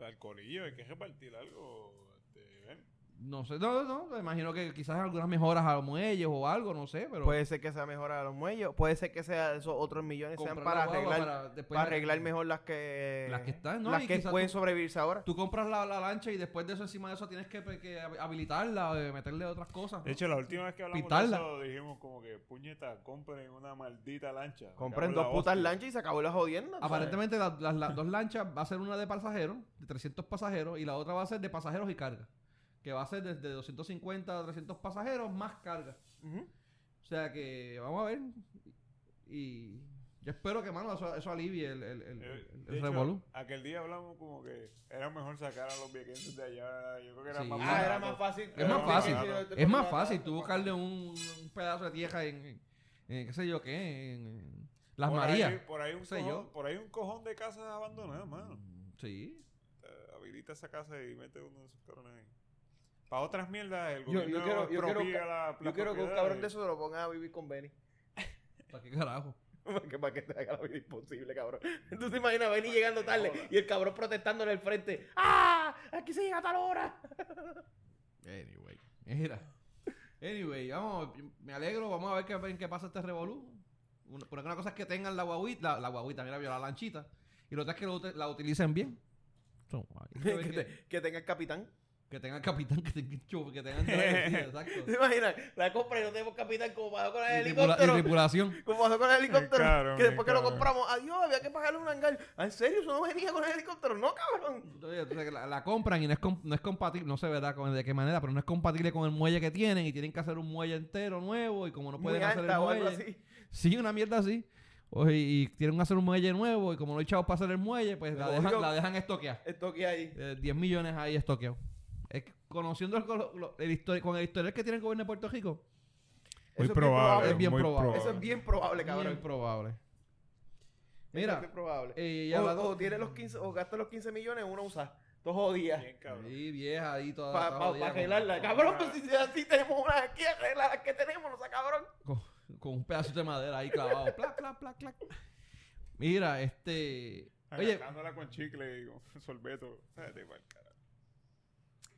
Speaker 6: Al corillo, hay que repartir algo. Este, ven.
Speaker 2: No sé, no, no, me imagino que quizás algunas mejoras a los muelles o algo, no sé, pero...
Speaker 3: Puede ser que sea mejora a los muelles, puede ser que sea esos otros millones sean para
Speaker 2: comprar la guagua
Speaker 3: arreglar,
Speaker 2: para después-
Speaker 3: para arreglar mejor las que
Speaker 2: Las que están, ¿no?
Speaker 3: las
Speaker 2: Y
Speaker 3: que
Speaker 2: quizás
Speaker 3: pueden
Speaker 2: tú-
Speaker 3: sobrevivirse ahora.
Speaker 2: Tú compras la, la lancha y después de eso, encima de eso, tienes que, que habilitarla, eh, meterle otras cosas.
Speaker 6: De
Speaker 2: ¿no?
Speaker 6: hecho, la última vez que hablamos
Speaker 2: Pitarla.
Speaker 6: de eso, dijimos como que, puñeta, compren una maldita lancha.
Speaker 3: Compren
Speaker 6: Acabó
Speaker 3: dos
Speaker 6: la
Speaker 3: putas
Speaker 6: hostia.
Speaker 3: lanchas y se acabó la jodienda.
Speaker 2: Aparentemente las las- las dos lanchas va a ser una de pasajeros, de 300 pasajeros, y la otra va a ser de pasajeros y carga, que va a ser desde 250 a 300 pasajeros más carga.
Speaker 3: Ujú.
Speaker 2: O sea que vamos a ver. Y yo espero que, mano, eso, eso alivie el, el, el,
Speaker 6: Eh,
Speaker 2: el
Speaker 6: de hecho,
Speaker 2: revolú.
Speaker 6: Aquel día hablamos como que era mejor sacar a los viequenses de allá. Yo creo que era
Speaker 2: Sí.
Speaker 6: más
Speaker 2: Ah,
Speaker 6: barato.
Speaker 3: fácil.
Speaker 2: Es más
Speaker 6: Pero,
Speaker 2: fácil.
Speaker 6: claro.
Speaker 2: Es más fácil tú buscarle un, un pedazo de tierra en, en- en qué sé yo qué, en, en Las
Speaker 6: Por ahí-
Speaker 2: Marías.
Speaker 6: por, ahí un
Speaker 2: sé
Speaker 6: cojón,
Speaker 2: yo.
Speaker 6: por ahí un cojón de casas abandonadas, mano.
Speaker 2: Mm, Sí.
Speaker 6: Eh, habilita esa casa y mete uno de esos cabrones ahí. Para otras mierdas, el
Speaker 3: Yo- yo
Speaker 6: gobierno
Speaker 3: quiero- yo quiero
Speaker 6: expropia
Speaker 3: ca-
Speaker 6: la,
Speaker 3: Yo quiero
Speaker 6: las
Speaker 3: que un
Speaker 6: propiedades.
Speaker 3: cabrón de eso se lo ponga a vivir con Benny.
Speaker 2: ¿Para qué carajo?
Speaker 3: para, que, para que te haga la vida imposible, cabrón. Entonces imagina a Benny llegando tarde y el cabrón protestándole al frente. ¡Ah! Aquí se llega a tal hora.
Speaker 2: Anyway. Mira. Anyway, vamos, me alegro, vamos a ver qué, en qué pasa este revolú. Una, porque una cosa es que tengan la guaguita, la, la guaguita, mira, vio la lanchita. Y la otra es que lo ut- la utilicen bien. So, hay que ver
Speaker 3: que,
Speaker 2: que,
Speaker 3: te- que tenga el capitán.
Speaker 2: que tengan capitán, que, tengan chu- que tengan driver, sí,
Speaker 3: ¿Te
Speaker 2: exacto.
Speaker 3: imaginas? La compra y no tenemos capitán como pasó con el
Speaker 2: Y tripula- y
Speaker 3: helicóptero.
Speaker 2: tripulación.
Speaker 3: Como pasó con el helicóptero.
Speaker 6: caro,
Speaker 3: que
Speaker 6: muy
Speaker 3: después que lo
Speaker 6: caro.
Speaker 3: compramos, adiós, había que pagarle un hangar. Ah, ¿En serio? ¿Eso no venía con el helicóptero? No, cabrón.
Speaker 2: Oye, tú sabes que La, la compran y no es, com- no es compatible, no sé verdad con, de qué manera, pero no es compatible con el muelle que tienen y tienen que hacer un muelle entero nuevo y como no
Speaker 3: Muy
Speaker 2: pueden hacer el
Speaker 3: alta o algo
Speaker 2: muelle.
Speaker 3: así.
Speaker 2: Sí, una mierda así. O- y, y tienen que hacer un muelle nuevo y como no hay chavos para hacer el muelle, pues la
Speaker 3: Pero
Speaker 2: dejan,
Speaker 3: obvio-
Speaker 2: la dejan estoquear.
Speaker 3: Esto que hay.
Speaker 2: Eh, 10 millones ahí estoqueado. Es que conociendo el, lo- lo- el histori- con el historial que tiene el gobierno de Puerto Rico,
Speaker 3: Eso es
Speaker 6: Muy
Speaker 3: bien
Speaker 6: probable.
Speaker 2: es bien
Speaker 6: muy
Speaker 2: probable.
Speaker 3: Eso es bien probable, cabrón.
Speaker 2: bien probable.
Speaker 3: Eso es bien
Speaker 2: Mira,
Speaker 3: probable.
Speaker 2: eh, y
Speaker 3: o,
Speaker 2: hablando-
Speaker 3: o tiene los 15, o gasta los 15 millones en una usada. Dos jodidas.
Speaker 6: Bien, cabrón.
Speaker 2: Sí, vieja ahí toda.
Speaker 3: Para
Speaker 2: toda jodida, con-
Speaker 3: arreglarla. Cabrón, pues si sea así, tenemos una aquí arreglar las que tenemos, no sea cabrón.
Speaker 2: con, con un pedazo de madera ahí clavado. plac, plac, plac, plac. Mira, este. Oye,
Speaker 6: Agarrándola con chicle y con sorbeto. Vete pa'l carajo.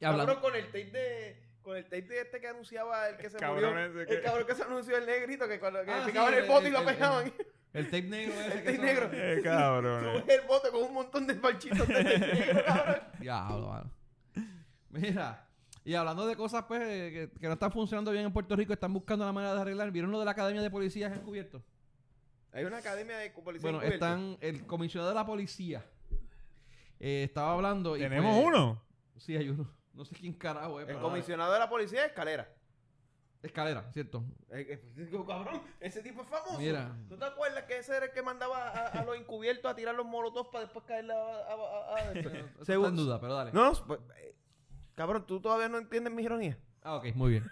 Speaker 2: y hablando.
Speaker 3: Cabrón, con el tape de. Con el tape de este que anunciaba el que se
Speaker 6: cabrón
Speaker 3: murió.
Speaker 6: ese que-
Speaker 3: El cabrón que se anunció el negrito, que cuando que
Speaker 2: Ah, sí,
Speaker 3: picaban
Speaker 2: el-
Speaker 3: el bote y
Speaker 2: el-
Speaker 3: lo
Speaker 2: el- el-
Speaker 3: pegaban.
Speaker 2: El tape negro ese.
Speaker 3: El
Speaker 2: que
Speaker 3: tape
Speaker 2: son-
Speaker 3: negro.
Speaker 6: Eh, cabrón.
Speaker 3: Sube el bote con un montón de parchitos de tape negro, cabrón.
Speaker 2: Diablo, mano. Mira. Y hablando de cosas pues eh, que, que no están funcionando bien en Puerto Rico, están buscando la manera de arreglar. ¿Vieron lo de la Academia de Policías Encubiertos?
Speaker 3: Hay una academia de policía.
Speaker 2: Bueno,
Speaker 3: encubierta.
Speaker 2: están. El comisionado de la policía eh, estaba hablando. y
Speaker 6: Tenemos
Speaker 2: pues-
Speaker 6: uno.
Speaker 2: Sí, hay uno. No sé quién carajo es.
Speaker 3: El
Speaker 2: pero-
Speaker 3: comisionado de la policía de escalera.
Speaker 2: Escalera, ¿cierto?
Speaker 3: Eh, eh, Cabrón, ese tipo es famoso.
Speaker 2: Mira.
Speaker 3: ¿No te acuerdas que ese era el que mandaba a, a los encubiertos a tirar los molotov para después caerle a... a, a- a-
Speaker 2: Eso está en
Speaker 3: Según-
Speaker 2: duda, pero dale.
Speaker 3: No, pues, eh, cabrón, tú todavía no entiendes mi ironía.
Speaker 2: Ah, ok, muy bien.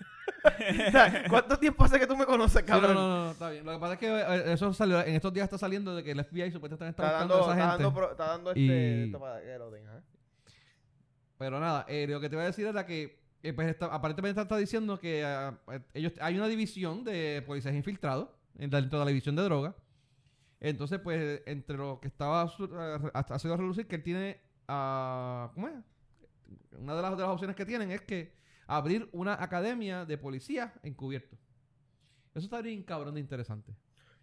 Speaker 3: O sea, ¿Cuánto tiempo hace que tú me conoces,
Speaker 2: Sí, no,
Speaker 3: cabrón?
Speaker 2: no, no, no, está bien. Lo que pasa es que eh, eso salió, en estos días está saliendo de que el FBI supuestamente está,
Speaker 3: Está
Speaker 2: buscando
Speaker 3: dando,
Speaker 2: a
Speaker 3: está,
Speaker 2: esa gente.
Speaker 3: dando, pro- está dando este...
Speaker 2: Y-
Speaker 3: esto para que lo tenga, ¿eh?
Speaker 2: Pero nada, eh, lo que te voy a decir era que eh, pues está- aparentemente está diciendo que ah, eh, ellos hay una división de policías infiltrados en- dentro de la división de droga. Entonces, pues, entre lo que estaba su- ah, re- ha ha sido relucir que él tiene ah, ¿cómo es? Una de las, de las opciones que tienen es que abrir una academia de policías encubierto. Eso está bien cabrón de interesante.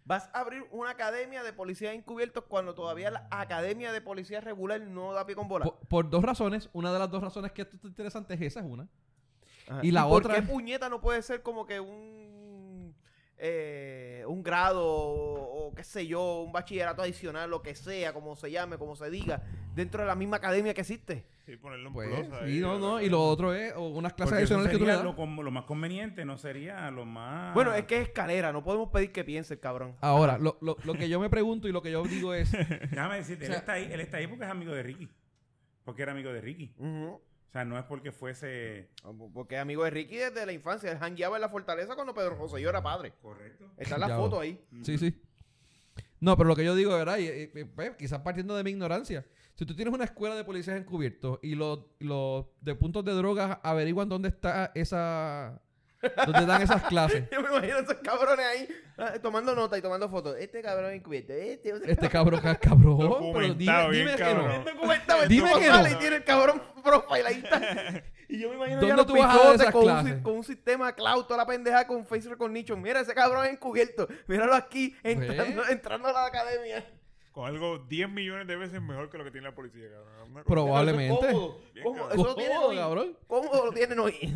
Speaker 3: Vas a abrir una academia de policías encubiertos cuando todavía la academia de policía regular no da pie con bola.
Speaker 2: Por, por dos razones. Una de las dos razones que esto está interesante es esa, es una.
Speaker 3: Ajá.
Speaker 2: Y la otra-
Speaker 3: ¿Por qué puñeta no puede ser como que un eh, un grado o, o qué sé yo, un bachillerato adicional, lo que sea, como se llame, como se diga, dentro de la misma academia que existe?
Speaker 6: Sí, ponerle un
Speaker 2: Pues,
Speaker 6: plus ahí,
Speaker 2: sí, no,
Speaker 6: ¿verdad?
Speaker 2: no. Y lo otro es o unas clases
Speaker 4: Porque eso
Speaker 2: adicionales que tú le
Speaker 4: sería
Speaker 2: das.
Speaker 4: lo, com- lo más conveniente, no sería lo
Speaker 2: Ah.
Speaker 4: más...
Speaker 3: Bueno, es que es escalera, no podemos pedir que piense el cabrón.
Speaker 2: Ahora, lo, lo- lo que yo me pregunto y lo que yo digo es...
Speaker 4: Déjame decirte,
Speaker 2: O sea-
Speaker 4: él, está ahí, él está ahí porque es amigo de Ricky. Porque era amigo de Ricky.
Speaker 3: Ujú.
Speaker 4: O sea, no es porque fuese...
Speaker 3: Porque amigo de Ricky desde la infancia, él jangueaba en la fortaleza cuando Pedro José yo era padre.
Speaker 4: Correcto.
Speaker 3: Está la
Speaker 2: Ya
Speaker 3: foto
Speaker 2: veo.
Speaker 3: ahí.
Speaker 2: sí, sí. No, pero lo que yo digo, ¿verdad? Y, y- y, pues, quizás partiendo de mi ignorancia. Si tú tienes una escuela de policías encubiertos y los, los de puntos de drogas averiguan dónde está esa... dónde dan esas clases.
Speaker 3: Yo me imagino esos cabrones ahí ah, tomando nota y tomando fotos. Este cabrón encubierto, este. o sea,
Speaker 2: Este cabrón, ca- cabrón. Pero dime,
Speaker 6: Documentado, bien
Speaker 2: dime que
Speaker 6: cabrón.
Speaker 2: no.
Speaker 3: este documentado, el
Speaker 2: Dime
Speaker 3: tipo
Speaker 2: que no.
Speaker 3: sale y tiene el cabrón profile ahí está. Y yo me imagino
Speaker 2: ¿Dónde
Speaker 3: ya los
Speaker 2: tú vas a dar
Speaker 3: picotes
Speaker 2: esas
Speaker 3: con, un,
Speaker 2: clases?
Speaker 3: si- con un sistema cloud, toda la pendeja con face recognition. Mira ese cabrón encubierto. Míralo aquí, entrando, entrando a la academia.
Speaker 6: Con algo 10 millones de veces mejor que lo que tiene la policía, cabrón. Una cosa-
Speaker 2: Probablemente.
Speaker 3: Cómodo,
Speaker 6: Bien,
Speaker 3: cómodo,
Speaker 6: cabrón.
Speaker 3: eso lo tiene
Speaker 2: Cómodo,
Speaker 3: hoy.
Speaker 2: Oh, cabrón.
Speaker 3: Cómodo lo tienen hoy.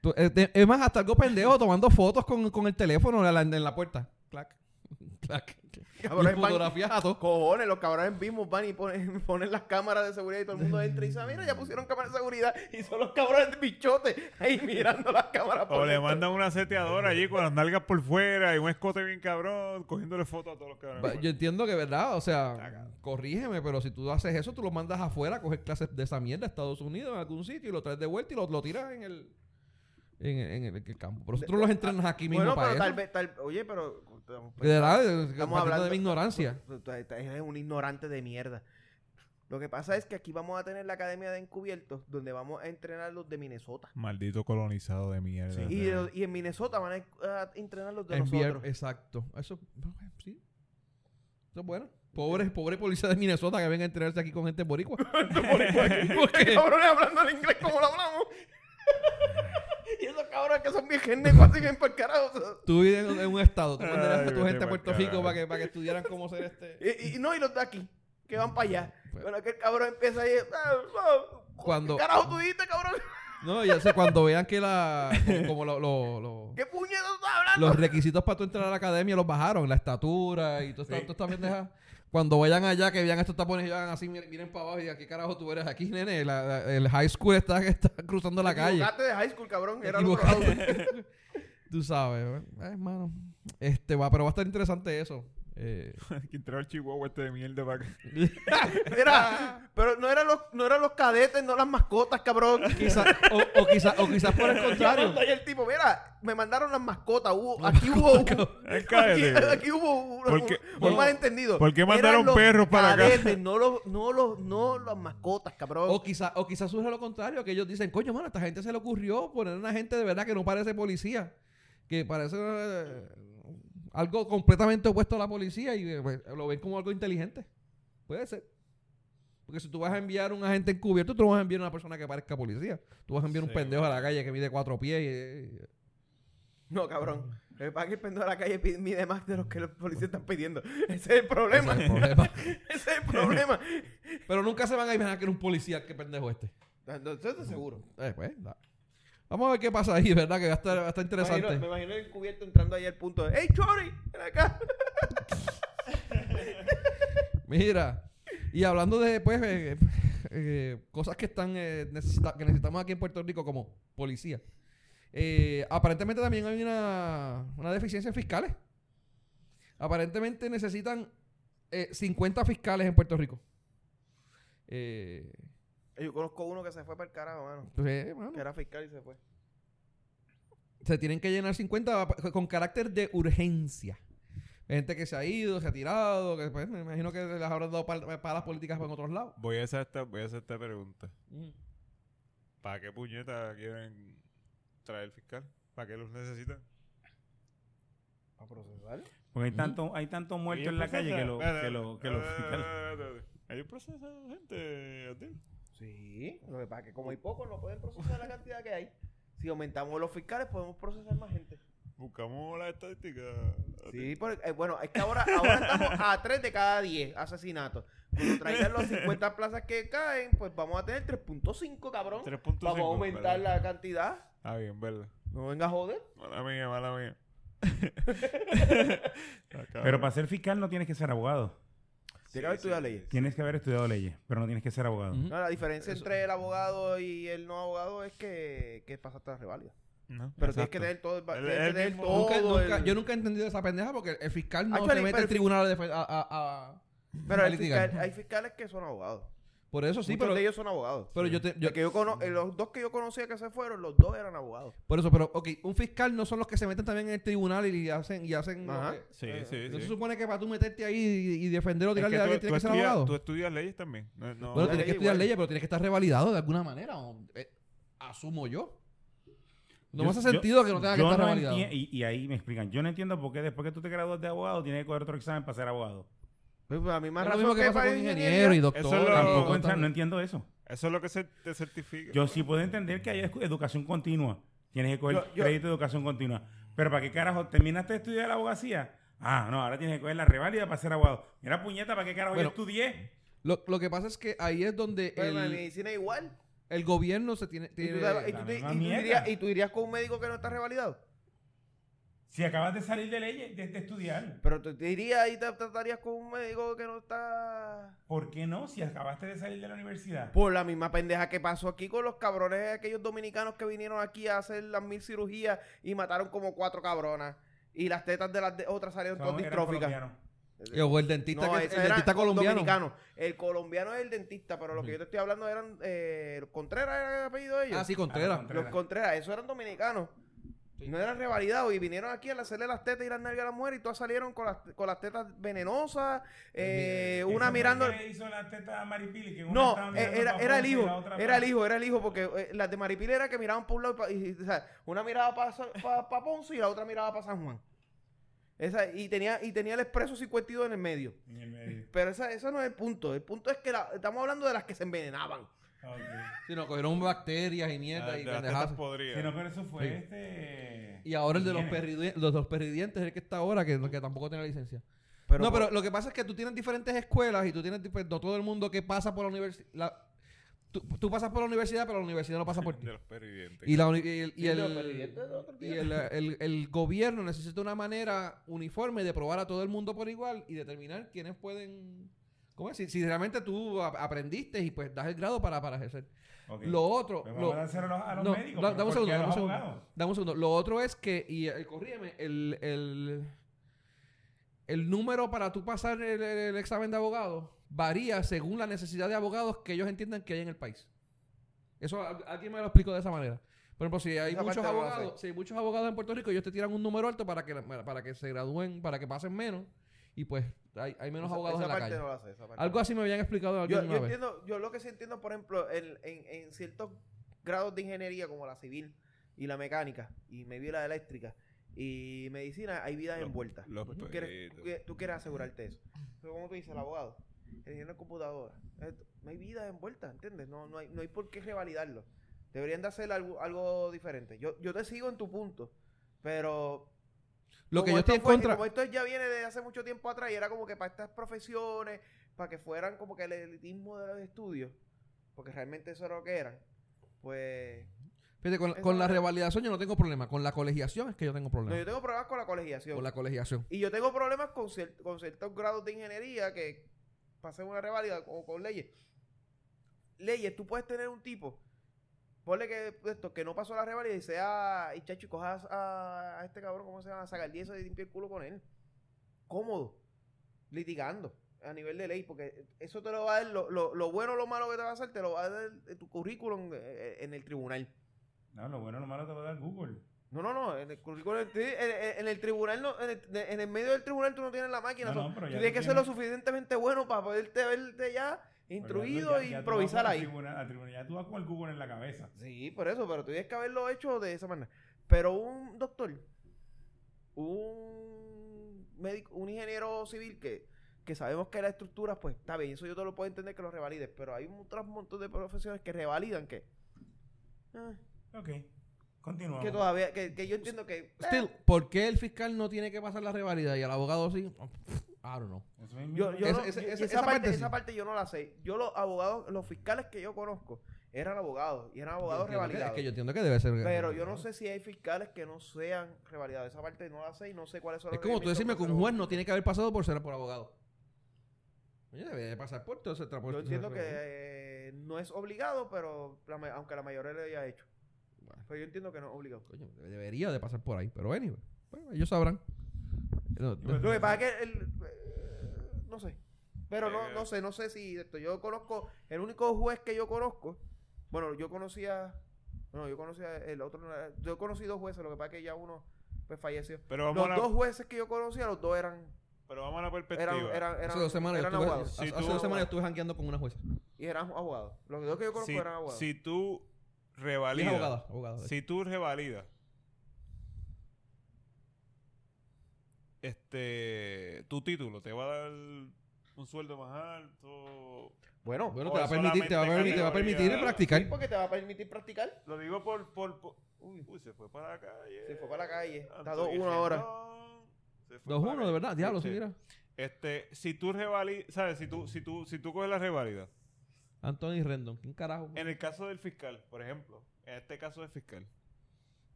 Speaker 2: Tú- eh, te- es más, hasta algo pendejo tomando fotos con, con el teléfono en la, en la puerta. Clac. Clac.
Speaker 3: Cabrón,
Speaker 2: Y
Speaker 3: pan-
Speaker 2: fotografías a todo.
Speaker 3: Cojones, los cabrones mismos van y ponen, ponen las cámaras de seguridad y todo el mundo entra y dice, mira, ya pusieron cámaras de seguridad y son los cabrones de bichotes ahí mirando las cámaras.
Speaker 6: O
Speaker 3: por
Speaker 6: le
Speaker 3: dentro.
Speaker 6: mandan una seteadora allí con las nalgas por fuera y un escote bien cabrón, cogiéndole fotos a todos los
Speaker 2: Ba-
Speaker 6: cabrones.
Speaker 2: Yo entiendo que, ¿verdad? O sea, corrígeme, pero si tú haces eso, tú lo mandas afuera a coger clases de esa mierda a Estados Unidos, en algún sitio, y lo traes de vuelta y lo, lo tiras en el, en, en el, en el campo. Pero si tú no los entrenas aquí mismo
Speaker 3: Ah, Bueno,
Speaker 2: para
Speaker 3: pero
Speaker 2: eso.
Speaker 3: tal vez, tal, oye, pero...
Speaker 2: De verdad, eh, partiendo
Speaker 3: Estamos hablando
Speaker 2: de mi ignorancia.
Speaker 3: Tú- tú- tú Eres un ignorante de mierda. Lo que pasa es que aquí vamos a tener la academia de encubiertos donde vamos a entrenar los de Minnesota.
Speaker 6: Maldito colonizado de mierda.
Speaker 4: Sí.
Speaker 3: Y, de- y en Minnesota van a, a entrenar los de
Speaker 2: Enviar-
Speaker 3: nosotros.
Speaker 2: exacto. Eso, sí. Eso es bueno. Pobre, pobre policía de Minnesota que venga a entrenarse aquí con gente boricua. Porque-
Speaker 3: cabrones hablando el inglés como lo hablamos. y esos cabrones que son bien genecos así bien por carajo.
Speaker 2: Tú vives en en un estado, tú mandarás a
Speaker 6: Ay,
Speaker 2: tu
Speaker 6: vete
Speaker 2: gente a
Speaker 6: pa'l
Speaker 2: Puerto Rico
Speaker 6: carajo.
Speaker 2: para que, para que estudiaran cómo ser este.
Speaker 3: Y, y no, y los de aquí, que van para allá.
Speaker 2: Pues-
Speaker 3: Bueno, aquel cabrón empieza ahí. "Ah, ah,
Speaker 2: Cuando-
Speaker 3: ¿Qué carajo tú dijiste, cabrón?
Speaker 2: No, ya sé, cuando vean que la. Como, como lo- lo- lo-
Speaker 3: ¿Qué puñetas estás hablando?
Speaker 2: los requisitos para tú entrar a la academia los bajaron, la estatura y todo esta,
Speaker 4: Sí.
Speaker 2: toda esta pendeja. Cuando vayan allá, que vean estos tapones y hagan así, miren, miren para abajo y digan, ¿qué carajo tú eres aquí, nene? La- la- el high school está, está cruzando la
Speaker 3: Te
Speaker 2: calle.
Speaker 3: equivocaste de high school, cabrón.
Speaker 2: Te
Speaker 3: Era lo
Speaker 2: equivocaste. Tú sabes, eh, hermano. Este va, pero va a estar interesante eso. Eh,
Speaker 6: Que entró el chihuahua este de mierda para acá.
Speaker 3: Mira, pero no eran los, no eran los cadetes, no las mascotas, cabrón.
Speaker 2: quizá- o, o quizá- o quizás por el contrario.
Speaker 3: Y el tipo, mira, me mandaron las mascotas. Hubo, aquí hubo.
Speaker 6: Es
Speaker 3: Aquí,
Speaker 6: cadete, güey.
Speaker 3: aquí hubo un,
Speaker 6: ¿Por qué?
Speaker 3: un- un
Speaker 6: Bueno,
Speaker 3: malentendido.
Speaker 6: ¿por qué
Speaker 3: Eran
Speaker 6: mandaron
Speaker 3: los
Speaker 6: perros para acá?
Speaker 3: cadetes, No los, no los, no las mascotas, cabrón.
Speaker 2: O quizás o quizá surge lo contrario, que ellos dicen, coño, mano, a esta gente se le ocurrió poner una gente de verdad que no parece policía, que parece eh, algo completamente opuesto a la policía y eh, pues, lo ven como algo inteligente. Puede ser. Porque si tú vas a enviar un agente encubierto, tú no vas a enviar una persona que parezca policía. Tú vas a enviar un
Speaker 6: Sí,
Speaker 2: pendejo a la calle que mide cuatro pies. y- eh, y-
Speaker 3: No, cabrón. Lo que pasa es que el pendejo de la calle pide- mide más de los que los policías están pidiendo. Ese es el problema.
Speaker 2: ese es el problema.
Speaker 3: Ese es el problema.
Speaker 2: Pero nunca se van a imaginar que era un policía, qué pendejo este.
Speaker 3: Entonces, de seguro.
Speaker 2: Eh, pues, da. Vamos a ver qué pasa ahí, ¿verdad? Que va a estar, va a estar
Speaker 3: Me imagino,
Speaker 2: interesante.
Speaker 3: me imagino el cubierto entrando ahí al punto de: ¡Hey, Chori! ¡Ven acá!
Speaker 2: Mira, y hablando de pues, eh, eh, cosas que están eh, necesita- que necesitamos aquí en Puerto Rico como policía. eh, aparentemente también hay una, una deficiencia en fiscales. Aparentemente necesitan eh, 50 fiscales en Puerto Rico. Eh,
Speaker 3: Yo conozco uno que se fue para el carajo, mano.
Speaker 2: pues, eh, mano,
Speaker 3: Que era fiscal y se fue.
Speaker 2: se tienen que llenar 50 pa- con carácter de urgencia. Gente que se ha ido, se ha tirado, que pues, me imagino que les habrán dado pal- palas políticas en otros lados.
Speaker 6: Voy a hacer esta, voy a hacer esta pregunta.
Speaker 2: Mm.
Speaker 6: ¿Para qué puñeta quieren traer el fiscal? ¿Para qué los necesitan?
Speaker 3: ¿A procesar?
Speaker 4: Porque hay tanto, hay tanto muerto en la calle que lo, que lo, que
Speaker 3: eh,
Speaker 4: lo
Speaker 6: Ellos procesan gente, Adil.
Speaker 3: Sí. Lo que pasa es que como hay pocos, no pueden procesar la cantidad que hay. Si aumentamos los fiscales, podemos procesar más gente.
Speaker 6: Buscamos las estadísticas.
Speaker 3: Sí, pero, eh, bueno, es que ahora, ahora estamos a 3 de cada 10 asesinatos. Cuando traigan las 50 plazas que caen, pues vamos a tener 3.5, cabrón.
Speaker 6: 3.5.
Speaker 3: Vamos a aumentar
Speaker 6: ¿verdad?
Speaker 3: la cantidad.
Speaker 6: Ah, bien, verdad.
Speaker 3: No venga a joder.
Speaker 6: Mala mía, mala mía.
Speaker 3: eh.
Speaker 4: Pero para ser fiscal no tienes que ser abogado.
Speaker 3: Tiene que haber estudiado leyes.
Speaker 4: Tienes que haber estudiado leyes, pero no tienes que ser abogado.
Speaker 2: Ujú.
Speaker 3: No, la diferencia entre el abogado y el no abogado es que, que pasa hasta la revalida.
Speaker 6: No,
Speaker 3: Pero tienes
Speaker 6: exacto.
Speaker 3: que tener todo el... ba-
Speaker 6: El-
Speaker 3: Tienes que
Speaker 6: el
Speaker 3: tener
Speaker 6: mismo-
Speaker 3: todo
Speaker 2: Nunca- nunca-
Speaker 3: el-
Speaker 2: Yo nunca he entendido esa pendeja porque el fiscal no
Speaker 3: Actually,
Speaker 2: se mete
Speaker 3: pero
Speaker 2: al
Speaker 3: el fi-
Speaker 2: tribunal de defen- a, a- a-
Speaker 3: Pero
Speaker 2: a
Speaker 3: hay,
Speaker 2: litigar.
Speaker 3: fiscal- hay fiscales que son abogados.
Speaker 2: Por eso sí,
Speaker 3: Muchos
Speaker 2: pero,
Speaker 3: de ellos son abogados.
Speaker 2: pero yo, te- yo-
Speaker 3: El que yo cono- eh, los dos que yo conocía que se fueron, los dos eran abogados.
Speaker 2: Por eso, pero, ok, un fiscal no son los que se meten también en el tribunal y hacen. Y hacen lo
Speaker 3: Ajá.
Speaker 2: que-
Speaker 6: Sí,
Speaker 2: eh,
Speaker 6: sí,
Speaker 2: ¿No
Speaker 6: sí.
Speaker 2: se supone que para tú meterte ahí y, y defender o
Speaker 6: Es que
Speaker 2: tirarle a alguien
Speaker 6: tú, tú
Speaker 2: tienes que ser
Speaker 6: estudias-
Speaker 2: abogado?
Speaker 6: tú estudias leyes también. No, no-
Speaker 3: la
Speaker 2: bueno, tienes que
Speaker 3: ley
Speaker 2: estudiar
Speaker 3: igual.
Speaker 2: leyes, pero tienes que estar revalidado de alguna manera. o- eh, asumo yo. No
Speaker 4: Yo-
Speaker 2: me hace sentido que no tenga que
Speaker 4: Yo
Speaker 2: estar
Speaker 4: no
Speaker 2: revalidado.
Speaker 4: enti- y, y ahí me explican. Yo no entiendo por qué después que tú te gradúas de abogado tienes que coger otro examen para ser abogado.
Speaker 3: Pues, pues, a mí más
Speaker 2: Es lo
Speaker 3: razón
Speaker 2: mismo que pasa
Speaker 3: para
Speaker 2: con
Speaker 3: ingeniería.
Speaker 2: ingeniero y
Speaker 6: Eso
Speaker 2: doctor.
Speaker 6: es lo-
Speaker 2: tampoco
Speaker 4: Tampoco
Speaker 6: no,
Speaker 4: entra-
Speaker 2: están-
Speaker 4: no entiendo eso.
Speaker 6: eso es lo que se te certifica.
Speaker 4: Yo sí puedo entender que hay escu- educación continua. Tienes que coger
Speaker 3: Yo- yo-
Speaker 4: crédito de educación continua. Pero ¿para qué carajo terminaste de estudiar la abogacía? Ah, no, ahora tienes que coger la reválida para ser abogado. Mira, puñeta, ¿para qué carajo
Speaker 2: Bueno.
Speaker 4: yo estudié?
Speaker 2: Lo, lo que pasa es que ahí es donde
Speaker 3: Pero en
Speaker 2: el,
Speaker 3: medicina igual.
Speaker 2: el gobierno se tiene.
Speaker 3: Y Pues, tú,
Speaker 2: tiene-
Speaker 3: te- y
Speaker 4: la
Speaker 3: tú te-
Speaker 4: misma
Speaker 3: y tú
Speaker 4: mierda.
Speaker 3: irías, y tú irías con un médico que no está revalidado.
Speaker 4: Si acabas de salir de leyes, de, de estudiar.
Speaker 3: Pero tú te irías y te tratarías con un médico que no está.
Speaker 4: ¿Por qué no? Si acabaste de salir de la universidad.
Speaker 3: Por la misma pendeja que pasó aquí con los cabrones, aquellos dominicanos que vinieron aquí a hacer las mil cirugías y mataron como cuatro cabronas. Y las tetas de las de- otras salieron
Speaker 4: Son-
Speaker 3: todas
Speaker 4: eran
Speaker 3: distróficas.
Speaker 4: colombianos.
Speaker 2: o el dentista,
Speaker 3: No,
Speaker 2: que-
Speaker 3: ese
Speaker 2: el
Speaker 3: era
Speaker 2: dentista colombiano.
Speaker 3: dominicano. El colombiano es el dentista, pero lo que
Speaker 2: Ujú.
Speaker 3: yo te estoy hablando eran. Eh, Contreras era el apellido de ellos.
Speaker 2: Ah, sí, Contreras.
Speaker 4: Ah,
Speaker 3: Los Contreras, esos eran dominicanos. No eran revalidados y vinieron aquí a hacerle las tetas y las nalgas a las mujeres y todas salieron con las, con las tetas venenosas. eh,
Speaker 4: Eso
Speaker 3: una
Speaker 4: fue
Speaker 3: mirando.
Speaker 4: que le hizo la teta a Maripili, que una
Speaker 3: No,
Speaker 4: estaba
Speaker 3: eh,
Speaker 4: mirando
Speaker 3: era,
Speaker 4: para
Speaker 3: era el
Speaker 4: Ponce y
Speaker 3: hijo,
Speaker 4: la otra
Speaker 3: era
Speaker 4: para-
Speaker 3: el hijo, era el hijo, porque eh, las de Maripil era que miraban por un lado, y pa- y, o sea, una miraba para Ponce y la otra miraba para San Juan. Esa, y, tenía, y tenía el expreso 52 en el medio.
Speaker 4: En el medio.
Speaker 3: Pero esa, eso no es el punto. El punto es que la- estamos hablando de las que se envenenaban.
Speaker 4: Ah, ok.
Speaker 2: Sí, no, cogieron bacterias y
Speaker 6: Ah,
Speaker 2: mierda y
Speaker 6: de las tetas
Speaker 2: pendejadas.
Speaker 6: podridas.
Speaker 4: Sí, no, pero eso fue
Speaker 2: Sí.
Speaker 4: este.
Speaker 2: Y ahora el de los,
Speaker 4: Higiene.
Speaker 2: perridien- los, los perridientes es el que está ahora, que, que tampoco tiene licencia. no, pero lo que pasa es que tú tienes diferentes escuelas y tú tienes. dif- No todo el mundo que pasa por la universidad. Tú, tú pasas por la universidad, pero la universidad no pasa por ti.
Speaker 6: De los perridientes.
Speaker 2: Y, la uni- y el, y
Speaker 3: Sí,
Speaker 2: el-
Speaker 3: los perridientes de otro
Speaker 2: y el- el- el gobierno necesita una manera uniforme de probar a todo el mundo por igual y determinar quiénes pueden. ¿Cómo es? Si, si realmente tú a- aprendiste y pues das el grado para, para ejercer.
Speaker 4: Ok.
Speaker 2: Lo otro.
Speaker 4: Pues
Speaker 2: lo-
Speaker 4: vamos a dárselo a los, a los
Speaker 2: no,
Speaker 4: médicos.
Speaker 2: da-
Speaker 4: pero
Speaker 2: dame un
Speaker 4: ¿por
Speaker 2: segundo,
Speaker 4: qué a
Speaker 2: dame un
Speaker 4: los
Speaker 2: segundo.
Speaker 4: abogados?
Speaker 2: Dame un segundo. Lo otro es que, y eh, corrígeme, el, el, el número para tú pasar el, el- el examen de abogado varía según la necesidad de abogados que ellos entiendan que hay en el país. Eso al- alguien me lo explicó de esa manera. Por ejemplo, si hay
Speaker 3: Esa
Speaker 2: muchos
Speaker 3: parte no la sé.
Speaker 2: abogados, si hay muchos abogados en Puerto Rico, ellos te tiran un número alto para que la- para que se gradúen, para que pasen menos, y pues hay, hay menos
Speaker 3: Esa-
Speaker 2: abogados
Speaker 3: esa
Speaker 2: en la
Speaker 3: parte
Speaker 2: calle.
Speaker 3: no la sé, esa parte
Speaker 2: Algo
Speaker 3: no.
Speaker 2: así me habían explicado alguien
Speaker 3: Yo,
Speaker 2: una
Speaker 3: yo
Speaker 2: vez.
Speaker 3: entiendo, yo lo que sí entiendo, por ejemplo, en, en- en ciertos grados de ingeniería como la civil y la mecánica y me vi la eléctrica y medicina, hay vidas
Speaker 6: Los-
Speaker 3: envueltas.
Speaker 6: los
Speaker 3: tú, quieres,
Speaker 6: peritos.
Speaker 3: tú quieres- tú quieres asegurarte eso. Pero como tú dices, el abogado, el ingeniero de computadora, eh, no hay vidas envueltas, ¿entiendes? No, no, hay, no hay por qué revalidarlo. Deberían de hacer algo, algo diferente. Yo, yo te sigo en tu punto, pero
Speaker 2: Lo que
Speaker 3: como
Speaker 2: yo
Speaker 3: esto
Speaker 2: estoy en
Speaker 3: fue-
Speaker 2: contra.
Speaker 3: Como esto ya viene de hace mucho tiempo atrás y era como que para estas profesiones, para que fueran como que el elitismo de los estudios, porque realmente eso era lo que eran, pues...
Speaker 2: Fíjate, con,
Speaker 3: Eso
Speaker 2: con
Speaker 3: no
Speaker 2: la
Speaker 3: era-
Speaker 2: revalidación yo no tengo problema. Con la colegiación es que yo tengo
Speaker 3: No, yo
Speaker 2: problema.
Speaker 3: tengo problemas con la colegiación.
Speaker 2: con la colegiación.
Speaker 3: Y yo tengo problemas con, cier- con ciertos grados de ingeniería que pasen una reválida o con leyes. Leyes, tú puedes tener un tipo, ponle que esto, que no pasó la reválida y sea, y chacho, y cojas a, a este cabrón, ¿cómo se llama? Sacar 10 y limpia el culo con él. Cómodo, litigando a nivel de ley, porque eso te lo va a dar, lo, lo, lo bueno o lo malo que te va a hacer, te lo va a dar tu currículum eh, en el tribunal.
Speaker 4: No, lo bueno lo malo te va a dar Google.
Speaker 3: No, no, no. En el currículum, en, en- en el tribunal, no, en, el, en el medio del tribunal tú no tienes la máquina.
Speaker 4: No,
Speaker 3: so-
Speaker 4: no,
Speaker 3: tú
Speaker 4: pero ya
Speaker 3: tienes
Speaker 4: tú
Speaker 3: que ser lo
Speaker 4: tienes-
Speaker 3: suficientemente bueno para poderte verte ya instruido
Speaker 4: Porque
Speaker 3: e
Speaker 4: ya- ya tú
Speaker 3: improvisar
Speaker 4: vas con el
Speaker 3: ahí.
Speaker 4: tribunal- al tribunal ya tú vas con el Google en la cabeza.
Speaker 3: Sí, por eso, pero tú tienes que haberlo hecho de esa manera. Pero un doctor, un médico, un ingeniero civil que, que sabemos que la estructura, pues está bien, eso yo te lo puedo entender que lo revalides, pero hay otros montón de profesiones que revalidan que. ah,
Speaker 4: Ok. Continuamos.
Speaker 3: que todavía, que, que yo entiendo que. eh,
Speaker 2: Still, ¿por qué el fiscal no tiene que pasar la revalida y el abogado sí? I don't know.
Speaker 4: Eso mismo.
Speaker 3: Yo, yo
Speaker 2: Ese-
Speaker 3: no-
Speaker 2: ese-
Speaker 3: yo- esa,
Speaker 2: ese- esa
Speaker 3: parte,
Speaker 2: parte sí.
Speaker 3: esa parte yo no la sé. Yo los abogados, los fiscales que yo conozco eran abogados y eran abogados
Speaker 2: Yo entiendo que-
Speaker 3: revalidados.
Speaker 2: es que yo entiendo que debe ser.
Speaker 3: pero yo no sé si hay fiscales que no sean revalidados. Esa parte no la sé y no sé cuáles son
Speaker 2: Es
Speaker 3: los
Speaker 2: como tú decirme
Speaker 3: requerimientos
Speaker 2: que un juez no tiene que haber pasado por ser por abogado. Oye, debe de pasar por todo ese trapo.
Speaker 3: Yo entiendo que eh, no es obligado, pero la ma- aunque la mayoría lo haya hecho. Pero yo entiendo que no es obligado.
Speaker 2: Coño, debe- debería de pasar por ahí. Pero anyway,
Speaker 3: Pues,
Speaker 2: bueno, ellos sabrán. No, no.
Speaker 4: Yo-
Speaker 3: Lo que pasa es que el- eh, no sé. Pero no,
Speaker 6: Eh,
Speaker 3: no sé, no sé si esto. Yo conozco, el único juez que yo conozco, bueno, yo conocía, no, yo conocía el otro, no era- yo conocí dos jueces, lo que pasa es que ya uno pues falleció.
Speaker 6: Pero
Speaker 3: Los
Speaker 6: vamos, a
Speaker 3: dos
Speaker 6: la,
Speaker 3: jueces que yo conocía, los dos eran,
Speaker 6: pero vamos a la perspectiva.
Speaker 3: eran, eran, eran,
Speaker 2: hace dos semanas yo
Speaker 3: eran
Speaker 2: estuve,
Speaker 3: abogados.
Speaker 6: Sí,
Speaker 2: hace- hace
Speaker 6: tú-
Speaker 2: dos semanas yo estuve jangueando con una jueza.
Speaker 3: Y eran abogados. Los dos que yo conozco
Speaker 6: si,
Speaker 3: eran abogados.
Speaker 6: si tú
Speaker 2: Y es
Speaker 6: revalidas.
Speaker 2: abogada, abogada.
Speaker 6: Si tú revalidas. Este. Tu título te va a dar un sueldo más alto.
Speaker 3: Bueno,
Speaker 2: Bueno,
Speaker 6: o
Speaker 2: te va, a
Speaker 6: es
Speaker 2: permitir, te, va a
Speaker 6: solamente
Speaker 2: permitir, te va a
Speaker 6: categoría-
Speaker 2: permitir practicar.
Speaker 3: sí, porque te va a permitir practicar.
Speaker 6: Lo digo por. por, por- uy, uy, se fue para la calle.
Speaker 3: Se fue para la calle. Está
Speaker 6: Antonio
Speaker 3: 2-1 ahora.
Speaker 6: Rendón, se fue para
Speaker 2: 2-1,
Speaker 6: la
Speaker 2: de
Speaker 6: calle.
Speaker 2: verdad. Diablo,
Speaker 6: Sí.
Speaker 2: sí, mira.
Speaker 6: Este, si tú revalidas, ¿sabes? Si tú, si tú, si tú coges la revalida,
Speaker 2: Anthony Rendon. ¿Quién carajo?
Speaker 6: en el caso del fiscal, por ejemplo, en este caso del fiscal,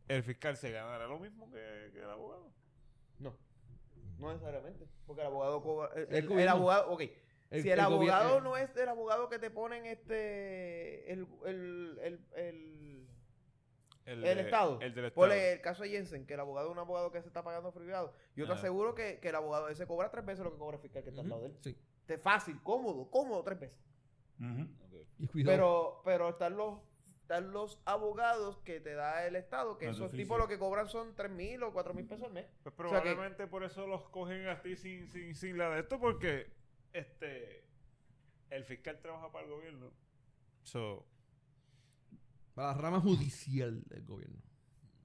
Speaker 6: el fiscal se ganará lo mismo que, que el abogado.
Speaker 3: No necesariamente. Porque el abogado cobra. El,
Speaker 2: El
Speaker 3: el- el
Speaker 2: gobierno.
Speaker 3: abogado. Ok.
Speaker 2: El-
Speaker 3: si el,
Speaker 2: el gobier-
Speaker 3: abogado
Speaker 2: eh,
Speaker 3: no es el abogado que te ponen este. El. El. El. el
Speaker 6: El,
Speaker 3: el
Speaker 6: de-
Speaker 3: Estado.
Speaker 6: El del Estado.
Speaker 3: Ponle el caso de Jensen, que el abogado es un abogado que se está pagando privado. Yo te
Speaker 6: Ajá.
Speaker 3: aseguro que, que el abogado ese cobra tres veces lo que cobra el fiscal que está al lado de él.
Speaker 2: Sí.
Speaker 3: Te- fácil, cómodo, cómodo tres veces.
Speaker 4: Ujú.
Speaker 2: Y cuidado.
Speaker 3: Pero, pero están los están los abogados que te da el Estado, que
Speaker 4: Más
Speaker 3: esos
Speaker 4: oficio.
Speaker 3: tipos lo que cobran son tres mil o cuatro mil pesos al mes. sea
Speaker 6: Pues
Speaker 3: que-
Speaker 6: probablemente por eso los cogen a ti sin, sin, sin la de esto, porque este el fiscal trabaja para el gobierno. So,
Speaker 2: Para la rama judicial del gobierno.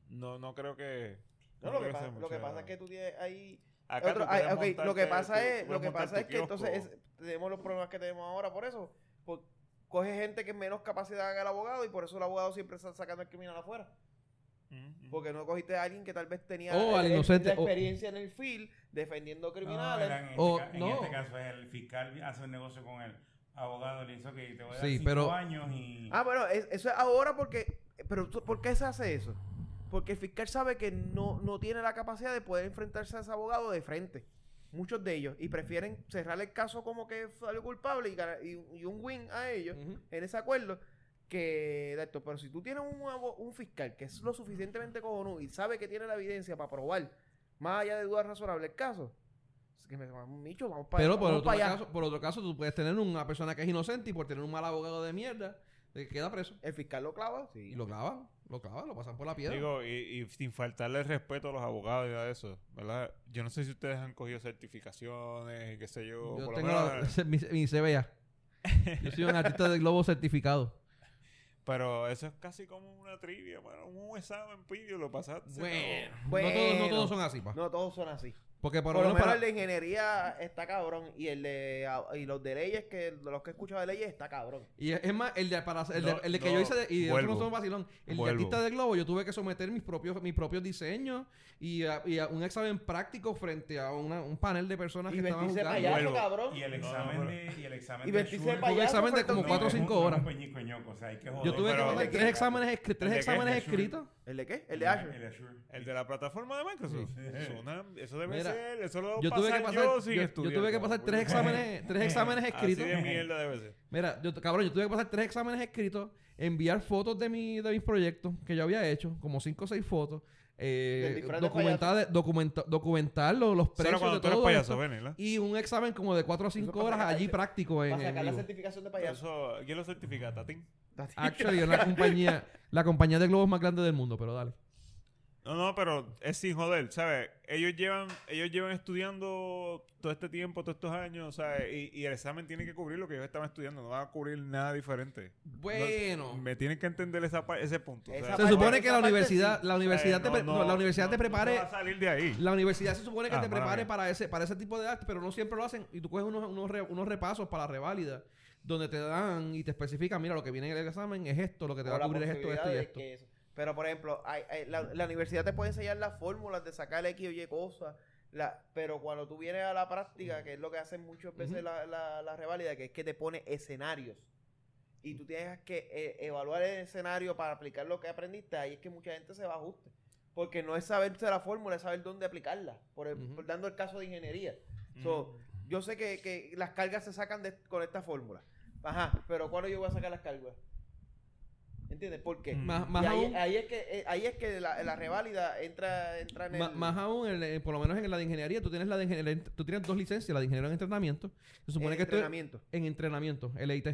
Speaker 6: no, no creo que.
Speaker 3: No, lo, que
Speaker 6: creo
Speaker 3: pasa,
Speaker 6: sea
Speaker 3: lo que
Speaker 6: mucha-
Speaker 3: pasa es que tú tienes ahí
Speaker 6: Acá
Speaker 3: Otro-
Speaker 6: tú puedes
Speaker 3: ah, ok, lo que
Speaker 6: montarte-
Speaker 3: pasa
Speaker 6: tú
Speaker 3: es, lo
Speaker 6: puedes
Speaker 3: que
Speaker 6: montar
Speaker 3: pasa
Speaker 6: tu
Speaker 3: es que entonces
Speaker 6: kiosco.
Speaker 3: es- tenemos los problemas que tenemos ahora por eso. Por- coge gente que menos capacidad haga el abogado y por eso el abogado siempre está sacando al criminal afuera.
Speaker 6: Mm, mm.
Speaker 3: Porque no cogiste a alguien que tal vez tenía
Speaker 2: O al
Speaker 3: el- el-
Speaker 2: inocente,
Speaker 3: la
Speaker 2: o-
Speaker 3: experiencia en el field defendiendo
Speaker 4: No,
Speaker 3: criminales.
Speaker 4: era en, este
Speaker 2: O-
Speaker 4: ca- en
Speaker 2: no.
Speaker 4: este caso es el fiscal hace un negocio con el abogado, le hizo que te voy a dar
Speaker 2: Sí,
Speaker 4: cinco
Speaker 2: pero-
Speaker 4: años y...
Speaker 3: Ah, bueno, es- eso es ahora porque... Pero tú- ¿por qué se hace eso? Porque el fiscal sabe que no, no tiene la capacidad de poder enfrentarse a ese abogado de frente. Muchos de ellos. Y prefieren cerrar el caso como que salió culpable y, ganar- y, y un win a ellos
Speaker 2: Ujú.
Speaker 3: en ese acuerdo. Que de esto, pero si tú tienes un, abo- un fiscal que es lo suficientemente cojonudo y sabe que tiene la evidencia para probar, más allá de dudas razonables, el caso, es que me un micho, vamos para
Speaker 2: Pero por
Speaker 3: vamos
Speaker 2: otro,
Speaker 3: pa' allá.
Speaker 2: caso, por otro caso, tú puedes tener una persona que es inocente y por tener un mal abogado de mierda, te queda preso.
Speaker 3: El fiscal lo clava,
Speaker 2: Y lo clavan, lo clavan, lo pasan por la piedra.
Speaker 6: Digo, y, y sin faltarle el respeto a los abogados y nada de eso, ¿verdad? Yo no sé si ustedes han cogido certificaciones y qué sé yo.
Speaker 2: Yo
Speaker 6: por lo
Speaker 2: tengo
Speaker 6: menos-
Speaker 2: la- mi, mi CBA. Yo soy un artista de globo certificado.
Speaker 6: Pero eso es casi como una trivia, mano. Un examen pidio, lo pasaste. se
Speaker 2: Bueno,
Speaker 6: acabó.
Speaker 3: Bueno.
Speaker 2: No, todos, no todos son así, pa.
Speaker 3: No todos son así.
Speaker 2: Porque por,
Speaker 3: Por lo menos
Speaker 2: para,
Speaker 3: el de ingeniería está cabrón y el de a- y los de leyes que los que he escuchado de leyes está cabrón.
Speaker 2: Y es es más, el de, para, el de-
Speaker 6: No,
Speaker 2: el de que
Speaker 6: no,
Speaker 2: yo hice, de- y eso no
Speaker 6: vuelvo.
Speaker 2: somos vacilón, el de
Speaker 6: Vuelvo.
Speaker 2: artista de globo, yo tuve que someter mis propios, mis propios diseños y, a, y a un examen práctico frente a una- un panel de personas
Speaker 3: Y
Speaker 2: que estaban
Speaker 3: vestirse de
Speaker 2: jugando.
Speaker 3: payaso,
Speaker 6: Vuelvo.
Speaker 3: cabrón.
Speaker 4: Y el
Speaker 6: No, no,
Speaker 4: examen
Speaker 6: pero-
Speaker 4: de... Y el examen
Speaker 3: Y
Speaker 4: de
Speaker 3: vestirse de
Speaker 4: Schultz-
Speaker 3: payaso
Speaker 2: Un examen de
Speaker 3: frente a un
Speaker 2: como cuatro o
Speaker 4: es un-
Speaker 2: cinco
Speaker 4: no es
Speaker 2: horas.
Speaker 4: un peñico, ñoco, o sea, hay que joder.
Speaker 2: Yo tuve que
Speaker 6: Pero-
Speaker 2: poner tres exámenes, escri- tres
Speaker 6: de qué?
Speaker 2: exámenes
Speaker 4: De sur.
Speaker 2: escritos.
Speaker 3: ¿El de qué? El de Asher.
Speaker 4: El Azure.
Speaker 6: El de la plataforma de Microsoft.
Speaker 4: Sí.
Speaker 6: Eso, una- eso debe
Speaker 2: Mira,
Speaker 6: ser. Eso lo
Speaker 2: Yo tuve, que pasar,
Speaker 6: yo
Speaker 2: yo,
Speaker 6: sin
Speaker 2: yo
Speaker 6: estudiar,
Speaker 2: tuve que
Speaker 6: cabrón.
Speaker 2: pasar tres exámenes, tres exámenes escritos.
Speaker 6: Así de mierda debe ser.
Speaker 2: Mira, yo, cabrón, yo tuve que pasar tres exámenes escritos, enviar fotos de, mi, de mis proyectos que yo había hecho, como cinco o seis fotos,
Speaker 3: Del
Speaker 2: eh,
Speaker 3: disfraz de
Speaker 2: documentar, documenta- documentar los, los
Speaker 6: Solo
Speaker 2: precios de
Speaker 6: cuando tú eres
Speaker 2: todo
Speaker 6: payaso,
Speaker 2: esto.
Speaker 6: ven, ¿verdad?
Speaker 2: y un examen como de 4 a 5
Speaker 3: para
Speaker 2: horas
Speaker 3: sacar-
Speaker 2: allí práctico en,
Speaker 3: Para sacar
Speaker 2: en
Speaker 3: la
Speaker 2: vivo.
Speaker 3: certificación de payaso.
Speaker 6: Eso, ¿Quién lo certifica? ¿Tatín?
Speaker 2: Actually, es la compañía, la compañía de globos más grande del mundo, pero dale.
Speaker 6: No, no, pero es sin joder, ¿sabes? Ellos llevan, ellos llevan estudiando todo este tiempo, todos estos años, ¿sabes? Y, y el examen tiene que cubrir lo que ellos estaban estudiando, no va a cubrir nada diferente.
Speaker 2: Bueno.
Speaker 6: Me tienen que entender esa pa- ese punto.
Speaker 3: Esa
Speaker 6: ¿sabes?
Speaker 2: se
Speaker 3: parte-
Speaker 2: supone que
Speaker 3: esa
Speaker 2: la
Speaker 3: parte
Speaker 2: universidad,
Speaker 3: sí.
Speaker 2: la universidad, te,
Speaker 6: Eh,
Speaker 2: pre- no, la universidad te
Speaker 6: no,
Speaker 2: prepare,
Speaker 6: No va a salir de ahí.
Speaker 2: la universidad se supone que
Speaker 6: Ah,
Speaker 2: te
Speaker 6: mala
Speaker 2: prepare
Speaker 6: mía.
Speaker 2: para ese, para ese tipo de actos, pero no siempre lo hacen. Y tú coges unos, unos, re- unos repasos para la reválida, donde te dan y te especifican, mira, lo que viene en el examen es esto, lo que te
Speaker 3: O
Speaker 2: va a
Speaker 3: la
Speaker 2: cubrir es esto,
Speaker 3: posibilidad
Speaker 2: esto y
Speaker 3: de
Speaker 2: esto.
Speaker 3: que eso. Pero, por ejemplo, hay- hay- la, la universidad te puede enseñar las fórmulas de sacar X o Y cosas. La, pero cuando tú vienes a la práctica, que es lo que hacen muchas veces
Speaker 2: Ujú.
Speaker 3: la, la, la reválida, que es que te pone escenarios. Y tú tienes que eh, evaluar el escenario para aplicar lo que aprendiste. Ahí es que mucha gente se va a ajuste. Porque no es saberse la fórmula, es saber dónde aplicarla. Por, el-
Speaker 2: Ujú.
Speaker 3: por dando el caso de ingeniería. So, yo sé que, que las cargas se sacan de- con esta fórmula. Ajá, pero ¿cuándo yo voy a sacar las cargas? ¿Entiendes? ¿Por qué?
Speaker 2: Más,
Speaker 3: Y
Speaker 2: más
Speaker 3: ahí,
Speaker 2: aún,
Speaker 3: ahí es que, eh, ahí es que la, la reválida entra, entra en el...
Speaker 2: ma- más aún en- en- por lo menos en la de ingeniería, tú tienes, la de ingenier- tú tienes dos licencias, la de ingeniero en entrenamiento. Se supone
Speaker 3: en
Speaker 2: que esto es-
Speaker 3: entrenamiento.
Speaker 2: en entrenamiento, LIT.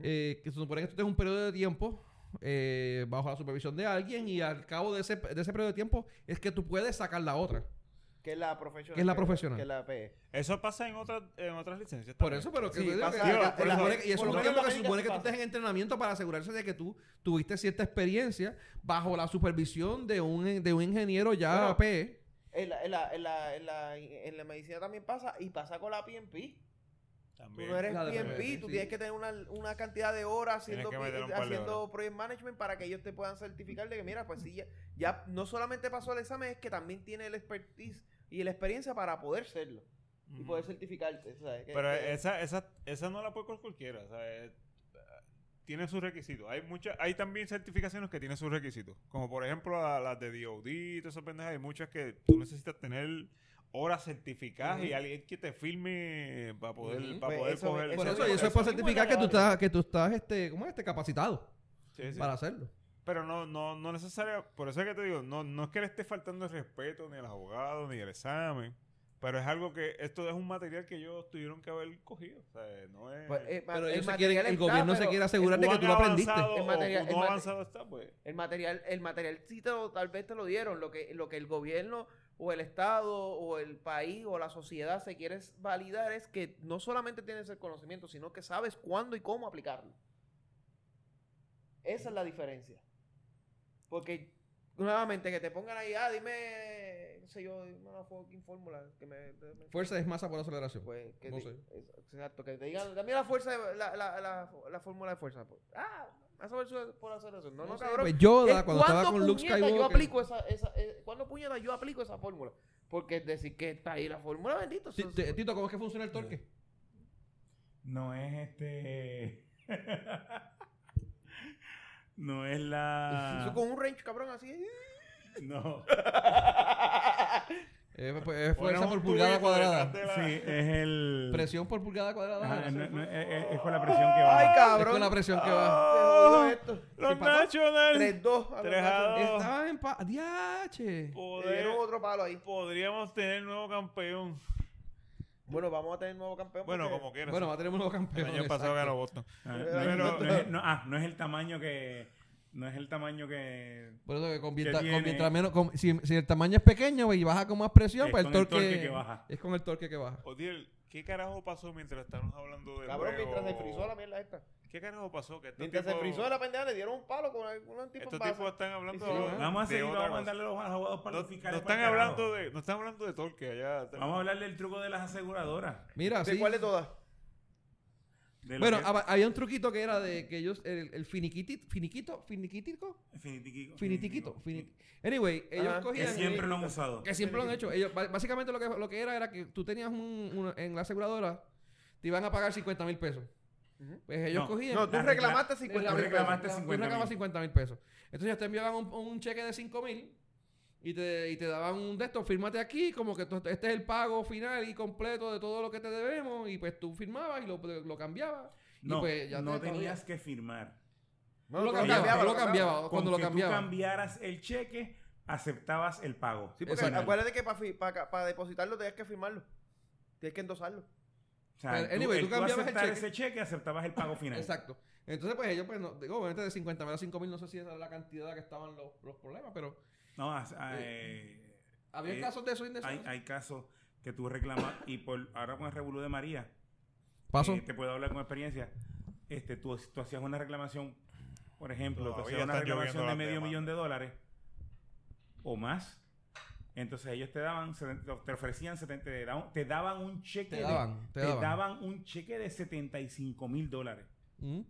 Speaker 2: Eh, que se supone que tú tienes un periodo de tiempo eh, bajo la supervisión de alguien y al cabo de ese, de ese periodo de tiempo es que tú puedes sacar la otra.
Speaker 3: Que es la profesional.
Speaker 2: que es la profesional.
Speaker 3: Que es la E. PE.
Speaker 6: Eso pasa en, otras en otras licencias.
Speaker 2: Por
Speaker 6: también.
Speaker 2: eso, pero que
Speaker 3: Sí,
Speaker 2: yo digo que-
Speaker 3: pasa-
Speaker 2: que-
Speaker 6: Digo, por
Speaker 2: se
Speaker 6: eso-
Speaker 2: supone que- y se
Speaker 3: por lo
Speaker 2: supone
Speaker 3: menos en la
Speaker 2: que se supone que
Speaker 3: América
Speaker 2: tú
Speaker 3: sí
Speaker 2: estés en entrenamiento para asegurarse de que tú tuviste cierta experiencia bajo la supervisión de un, de un ingeniero ya
Speaker 3: Bueno,
Speaker 2: PE.
Speaker 3: En la, en, la, en, la, en, la, en la medicina también pasa y pasa con la PMP. Tú
Speaker 6: También.
Speaker 3: no eres
Speaker 2: La de
Speaker 3: PMP,
Speaker 2: PMP,
Speaker 3: tú
Speaker 2: sí.
Speaker 3: tienes que tener una, una cantidad de horas
Speaker 6: Tienes
Speaker 3: haciendo,
Speaker 6: que
Speaker 3: pi-
Speaker 6: meter un par de
Speaker 3: haciendo project management para que ellos te puedan certificar de que, mira, pues sí, ya, ya no solamente pasó el examen, es que también tiene el expertise y la experiencia para poder serlo y
Speaker 6: Ujú.
Speaker 3: poder certificarte. ¿sabes? Que-
Speaker 6: Pero
Speaker 3: que-
Speaker 6: esa, esa, esa no la puede coger cualquiera. ¿sabes? Tiene sus requisitos. Hay muchas, hay también certificaciones que tienen sus requisitos. Como por ejemplo la- las de DOD, y todas esas pendejas. Hay muchas que tú necesitas tener horas certificadas y alguien que te firme para poder,
Speaker 2: Ujú.
Speaker 6: para
Speaker 3: Pues
Speaker 6: poder
Speaker 3: eso-
Speaker 6: coger.
Speaker 2: Por
Speaker 3: eso
Speaker 2: eso, y
Speaker 3: mismo-
Speaker 2: eso es para
Speaker 3: eso mismo
Speaker 2: certificar
Speaker 3: es
Speaker 2: que tú
Speaker 3: relevante.
Speaker 2: estás, que tú estás este, ¿cómo es este? capacitado
Speaker 6: Sí, sí.
Speaker 2: para hacerlo.
Speaker 6: Pero no, no, no necesario. Por eso es que te digo, no, no es que le esté faltando el respeto ni al abogado ni al examen. Pero es algo que esto es un material que ellos tuvieron que haber cogido. O sea, no es.
Speaker 3: pues, eh, ma-
Speaker 2: Pero
Speaker 3: el
Speaker 2: ellos se
Speaker 3: material
Speaker 2: quieren- el
Speaker 3: está,
Speaker 2: gobierno se
Speaker 3: pero
Speaker 2: quiere asegurar de que
Speaker 6: ¿Cuán
Speaker 2: tú lo aprendiste.
Speaker 6: avanzado
Speaker 3: El
Speaker 6: o
Speaker 3: material-
Speaker 6: no
Speaker 3: el
Speaker 6: avanzado está, pues.
Speaker 3: El material, el material sí te lo- tal vez te lo dieron, lo que, lo que el gobierno o el Estado o el país o la sociedad se quiere es validar es que no solamente tienes el conocimiento, sino que sabes cuándo y cómo aplicarlo. Esa es la diferencia. Porque nuevamente que te pongan ahí, ah, dime, no sé yo, dime una fucking fórmula que me... me-
Speaker 2: Fuerza es masa por aceleración.
Speaker 3: pues, que
Speaker 2: No
Speaker 3: di-
Speaker 2: sé.
Speaker 3: es- Exacto, que te digan, también la fuerza, de- la, la, la, la fórmula de fuerza. pues, ah, vas a ver su- por hacer eso. No, no,
Speaker 2: No sé,
Speaker 3: cabrón. ¿eh?
Speaker 2: pues Yoda,
Speaker 3: Es
Speaker 2: cuando estaba
Speaker 3: cuándo
Speaker 2: con Luke
Speaker 3: puñeta
Speaker 2: Skywalker.
Speaker 3: Yo aplico esa, esa, eh, ¿Cuándo puñeta yo aplico esa fórmula? Porque es decir que está ahí la fórmula, bendito.
Speaker 2: Ti-
Speaker 3: eso-
Speaker 2: ti- Tito, ¿cómo es que funciona el torque?
Speaker 4: No es este. no es la.
Speaker 6: Ah.
Speaker 3: eso con un range, cabrón, así. eh,
Speaker 4: No.
Speaker 2: Eh, pues, es fuerza
Speaker 6: Pones
Speaker 2: por
Speaker 6: un
Speaker 2: pulgada
Speaker 6: tubito
Speaker 2: cuadrada.
Speaker 6: detrás de la-
Speaker 4: Sí, es el.
Speaker 2: Presión por pulgada cuadrada.
Speaker 4: Ajá,
Speaker 2: Es
Speaker 4: no, no, es, es- es con la presión que va.
Speaker 3: Ay,
Speaker 2: con
Speaker 3: cabrón.
Speaker 2: la presión que Ah, va.
Speaker 6: Oh.
Speaker 3: Se jodió esto.
Speaker 6: Ah, Los
Speaker 2: ¿Sí pasó?
Speaker 6: Nationals
Speaker 3: 3-2. a los
Speaker 6: Tres a
Speaker 3: Nationals.
Speaker 6: dos.
Speaker 2: Estaba en pa... ¡Diache!
Speaker 3: Le
Speaker 6: poder-
Speaker 3: dieron otro palo ahí.
Speaker 6: podríamos tener nuevo campeón.
Speaker 3: Bueno, vamos a tener nuevo campeón.
Speaker 6: Bueno,
Speaker 3: porque-
Speaker 6: como quieras.
Speaker 2: Bueno, va a tener un nuevo
Speaker 6: el
Speaker 2: campeón.
Speaker 6: año pasado ganó
Speaker 2: exacto.
Speaker 6: Boston.
Speaker 4: Ah, no, es- no- no es- no- ah, no es el tamaño que. No es el tamaño que.
Speaker 2: Por eso que con mientras-
Speaker 4: Que
Speaker 2: con
Speaker 4: tiene-
Speaker 2: mientras menos, con- si, si el tamaño es pequeño y baja con más presión,
Speaker 4: Es
Speaker 2: pues el
Speaker 4: con el
Speaker 2: torque,
Speaker 4: torque que baja.
Speaker 2: es con el torque que baja.
Speaker 6: Odiel, ¿qué carajo pasó mientras estábamos hablando de
Speaker 3: Cabrón, mientras se
Speaker 6: juego?
Speaker 3: frizó la mierda esta.
Speaker 6: ¿Qué carajo pasó? Que estos
Speaker 3: Mientras se
Speaker 6: tipos-
Speaker 3: frizó la pendeja, le dieron un palo con algún tipo
Speaker 6: Estos
Speaker 3: en base.
Speaker 6: tipos están hablando
Speaker 3: Sí, sí,
Speaker 6: de
Speaker 4: Vamos a seguir, vamos a
Speaker 6: otra cosa.
Speaker 4: mandarle los abogados para
Speaker 6: No,
Speaker 4: los fiscales.
Speaker 6: no
Speaker 4: para
Speaker 6: están
Speaker 4: el carajo.
Speaker 6: hablando de, no están hablando de Torque allá.
Speaker 4: Vamos a hablar del truco de las aseguradoras.
Speaker 2: Mira,
Speaker 3: ¿De
Speaker 2: sí.
Speaker 3: cuál de todas?
Speaker 4: De lo
Speaker 2: Bueno,
Speaker 4: que-
Speaker 2: hab- había un truquito que era de que ellos, el, el finiquiti- finiquito, finiquitico,
Speaker 4: Finitiquico.
Speaker 2: finitiquito, finit- Anyway, ellos
Speaker 3: Ajá.
Speaker 4: Que
Speaker 2: cogían...
Speaker 4: siempre lo han usado.
Speaker 2: Que siempre lo han hecho. Ellos, ba- básicamente lo que, lo que era era que tú tenías un, un- en la aseguradora, te iban a pagar 50 mil pesos.
Speaker 3: Ujú.
Speaker 2: Pues ellos
Speaker 4: No,
Speaker 2: cogían...
Speaker 3: No, tú
Speaker 4: La regla-
Speaker 3: reclamaste
Speaker 2: Tú
Speaker 3: 50 mil pesos.
Speaker 4: reclamaste
Speaker 2: reclamaste
Speaker 4: 50.000.
Speaker 2: 50 mil pesos. Entonces ellos te enviaban un, un cheque de 5 mil y te, y te daban un de estos, fírmate aquí, como que tú- este es el pago final y completo de todo lo que te debemos. Y pues tú firmabas y lo, lo cambiabas. Y
Speaker 4: No,
Speaker 2: pues ya
Speaker 4: no
Speaker 2: te-
Speaker 4: tenías que firmar.
Speaker 2: Tú lo
Speaker 3: tú lo
Speaker 2: cambiabas, tú
Speaker 3: cambiabas,
Speaker 2: lo
Speaker 3: lo cambiabas.
Speaker 2: cambiabas, cuando
Speaker 4: Con
Speaker 2: lo
Speaker 4: que tú
Speaker 2: cambiabas.
Speaker 4: cambiaras el cheque, aceptabas el pago.
Speaker 3: Sí, porque
Speaker 2: Exacto.
Speaker 3: acuérdate que para depositarlo tenías que firmarlo. Tienes que endosarlo.
Speaker 4: O sea,
Speaker 2: Pero,
Speaker 4: tú,
Speaker 2: anyway,
Speaker 4: el
Speaker 2: tú cambiabas el
Speaker 4: aceptar
Speaker 2: cheque.
Speaker 4: ese cheque, aceptabas el pago final.
Speaker 2: Exacto. Entonces, pues ellos, pues, no, digo, obviamente de 50 mil a 5 mil, no sé si esa era la cantidad que estaban los, los problemas, pero
Speaker 4: No, as- eh,
Speaker 2: había
Speaker 4: Eh,
Speaker 2: casos de eso y de eso.
Speaker 4: hay, hay casos que tú reclamas y por ahora con el revolú de María,
Speaker 2: Paso.
Speaker 4: eh, te puedo hablar con experiencia. Este, tú, tú hacías una reclamación, por ejemplo, tú
Speaker 6: Todavía
Speaker 4: hacías una
Speaker 6: están
Speaker 4: reclamación
Speaker 6: lloviendo
Speaker 4: de
Speaker 6: las
Speaker 4: medio
Speaker 6: demandas.
Speaker 4: millón de dólares o más. Entonces ellos te daban, seten- te ofrecían, seten- te daban, te daban un cheque
Speaker 2: te
Speaker 4: de-
Speaker 2: daban, te
Speaker 4: te
Speaker 2: daban.
Speaker 4: daban un cheque de 75 mil dólares.
Speaker 2: Mm.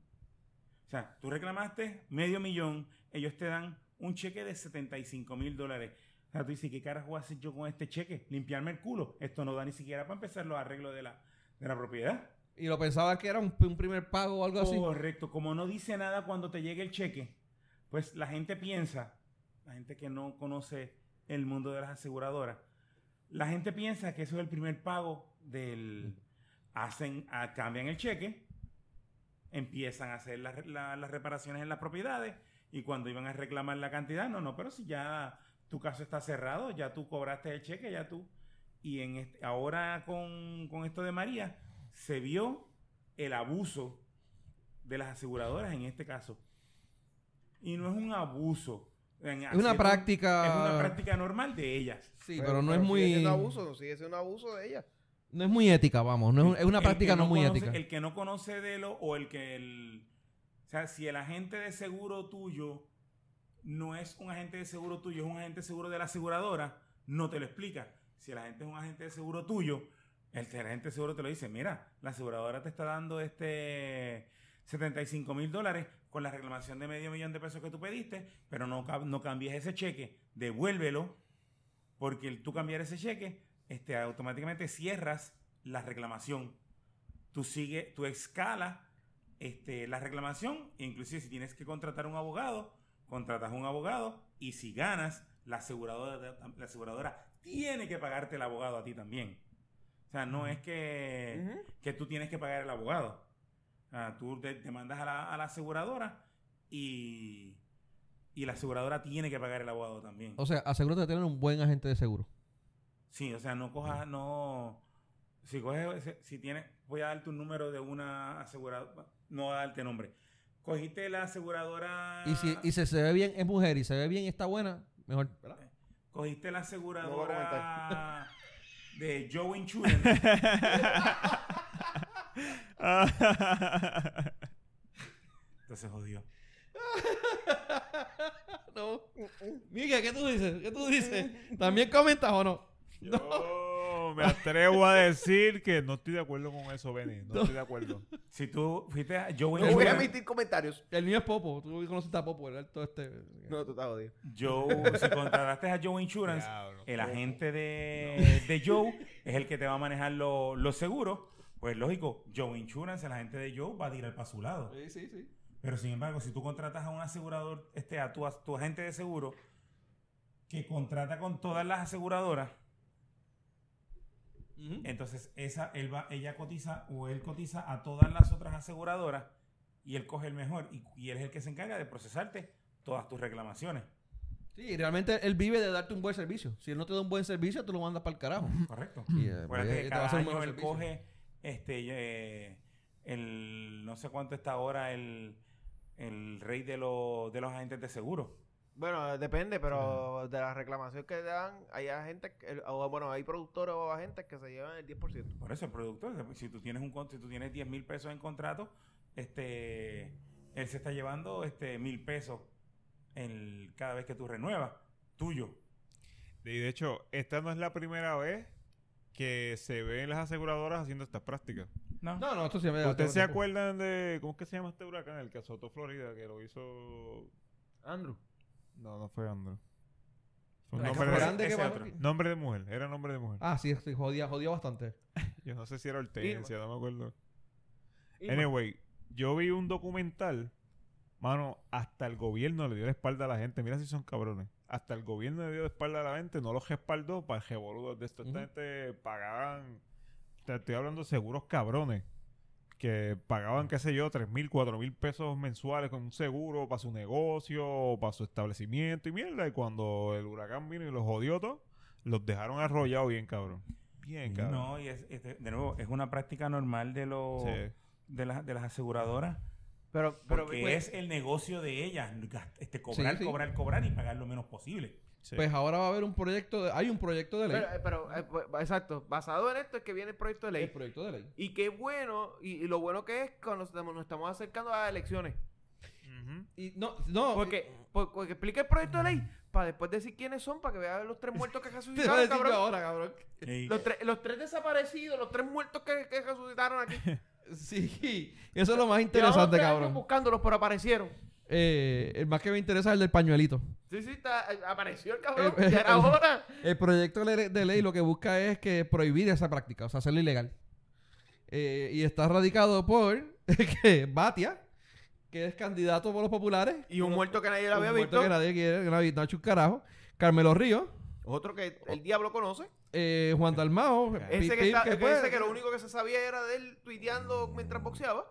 Speaker 4: O sea, tú reclamaste medio millón, ellos te dan un cheque de 75 mil dólares. O sea, tú dices, ¿qué carajo voy a hacer yo con este cheque? ¿Limpiarme el culo? Esto no da ni siquiera para empezar los arreglos de la, de la propiedad.
Speaker 2: Y lo pensaba que era un, un primer pago o algo así.
Speaker 4: Correcto. Como no dice nada cuando te llegue el cheque, pues la gente piensa, la gente que no conoce el mundo de las aseguradoras, la gente piensa que eso es el primer pago del... Hacen, ah, cambian el cheque, empiezan a hacer las re- la- las reparaciones en las propiedades Y cuando iban a reclamar la cantidad, no, no, pero si ya tu caso está cerrado, ya tú cobraste el cheque, ya tú. Y en este- ahora con, con esto de María, se vio el abuso de las aseguradoras en este caso. Y no es un abuso. En-
Speaker 2: Es una
Speaker 4: haciendo-
Speaker 2: práctica.
Speaker 4: Es una práctica normal de ellas.
Speaker 8: Sí, pero, no es
Speaker 1: Pues, Sigue
Speaker 8: muy.
Speaker 1: siendo abuso, sigue siendo abuso de ella.
Speaker 2: No es muy ética, vamos. No es, un- es una
Speaker 4: El que
Speaker 2: práctica no, muy
Speaker 4: conoce-
Speaker 2: ética.
Speaker 4: El que no conoce de lo o el que el... O sea, si el agente de seguro tuyo no es un agente de seguro tuyo, es un agente de seguro de la aseguradora, no te lo explica. Si el agente es un agente de seguro tuyo, el que- el agente de seguro te lo dice, mira, la aseguradora te está dando este 75 mil dólares con la reclamación de medio millón de pesos que tú pediste, pero no, cam- no cambies ese cheque, devuélvelo, porque el tú cambiar ese cheque, este, automáticamente cierras la reclamación. Tú sigue, tu escala este, la reclamación, inclusive si tienes que contratar un abogado, contratas un abogado y si ganas, la aseguradora, la aseguradora tiene que pagarte el abogado a ti también. O sea, no es que, que tú tienes que pagar el abogado. Ah, tú te, te mandas a la, a la aseguradora y, y la aseguradora tiene que pagar el abogado también.
Speaker 2: O sea, asegúrate de tener un buen agente de seguro.
Speaker 4: Sí, o sea, no cojas, no. Si coges, ese- si tienes, voy a darte un número de una aseguradora, no voy a darte nombre. Cogiste la aseguradora.
Speaker 2: Y si y si se ve bien, es mujer y se ve bien y está buena, mejor. ¿verdad?
Speaker 4: Cogiste la
Speaker 1: No voy
Speaker 4: aseguradora de Joe Insurance.
Speaker 6: Ah.
Speaker 4: Entonces jodió.
Speaker 2: No. Miguel, ¿qué tú dices? ¿Qué tú dices? ¿También comentas o no?
Speaker 6: Yo me atrevo a decir que no estoy de acuerdo con eso, Benny. No estoy de acuerdo.
Speaker 4: Si tú fuiste a Joe
Speaker 1: No voy a
Speaker 4: Insurance.
Speaker 1: emitir comentarios.
Speaker 2: El mío es Popo. Tú conociste a Popo, el alto este.
Speaker 1: No, tú estás jodido.
Speaker 4: Joe, si contrataste a Joe Insurance,
Speaker 6: Diablo.
Speaker 4: el agente de, de Joe es el que te va a manejar lo- los seguros. Pues lógico, Joe Insurance, el agente de Joe, va a tirar para su lado.
Speaker 2: Sí, sí, sí.
Speaker 4: Pero sin embargo, si tú contratas a un asegurador, este, a tu, a tu agente de seguro, que contrata con todas las aseguradoras, entonces esa, él va, ella cotiza o él cotiza a todas las otras aseguradoras y él coge el mejor y, y él es el que se encarga de procesarte todas tus reclamaciones.
Speaker 2: Sí, realmente él vive de darte un buen servicio. Si él no te da un buen servicio, tú lo mandas para el carajo.
Speaker 4: Correcto.
Speaker 2: Y, eh, pues,
Speaker 4: Acuérdate
Speaker 2: te va
Speaker 4: que
Speaker 2: a
Speaker 4: cada
Speaker 2: hacer un
Speaker 4: año
Speaker 2: buen
Speaker 4: él
Speaker 2: servicio.
Speaker 4: coge este eh, el no sé cuánto está ahora el, el rey de los de los agentes de seguro.
Speaker 1: Bueno, depende, pero de las reclamaciones que dan, hay agentes, que- el- o, bueno, hay productores o agentes que se llevan el 10%.
Speaker 4: Por eso el productor, si tú tienes un con- si tú tienes 10 mil pesos en contrato, este él se está llevando este mil pesos el, cada vez que tú renuevas, tuyo.
Speaker 6: Y de hecho, esta no es la primera vez que se ven las aseguradoras haciendo estas prácticas.
Speaker 4: ¿No?
Speaker 2: No, no, esto se me
Speaker 6: ¿Ustedes se acuerdan de. ¿Cómo es que se llama este huracán? El que azotó Florida, que lo hizo.
Speaker 8: Andrew.
Speaker 6: No, no fue Andrew. Fue un
Speaker 4: La
Speaker 6: nombre
Speaker 4: Cafaranda.
Speaker 2: grande
Speaker 6: de,
Speaker 2: que
Speaker 4: ese
Speaker 2: va
Speaker 4: otro.
Speaker 6: nombre de mujer, era nombre de mujer.
Speaker 2: Ah, sí, sí, jodía, jodía bastante.
Speaker 6: Yo no sé si era Hortensia, no me acuerdo. Anyway, yo vi un documental. Mano, hasta el gobierno le dio la espalda a la gente. Mira si son cabrones. Hasta el gobierno le dio la espalda a la gente, no los respaldó para que boludos de esto. Esta
Speaker 2: Ujú.
Speaker 6: gente pagaban. Te estoy hablando de seguros cabrones. Que pagaban, qué sé yo, tres mil, cuatro mil pesos mensuales con un seguro para su negocio, o para su establecimiento y mierda. Y cuando el huracán vino y los jodió todo, los dejaron arrollados bien, cabrón. Bien, cabrón.
Speaker 4: No, y es, este, de nuevo, es una práctica normal de los
Speaker 6: Sí.
Speaker 4: de, las- de las aseguradoras.
Speaker 1: Pero, pero,
Speaker 4: Porque
Speaker 1: pues,
Speaker 4: es el negocio de ellas, gast- este, cobrar,
Speaker 2: Sí, sí.
Speaker 4: cobrar, cobrar y pagar lo menos posible.
Speaker 6: Sí.
Speaker 2: Pues ahora va a haber un proyecto de... Hay un proyecto de ley.
Speaker 1: pero, pero, eh, pues, exacto, basado en esto es que viene el proyecto de
Speaker 2: El
Speaker 1: ley.
Speaker 2: proyecto de ley.
Speaker 1: Y qué bueno, y, y lo bueno que es cuando estamos- nos estamos acercando a las elecciones.
Speaker 6: Ujú.
Speaker 2: Y no, no...
Speaker 1: Porque, por- porque explica el proyecto de ley para después decir quiénes son, para que vean los tres muertos que
Speaker 2: Te voy a
Speaker 1: resucitaron,
Speaker 2: decir yo
Speaker 1: cabrón.
Speaker 2: ahora, cabrón.
Speaker 4: Y-
Speaker 1: Los, tres- los tres desaparecidos, los tres muertos que, que resucitaron aquí.
Speaker 2: Sí, eso es lo más
Speaker 1: Llevamos
Speaker 2: interesante,
Speaker 1: tres años
Speaker 2: cabrón.
Speaker 1: buscándolos, pero aparecieron.
Speaker 2: Eh, el más que me interesa es el del pañuelito.
Speaker 1: Sí, sí, está- apareció el cabrón.
Speaker 2: Eh,
Speaker 1: ya era
Speaker 2: eh,
Speaker 1: hora.
Speaker 2: El proyecto de ley- de ley lo que busca es que prohibir esa práctica, o sea, hacerlo ilegal. Eh, y está radicado por que Batia, que es candidato por los populares,
Speaker 1: Y un muerto que nadie lo
Speaker 2: un
Speaker 1: había
Speaker 2: muerto
Speaker 1: visto.
Speaker 2: que nadie quiere, que nadie no ha hecho un carajo, Carmelo Ríos,
Speaker 1: Otro que el diablo conoce.
Speaker 2: eh, Juan Dalmao,
Speaker 1: Ese
Speaker 2: Pipín,
Speaker 1: que, está, que
Speaker 2: pues,
Speaker 1: ese que lo único que se sabía era de él tuiteando mientras boxeaba.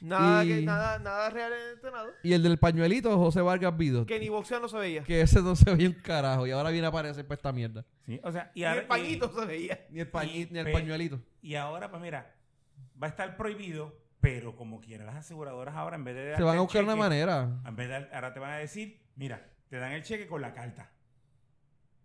Speaker 3: Nada,
Speaker 2: Y-
Speaker 3: que, nada, nada real en este nada.
Speaker 2: Y el del pañuelito, José Vargas Vido.
Speaker 3: Que ni boxeo no se veía.
Speaker 2: Que ese no se veía un carajo. Y ahora viene a aparecer para esta mierda.
Speaker 4: Sí, o sea, y
Speaker 3: Ni
Speaker 4: ahora-
Speaker 3: el pañito se veía.
Speaker 2: Ni el, pañi-
Speaker 4: Y
Speaker 2: ni el
Speaker 4: pe-
Speaker 2: pañuelito.
Speaker 4: Y, y ahora, pues mira, va a estar prohibido, pero como quiera, las aseguradoras ahora, en vez de.
Speaker 2: Se
Speaker 4: darte
Speaker 2: van a
Speaker 4: el
Speaker 2: buscar una
Speaker 4: cheque,
Speaker 2: manera.
Speaker 4: En vez de, dar- ahora te van a decir, mira, te dan el cheque con la carta.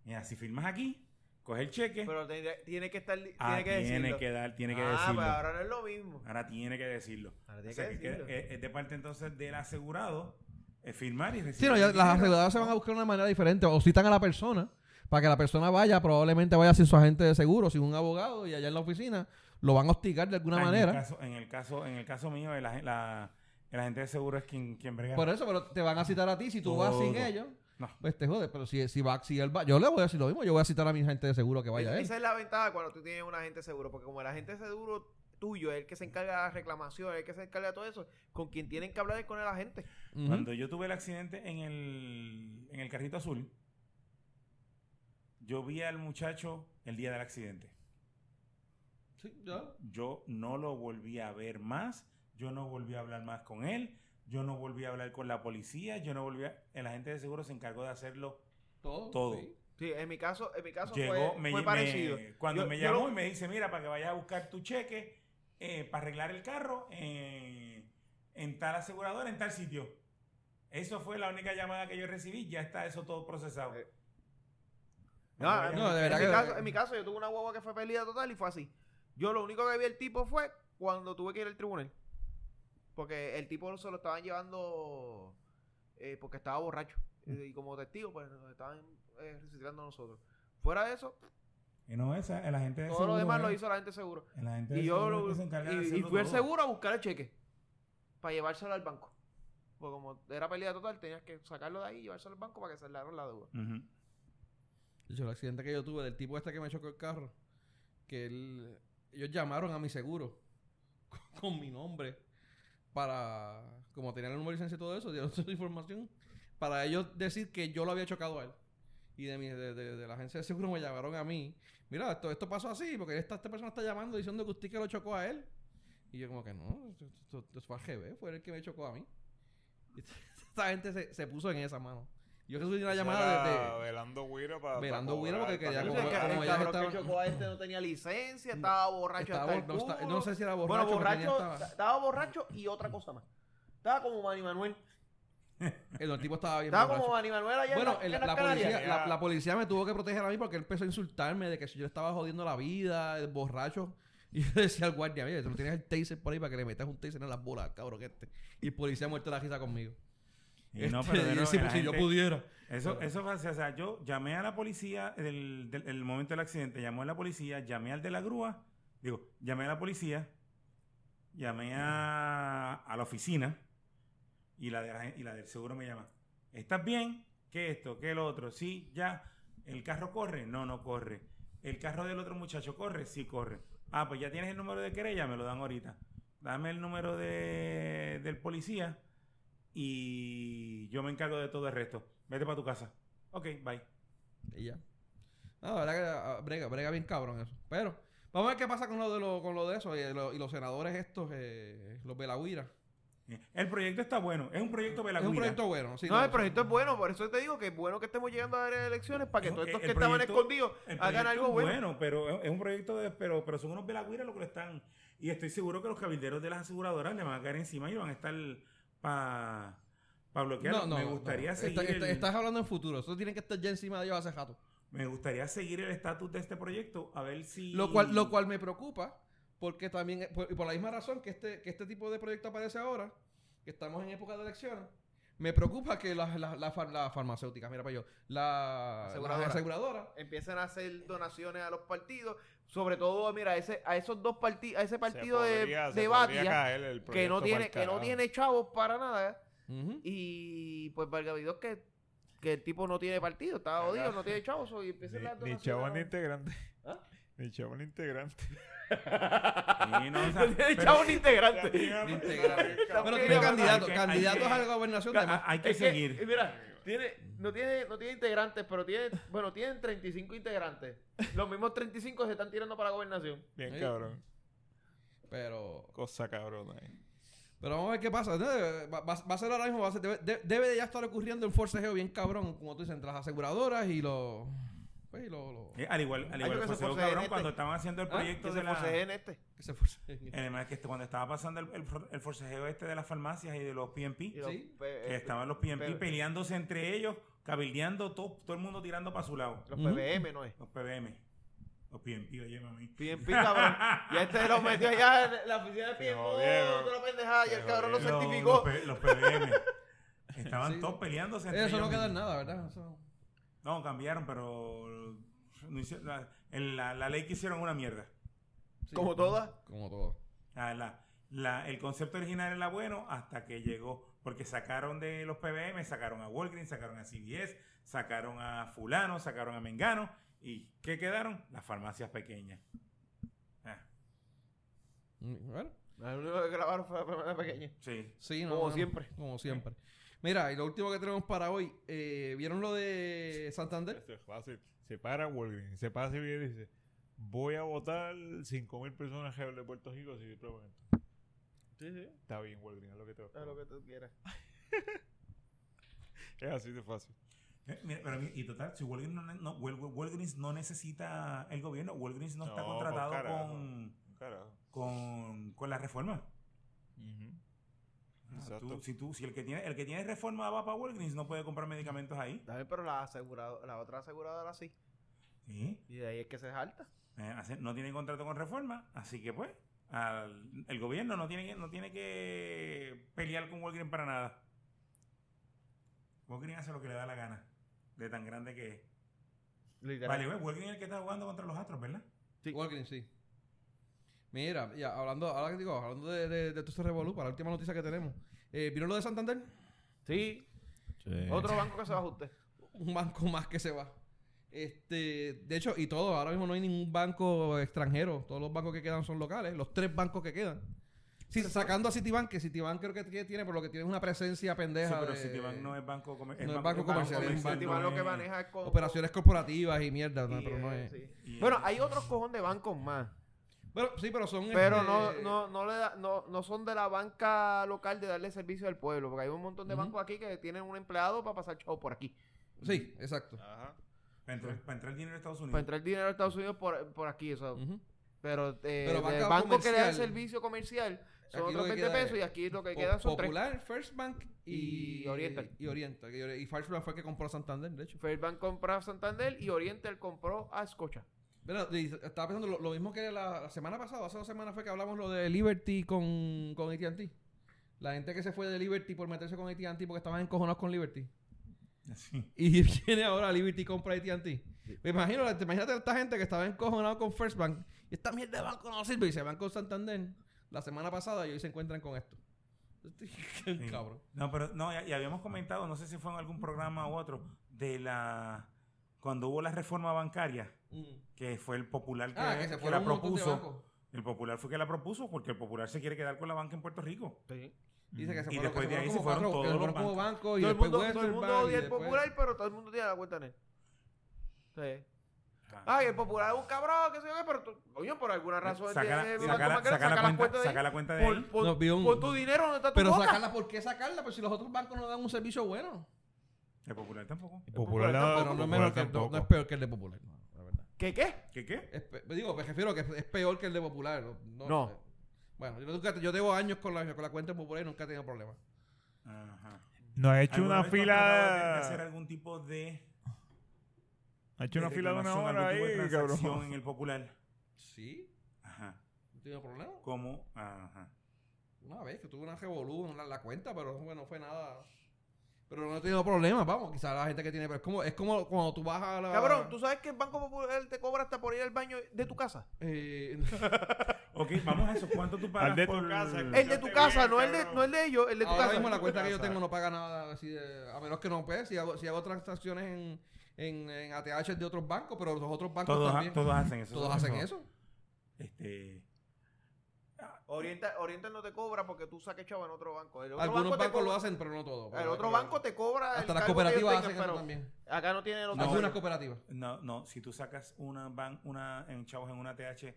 Speaker 4: Mira, si firmas aquí, coge el cheque.
Speaker 3: Pero tendría- tiene que estar. Tiene
Speaker 4: ah,
Speaker 3: que
Speaker 4: tiene
Speaker 3: decirlo.
Speaker 4: que dar, tiene que
Speaker 3: ah,
Speaker 4: decirlo.
Speaker 3: pues
Speaker 4: ahora...
Speaker 3: ahora no es lo mismo.
Speaker 4: tiene que decirlo.
Speaker 3: Ahora
Speaker 4: O
Speaker 3: tiene
Speaker 4: sea,
Speaker 3: que
Speaker 4: que
Speaker 3: decirlo.
Speaker 4: que- es, es de parte entonces del asegurado eh, firmar y recibir.
Speaker 2: Sí, no,
Speaker 4: el
Speaker 2: ya
Speaker 4: dinero.
Speaker 2: las aseguradoras se van a buscar una manera diferente. O citan a la persona para que la persona vaya, probablemente vaya sin su agente de seguro, sin un abogado, y allá en la oficina lo van a hostigar de alguna
Speaker 4: Ah, En el,
Speaker 2: manera.
Speaker 4: caso, en, el caso, en el caso mío, la, la, el agente de seguro es quien, quien brega.
Speaker 2: Por eso, pero te van a citar a ti si tú vas sin
Speaker 4: Todo.
Speaker 2: ellos.
Speaker 4: Ah, No.
Speaker 2: Pues te jode, pero si, si va, si él va, yo le voy a decir lo mismo, yo voy a citar a mi gente de seguro que vaya a él.
Speaker 3: Esa es la ventaja cuando tú tienes un agente seguro, porque como el agente seguro tuyo es el que se encarga de las reclamaciones, el que se encarga de todo eso, con quien tienen que hablar es con el agente.
Speaker 2: Ujú.
Speaker 4: Cuando yo tuve el accidente en el, en el carrito azul, yo vi al muchacho el día del accidente. Yo no lo volví a ver más, yo no volví a hablar más con él, yo no volví a hablar con la policía, yo no volví a... El agente de seguro se encargó de hacerlo
Speaker 2: Todo.
Speaker 4: todo.
Speaker 2: sí.
Speaker 3: Sí, en mi caso, en mi caso
Speaker 4: Llegó,
Speaker 3: fue,
Speaker 4: me,
Speaker 3: fue
Speaker 4: me-
Speaker 3: parecido.
Speaker 4: cuando
Speaker 3: Yo-
Speaker 4: me
Speaker 3: yo lo-
Speaker 4: llamó y me dice, mira, para que vayas a buscar tu cheque eh, para arreglar el carro eh, en tal aseguradora, en tal sitio. Eso fue la única llamada que yo recibí. Ya está eso todo procesado.
Speaker 3: Eh.
Speaker 4: Cuando
Speaker 3: No,
Speaker 4: vayas
Speaker 2: no,
Speaker 4: a-
Speaker 2: de
Speaker 3: en,
Speaker 2: verdad
Speaker 3: mi
Speaker 2: que-
Speaker 3: caso, en mi caso, yo tuve una guagua que fue pelea total y fue así. Yo lo único que vi el tipo fue cuando tuve que ir al tribunal. Porque el tipo se lo estaban llevando eh, porque estaba borracho.
Speaker 2: Mm.
Speaker 3: Y, y como testigo, pues nos estaban eh, registrando a nosotros. Fuera de eso,
Speaker 4: Y no, esa, el agente de
Speaker 3: todo
Speaker 4: seguro,
Speaker 3: lo demás
Speaker 4: ¿verdad?
Speaker 3: lo hizo la gente seguro.
Speaker 4: El agente de
Speaker 3: Y yo
Speaker 4: seguro
Speaker 3: lo-
Speaker 4: es que se encarga de
Speaker 3: y- y
Speaker 4: hacerlo
Speaker 3: fui al
Speaker 4: todo.
Speaker 3: seguro a buscar el cheque para llevárselo al banco. Porque como era pelea total, tenías que sacarlo de ahí y llevárselo al banco para que saldaran la deuda.
Speaker 4: Ujú.
Speaker 2: De hecho, el accidente que yo tuve del tipo este que me chocó el carro, que él, ellos llamaron a mi seguro con, con mi nombre para, como tenían el número de licencia y todo eso, dieron su información, para ellos decir que yo lo había chocado a él. Y de, mi, de, de- de la agencia de seguro me llamaron a mí. Mira, esto, esto pasó así, porque esta, esta persona está llamando diciendo que usted que lo chocó a él. Y yo como que no, esto, esto- esto fue al GB, fue el que me chocó a mí. Y esta gente se, se puso en esa mano. Yo recibí una
Speaker 6: Esa
Speaker 2: llamada de-
Speaker 6: era
Speaker 2: de,
Speaker 6: Velando Guira para.
Speaker 2: Velando Guira porque quería
Speaker 3: Pero
Speaker 2: como-
Speaker 3: es que
Speaker 2: como
Speaker 3: el
Speaker 2: ellas
Speaker 3: cabrón que
Speaker 2: estaban-
Speaker 3: chocó a este no tenía licencia, estaba borracho
Speaker 2: Estaba
Speaker 3: hasta el
Speaker 2: bor- no, está-
Speaker 3: culo.
Speaker 2: no sé si era borracho.
Speaker 3: bueno,
Speaker 2: pero tenía-
Speaker 3: borracho,
Speaker 2: estaba-
Speaker 3: estaba borracho y otra cosa más. Estaba como Manny Manuel.
Speaker 2: el, el tipo estaba bien
Speaker 3: Estaba
Speaker 2: borracho.
Speaker 3: como Manny Manuel allá
Speaker 2: Bueno,
Speaker 3: en, la,
Speaker 2: el-
Speaker 3: en las
Speaker 2: la,
Speaker 3: Canarias.
Speaker 2: policía, la, la policía me tuvo que proteger a mí porque él empezó a insultarme de que si yo le estaba jodiendo la vida, el borracho. Y yo decía al guardia, mira, tú no tienes el taser por ahí para que le metas un taser en las bolas, cabrón este. Y el policía muerto de la risa conmigo.
Speaker 4: Y no,
Speaker 2: Este,
Speaker 4: pero de
Speaker 2: y él
Speaker 4: nuevo,
Speaker 2: sí,
Speaker 4: el
Speaker 2: pues, si yo
Speaker 4: agente-
Speaker 2: pudiera.
Speaker 4: Eso, eso fue así. O sea, yo llamé a la policía del, del- el momento del accidente. Llamó a la policía, llamé al de la grúa. Digo, llamé a la policía, llamé a, a la oficina y la, de la gen- y la del seguro me llama. ¿Estás bien? ¿Qué esto? ¿Qué lo otro? Sí, ya. ¿El carro corre? No, no corre. ¿El carro del otro muchacho corre? Sí, corre. Ah, pues ya tienes el número de querella, me lo dan ahorita. Dame el número de, del policía y yo me encargo de todo el resto. Vete para tu casa. Ok, bye.
Speaker 2: Y ya. No, la verdad que ah, brega, brega bien cabrón eso. Pero, vamos a ver qué pasa con lo de, lo, con lo de eso. Y, lo- y los senadores estos, eh, los Belagüira.
Speaker 4: El proyecto está bueno. Es un proyecto
Speaker 2: Es
Speaker 4: Belagüira.
Speaker 2: un proyecto bueno. sí,
Speaker 3: No, el
Speaker 2: sí.
Speaker 3: proyecto es bueno, por eso te digo que es bueno que estemos llegando a las elecciones para que
Speaker 4: El-
Speaker 3: todos estos
Speaker 4: el
Speaker 3: que estaban
Speaker 4: proyecto-
Speaker 3: escondidos
Speaker 4: El
Speaker 3: hagan
Speaker 4: proyecto
Speaker 3: algo
Speaker 4: es
Speaker 3: bueno.
Speaker 4: pero es- es un proyecto de... Pero, pero son unos Belagüira los que lo están... Y estoy seguro que los cabilderos de las aseguradoras le van a caer encima y van a estar para bloquear.
Speaker 2: No, no,
Speaker 4: me
Speaker 2: no,
Speaker 4: gustaría
Speaker 2: no.
Speaker 4: seguir
Speaker 2: Está- está-
Speaker 4: el-
Speaker 2: Estás hablando en futuro. Eso tienen que estar ya encima de ellos hace rato.
Speaker 4: Me gustaría seguir el estatus de este proyecto a ver si...
Speaker 2: Lo cual, lo cual me preocupa, porque también, por, y por la misma razón que este, que este tipo de proyecto aparece ahora, que estamos en época de elecciones, me preocupa que las las- las far- las farmacéuticas, mira para yo, la,
Speaker 3: Aseguradoras.
Speaker 2: las aseguradoras,
Speaker 3: empiezan a hacer donaciones a los partidos, sobre todo, mira, a ese, a esos dos partidos, a ese partido de, de Batia, que no tiene, que no tiene chavos para nada,
Speaker 2: ujú,
Speaker 3: y pues Valgavidó que, que el tipo no tiene partido, está
Speaker 6: Cagado.
Speaker 3: jodido, no tiene chavos, y empiezan las
Speaker 6: Ni, ni
Speaker 3: donaciones.
Speaker 6: chavo
Speaker 3: a-
Speaker 6: ni integrante.
Speaker 3: ¿Ah?
Speaker 6: Ni chavo ni integrante.
Speaker 4: Sí, no, o sea,
Speaker 3: no tiene
Speaker 4: pero-
Speaker 3: chavos ni integrantes.
Speaker 2: de integrar. Bueno, tiene
Speaker 3: hay que-
Speaker 2: candidatos,
Speaker 4: hay que-
Speaker 2: candidatos a la gobernación de
Speaker 4: Ah,
Speaker 2: más.
Speaker 4: Hay que
Speaker 3: Es que,
Speaker 4: seguir.
Speaker 3: eh, mira, tiene, no, tiene, no tiene integrantes, pero tiene, bueno, tienen 35 integrantes. Los mismos 35 se están tirando para la gobernación.
Speaker 6: Bien
Speaker 2: Sí.
Speaker 6: cabrón.
Speaker 2: Pero,
Speaker 6: Cosa cabrona. eh.
Speaker 2: Pero vamos a ver qué pasa. No, Va, va- va a ser ahora mismo, va a ser- debe, de- debe de ya estar ocurriendo el forcejeo bien cabrón, como tú dices, entre las aseguradoras y los... pues, y los- los-
Speaker 4: Eh, al igual, al
Speaker 3: Ay,
Speaker 4: igual
Speaker 3: yo que
Speaker 4: fue
Speaker 3: se forcejeen
Speaker 4: cabrón
Speaker 3: este.
Speaker 4: cuando estaban haciendo
Speaker 2: ¿Ah?
Speaker 4: el proyecto
Speaker 3: Que
Speaker 4: de
Speaker 3: se
Speaker 4: la...
Speaker 3: forcejeen este.
Speaker 2: que se forceen.
Speaker 4: Además que este- cuando estaba pasando el, el, for- el forcejeo este de las farmacias y de los
Speaker 3: Y
Speaker 4: PMP,
Speaker 3: los-
Speaker 2: Sí.
Speaker 3: pe-
Speaker 4: que
Speaker 3: eh,
Speaker 4: estaban los PMP
Speaker 3: pero-
Speaker 4: peleándose entre ellos, cabildeando, todo, todo el mundo tirando para su lado.
Speaker 3: Los
Speaker 2: Ujú.
Speaker 3: PBM, ¿no es?
Speaker 4: Los PBM. Los PMP, oye, mami.
Speaker 3: PNP, cabrón. Y este lo metió allá en la oficina de PNP.
Speaker 6: jodieron.
Speaker 3: Oh, Otra pendejada. Y el
Speaker 6: Se
Speaker 3: cabrón lo
Speaker 4: Los, los,
Speaker 3: certificó.
Speaker 4: P- los PBM. Estaban
Speaker 2: Sí.
Speaker 4: todos peleándose entre
Speaker 2: Eso no
Speaker 4: ellos
Speaker 2: queda en
Speaker 4: mismos.
Speaker 2: nada, ¿verdad? Eso-
Speaker 4: No, cambiaron, pero... no hicieron- la, en la- la ley que hicieron una mierda.
Speaker 2: sí.
Speaker 3: Como todas.
Speaker 2: Como todo.
Speaker 4: Ah, la- la- el concepto original era bueno hasta que llegó, porque sacaron de los PBM, sacaron a Walgreens, sacaron a CVS, sacaron a fulano, sacaron a Mengano, y ¿qué quedaron? Las farmacias pequeñas. Ah,
Speaker 2: Mm, Bueno,
Speaker 3: Lo único que grabaron fue la primera pequeña.
Speaker 4: sí.
Speaker 2: sí, no,
Speaker 3: Como
Speaker 2: no,
Speaker 3: siempre.
Speaker 2: Como siempre. Mira, y lo último que tenemos para hoy, eh, ¿vieron lo de Santander?
Speaker 6: Esto es fácil. Se para Walgreens, se para Sevilla y dice: Voy a votar 5.000 personas que de Puerto Rico si prueban esto.
Speaker 3: Sí, sí.
Speaker 6: Está bien, Walgreens, es lo que te
Speaker 3: Haz lo que tú quieras.
Speaker 6: Es así de fácil.
Speaker 4: Eh, mira, pero, mi- y total, si Walgreens no, ne- no- Wal- Wal- Walgreens no necesita el gobierno, Walgreens no, está
Speaker 6: No, por
Speaker 4: contratado
Speaker 6: carajo.
Speaker 4: con,
Speaker 6: Carajo.
Speaker 4: con, con la reforma. Ah,
Speaker 6: Exacto.
Speaker 4: tú- si tú, si el que tiene, el que tiene reforma va para Walgreens, no puede comprar medicamentos ahí.
Speaker 3: Dame, pero la asegurado, la otra aseguradora sí.
Speaker 4: Sí.
Speaker 3: Y de ahí es que se salta.
Speaker 4: Eh, hace- no tiene contrato con reforma, así que pues al- el gobierno no tiene, que- no tiene que pelear con Walgreens para nada. Walgreens hace lo que le da la gana, de tan grande que es.
Speaker 3: Literal.
Speaker 4: Vale, güey, Walgreens es el que está jugando contra los Astros, ¿verdad?
Speaker 2: Sí. Walgreens, sí. Mira, ya, hablando, ahora que digo, hablando de, de, de todo este revolú, para la última noticia que tenemos. Eh, ¿Vieron lo de Santander?
Speaker 3: Sí.
Speaker 2: Eh.
Speaker 3: Otro banco que se va a usted.
Speaker 2: un banco más que se va. Este, de hecho, y todo, ahora mismo no hay ningún banco extranjero. Todos los bancos que quedan son locales, los tres bancos que quedan. Sí, sacando a Citibank, que Citibank creo que t- tiene, por lo que tiene una presencia pendeja.
Speaker 4: sí, pero
Speaker 2: de-
Speaker 4: Citibank no es banco, comer-
Speaker 2: no es banco comercial, es un banco.
Speaker 3: Citibank lo
Speaker 4: no
Speaker 3: que
Speaker 4: es-
Speaker 3: maneja es con.
Speaker 2: Operaciones corporativas y mierda, no,
Speaker 3: y,
Speaker 2: pero no
Speaker 3: eh,
Speaker 2: es.
Speaker 3: sí.
Speaker 4: y es-
Speaker 3: Bueno, hay otros cojón de bancos más.
Speaker 2: Bueno, sí, pero son.
Speaker 3: Pero
Speaker 2: este,
Speaker 3: no, no, no, le da- no, no son de la banca local de darle servicio al pueblo. Porque hay un montón de
Speaker 2: Ujú.
Speaker 3: bancos aquí que tienen un empleado para pasar show por aquí.
Speaker 2: Sí, exacto.
Speaker 3: Ah,
Speaker 6: Ajá.
Speaker 4: para, entrar, para entrar el dinero de Estados
Speaker 3: Para
Speaker 4: Unidos.
Speaker 3: entrar el dinero a Estados Unidos por, por aquí. o sea,
Speaker 2: Ujú.
Speaker 3: Pero, eh,
Speaker 2: Pero
Speaker 3: de
Speaker 2: banca
Speaker 3: banco que le da el
Speaker 2: comercial.
Speaker 3: servicio comercial son
Speaker 2: Aquí lo
Speaker 3: otros
Speaker 2: que
Speaker 3: 20
Speaker 2: queda
Speaker 3: pesos
Speaker 2: es
Speaker 3: y aquí lo que
Speaker 2: Po-
Speaker 3: quedan son
Speaker 2: Popular, First Bank y,
Speaker 3: Y Oriental.
Speaker 2: Y Oriental. que Ori- Y First Bank fue el que compró a Santander, de hecho.
Speaker 3: tres. Fairbank compró a Santander y Oriental compró a Escocha.
Speaker 2: Bueno, y estaba pensando lo, lo mismo que la, la semana pasada, hace dos semanas fue que hablamos lo de Liberty con, con ATT. La gente que se fue de Liberty por meterse con ATT porque estaban encojonados con Liberty.
Speaker 4: Sí.
Speaker 2: Y viene ahora Liberty y compra ATT. Me imagino, la- te- imagínate a esta gente que estaba encojonada con First Bank. Y esta mierda de banco no sirve. Y se van con Santander la semana pasada y hoy se encuentran con esto. Qué
Speaker 4: Sí.
Speaker 2: cabrón.
Speaker 4: No, pero no, y, y habíamos comentado, no sé si fue en algún programa u otro, de la cuando hubo la reforma bancaria,
Speaker 2: Mm.
Speaker 4: que fue el popular que,
Speaker 2: Ah, que se
Speaker 4: que
Speaker 2: fueron
Speaker 4: la
Speaker 2: un montón de
Speaker 4: propuso.
Speaker 2: bancos.
Speaker 4: El popular fue que la propuso porque el popular se quiere quedar con la banca en Puerto Rico.
Speaker 2: Dice que se
Speaker 4: Y
Speaker 2: fueron,
Speaker 4: después
Speaker 2: que
Speaker 4: de ahí se
Speaker 2: como
Speaker 4: fueron
Speaker 2: cuatro-
Speaker 4: todos
Speaker 2: que se
Speaker 4: los
Speaker 2: fueron como banco y
Speaker 3: todo el
Speaker 2: después
Speaker 3: mundo, todo el
Speaker 2: Western
Speaker 3: mundo
Speaker 2: Bank y
Speaker 3: odia el
Speaker 2: después-
Speaker 3: popular, pero todo el mundo tiene la cuenta en él. Sí.
Speaker 4: Ah. Eh,
Speaker 3: Ay, el popular es un cabrón, que sé yo qué, pero tú- coño, por alguna razón.
Speaker 4: Saca,
Speaker 3: ese banco
Speaker 4: la- saca la-
Speaker 3: más grande,
Speaker 4: saca la
Speaker 3: las
Speaker 4: cuenta,
Speaker 3: cuentas de ahí.
Speaker 4: saca la cuenta de
Speaker 3: Pon,
Speaker 4: ahí.
Speaker 3: pon-
Speaker 2: No, vi un-
Speaker 3: pon tu dinero donde está tu
Speaker 2: Pero
Speaker 3: boca.
Speaker 2: sacarla, ¿por qué sacarla? Pues si los otros bancos no dan un servicio bueno.
Speaker 4: El popular tampoco.
Speaker 6: Popular,
Speaker 2: pero no es, mejor que, no, no es peor que el de Popular. No, la verdad.
Speaker 3: ¿Qué qué?
Speaker 4: ¿Qué qué?
Speaker 2: Es pe- digo, me refiero que es- es peor que el de Popular. No. no-
Speaker 3: No.
Speaker 2: eh, bueno, yo, nunca, yo debo años con la, con la cuenta de Popular y nunca he tenido problemas.
Speaker 4: Ajá.
Speaker 6: No, ha hecho
Speaker 4: ¿Alguna
Speaker 6: una
Speaker 4: vez tú has tratado de- de
Speaker 6: fila.
Speaker 4: hacer algún tipo de
Speaker 6: Ha hecho
Speaker 4: de
Speaker 6: una fila de una
Speaker 4: reclamación,
Speaker 6: hora
Speaker 4: algún tipo de
Speaker 6: ahí,
Speaker 4: transacción
Speaker 6: cabrón.
Speaker 4: en el popular?
Speaker 2: Sí,
Speaker 4: Ajá.
Speaker 2: no he tenido problemas.
Speaker 4: ¿Cómo? Ajá.
Speaker 2: Una vez que tuve una revolú en la, la cuenta, pero bueno, no fue nada. Pero no he tenido problemas, vamos. Quizás la gente que tiene. Pero es como, es como cuando tú vas a la.
Speaker 3: Cabrón, ¿tú sabes que el Banco Popular te cobra hasta por ir al baño de tu casa?
Speaker 2: Eh,
Speaker 4: Ok, vamos a eso. ¿Cuánto tú pagas
Speaker 6: Al de tu
Speaker 4: por-
Speaker 6: casa, el
Speaker 3: El de tu
Speaker 6: Escuchaste
Speaker 3: casa,
Speaker 6: bien,
Speaker 3: no el de,
Speaker 6: cabrón.
Speaker 3: no el de ellos, el de tu
Speaker 2: Ahora
Speaker 3: casa.
Speaker 2: mismo la cuenta que yo tengo no paga nada así de- a menos que no pues, si hago, si hago transacciones en, en, en ATH de otros bancos, pero los otros bancos
Speaker 4: Todos, ha-
Speaker 2: también.
Speaker 4: todos hacen eso.
Speaker 2: todos hacen eso.
Speaker 4: Este,
Speaker 3: Oriental, Oriental no te cobra porque tú saques chavo en otro banco. El otro
Speaker 2: Algunos
Speaker 3: banco te
Speaker 2: bancos lo
Speaker 3: cobra-
Speaker 2: hacen, pero no todos.
Speaker 3: El
Speaker 2: Pero
Speaker 3: otro
Speaker 2: hay
Speaker 3: banco
Speaker 2: que-
Speaker 3: te cobra. el
Speaker 2: hasta las
Speaker 3: cargo que ellos
Speaker 2: cooperativas
Speaker 3: tengan,
Speaker 2: hacen eso
Speaker 3: pero
Speaker 2: también.
Speaker 3: Acá no tiene los
Speaker 4: No.
Speaker 2: Algunas cooperativas.
Speaker 4: no, no, si tú sacas una ban, una en chavos en una TH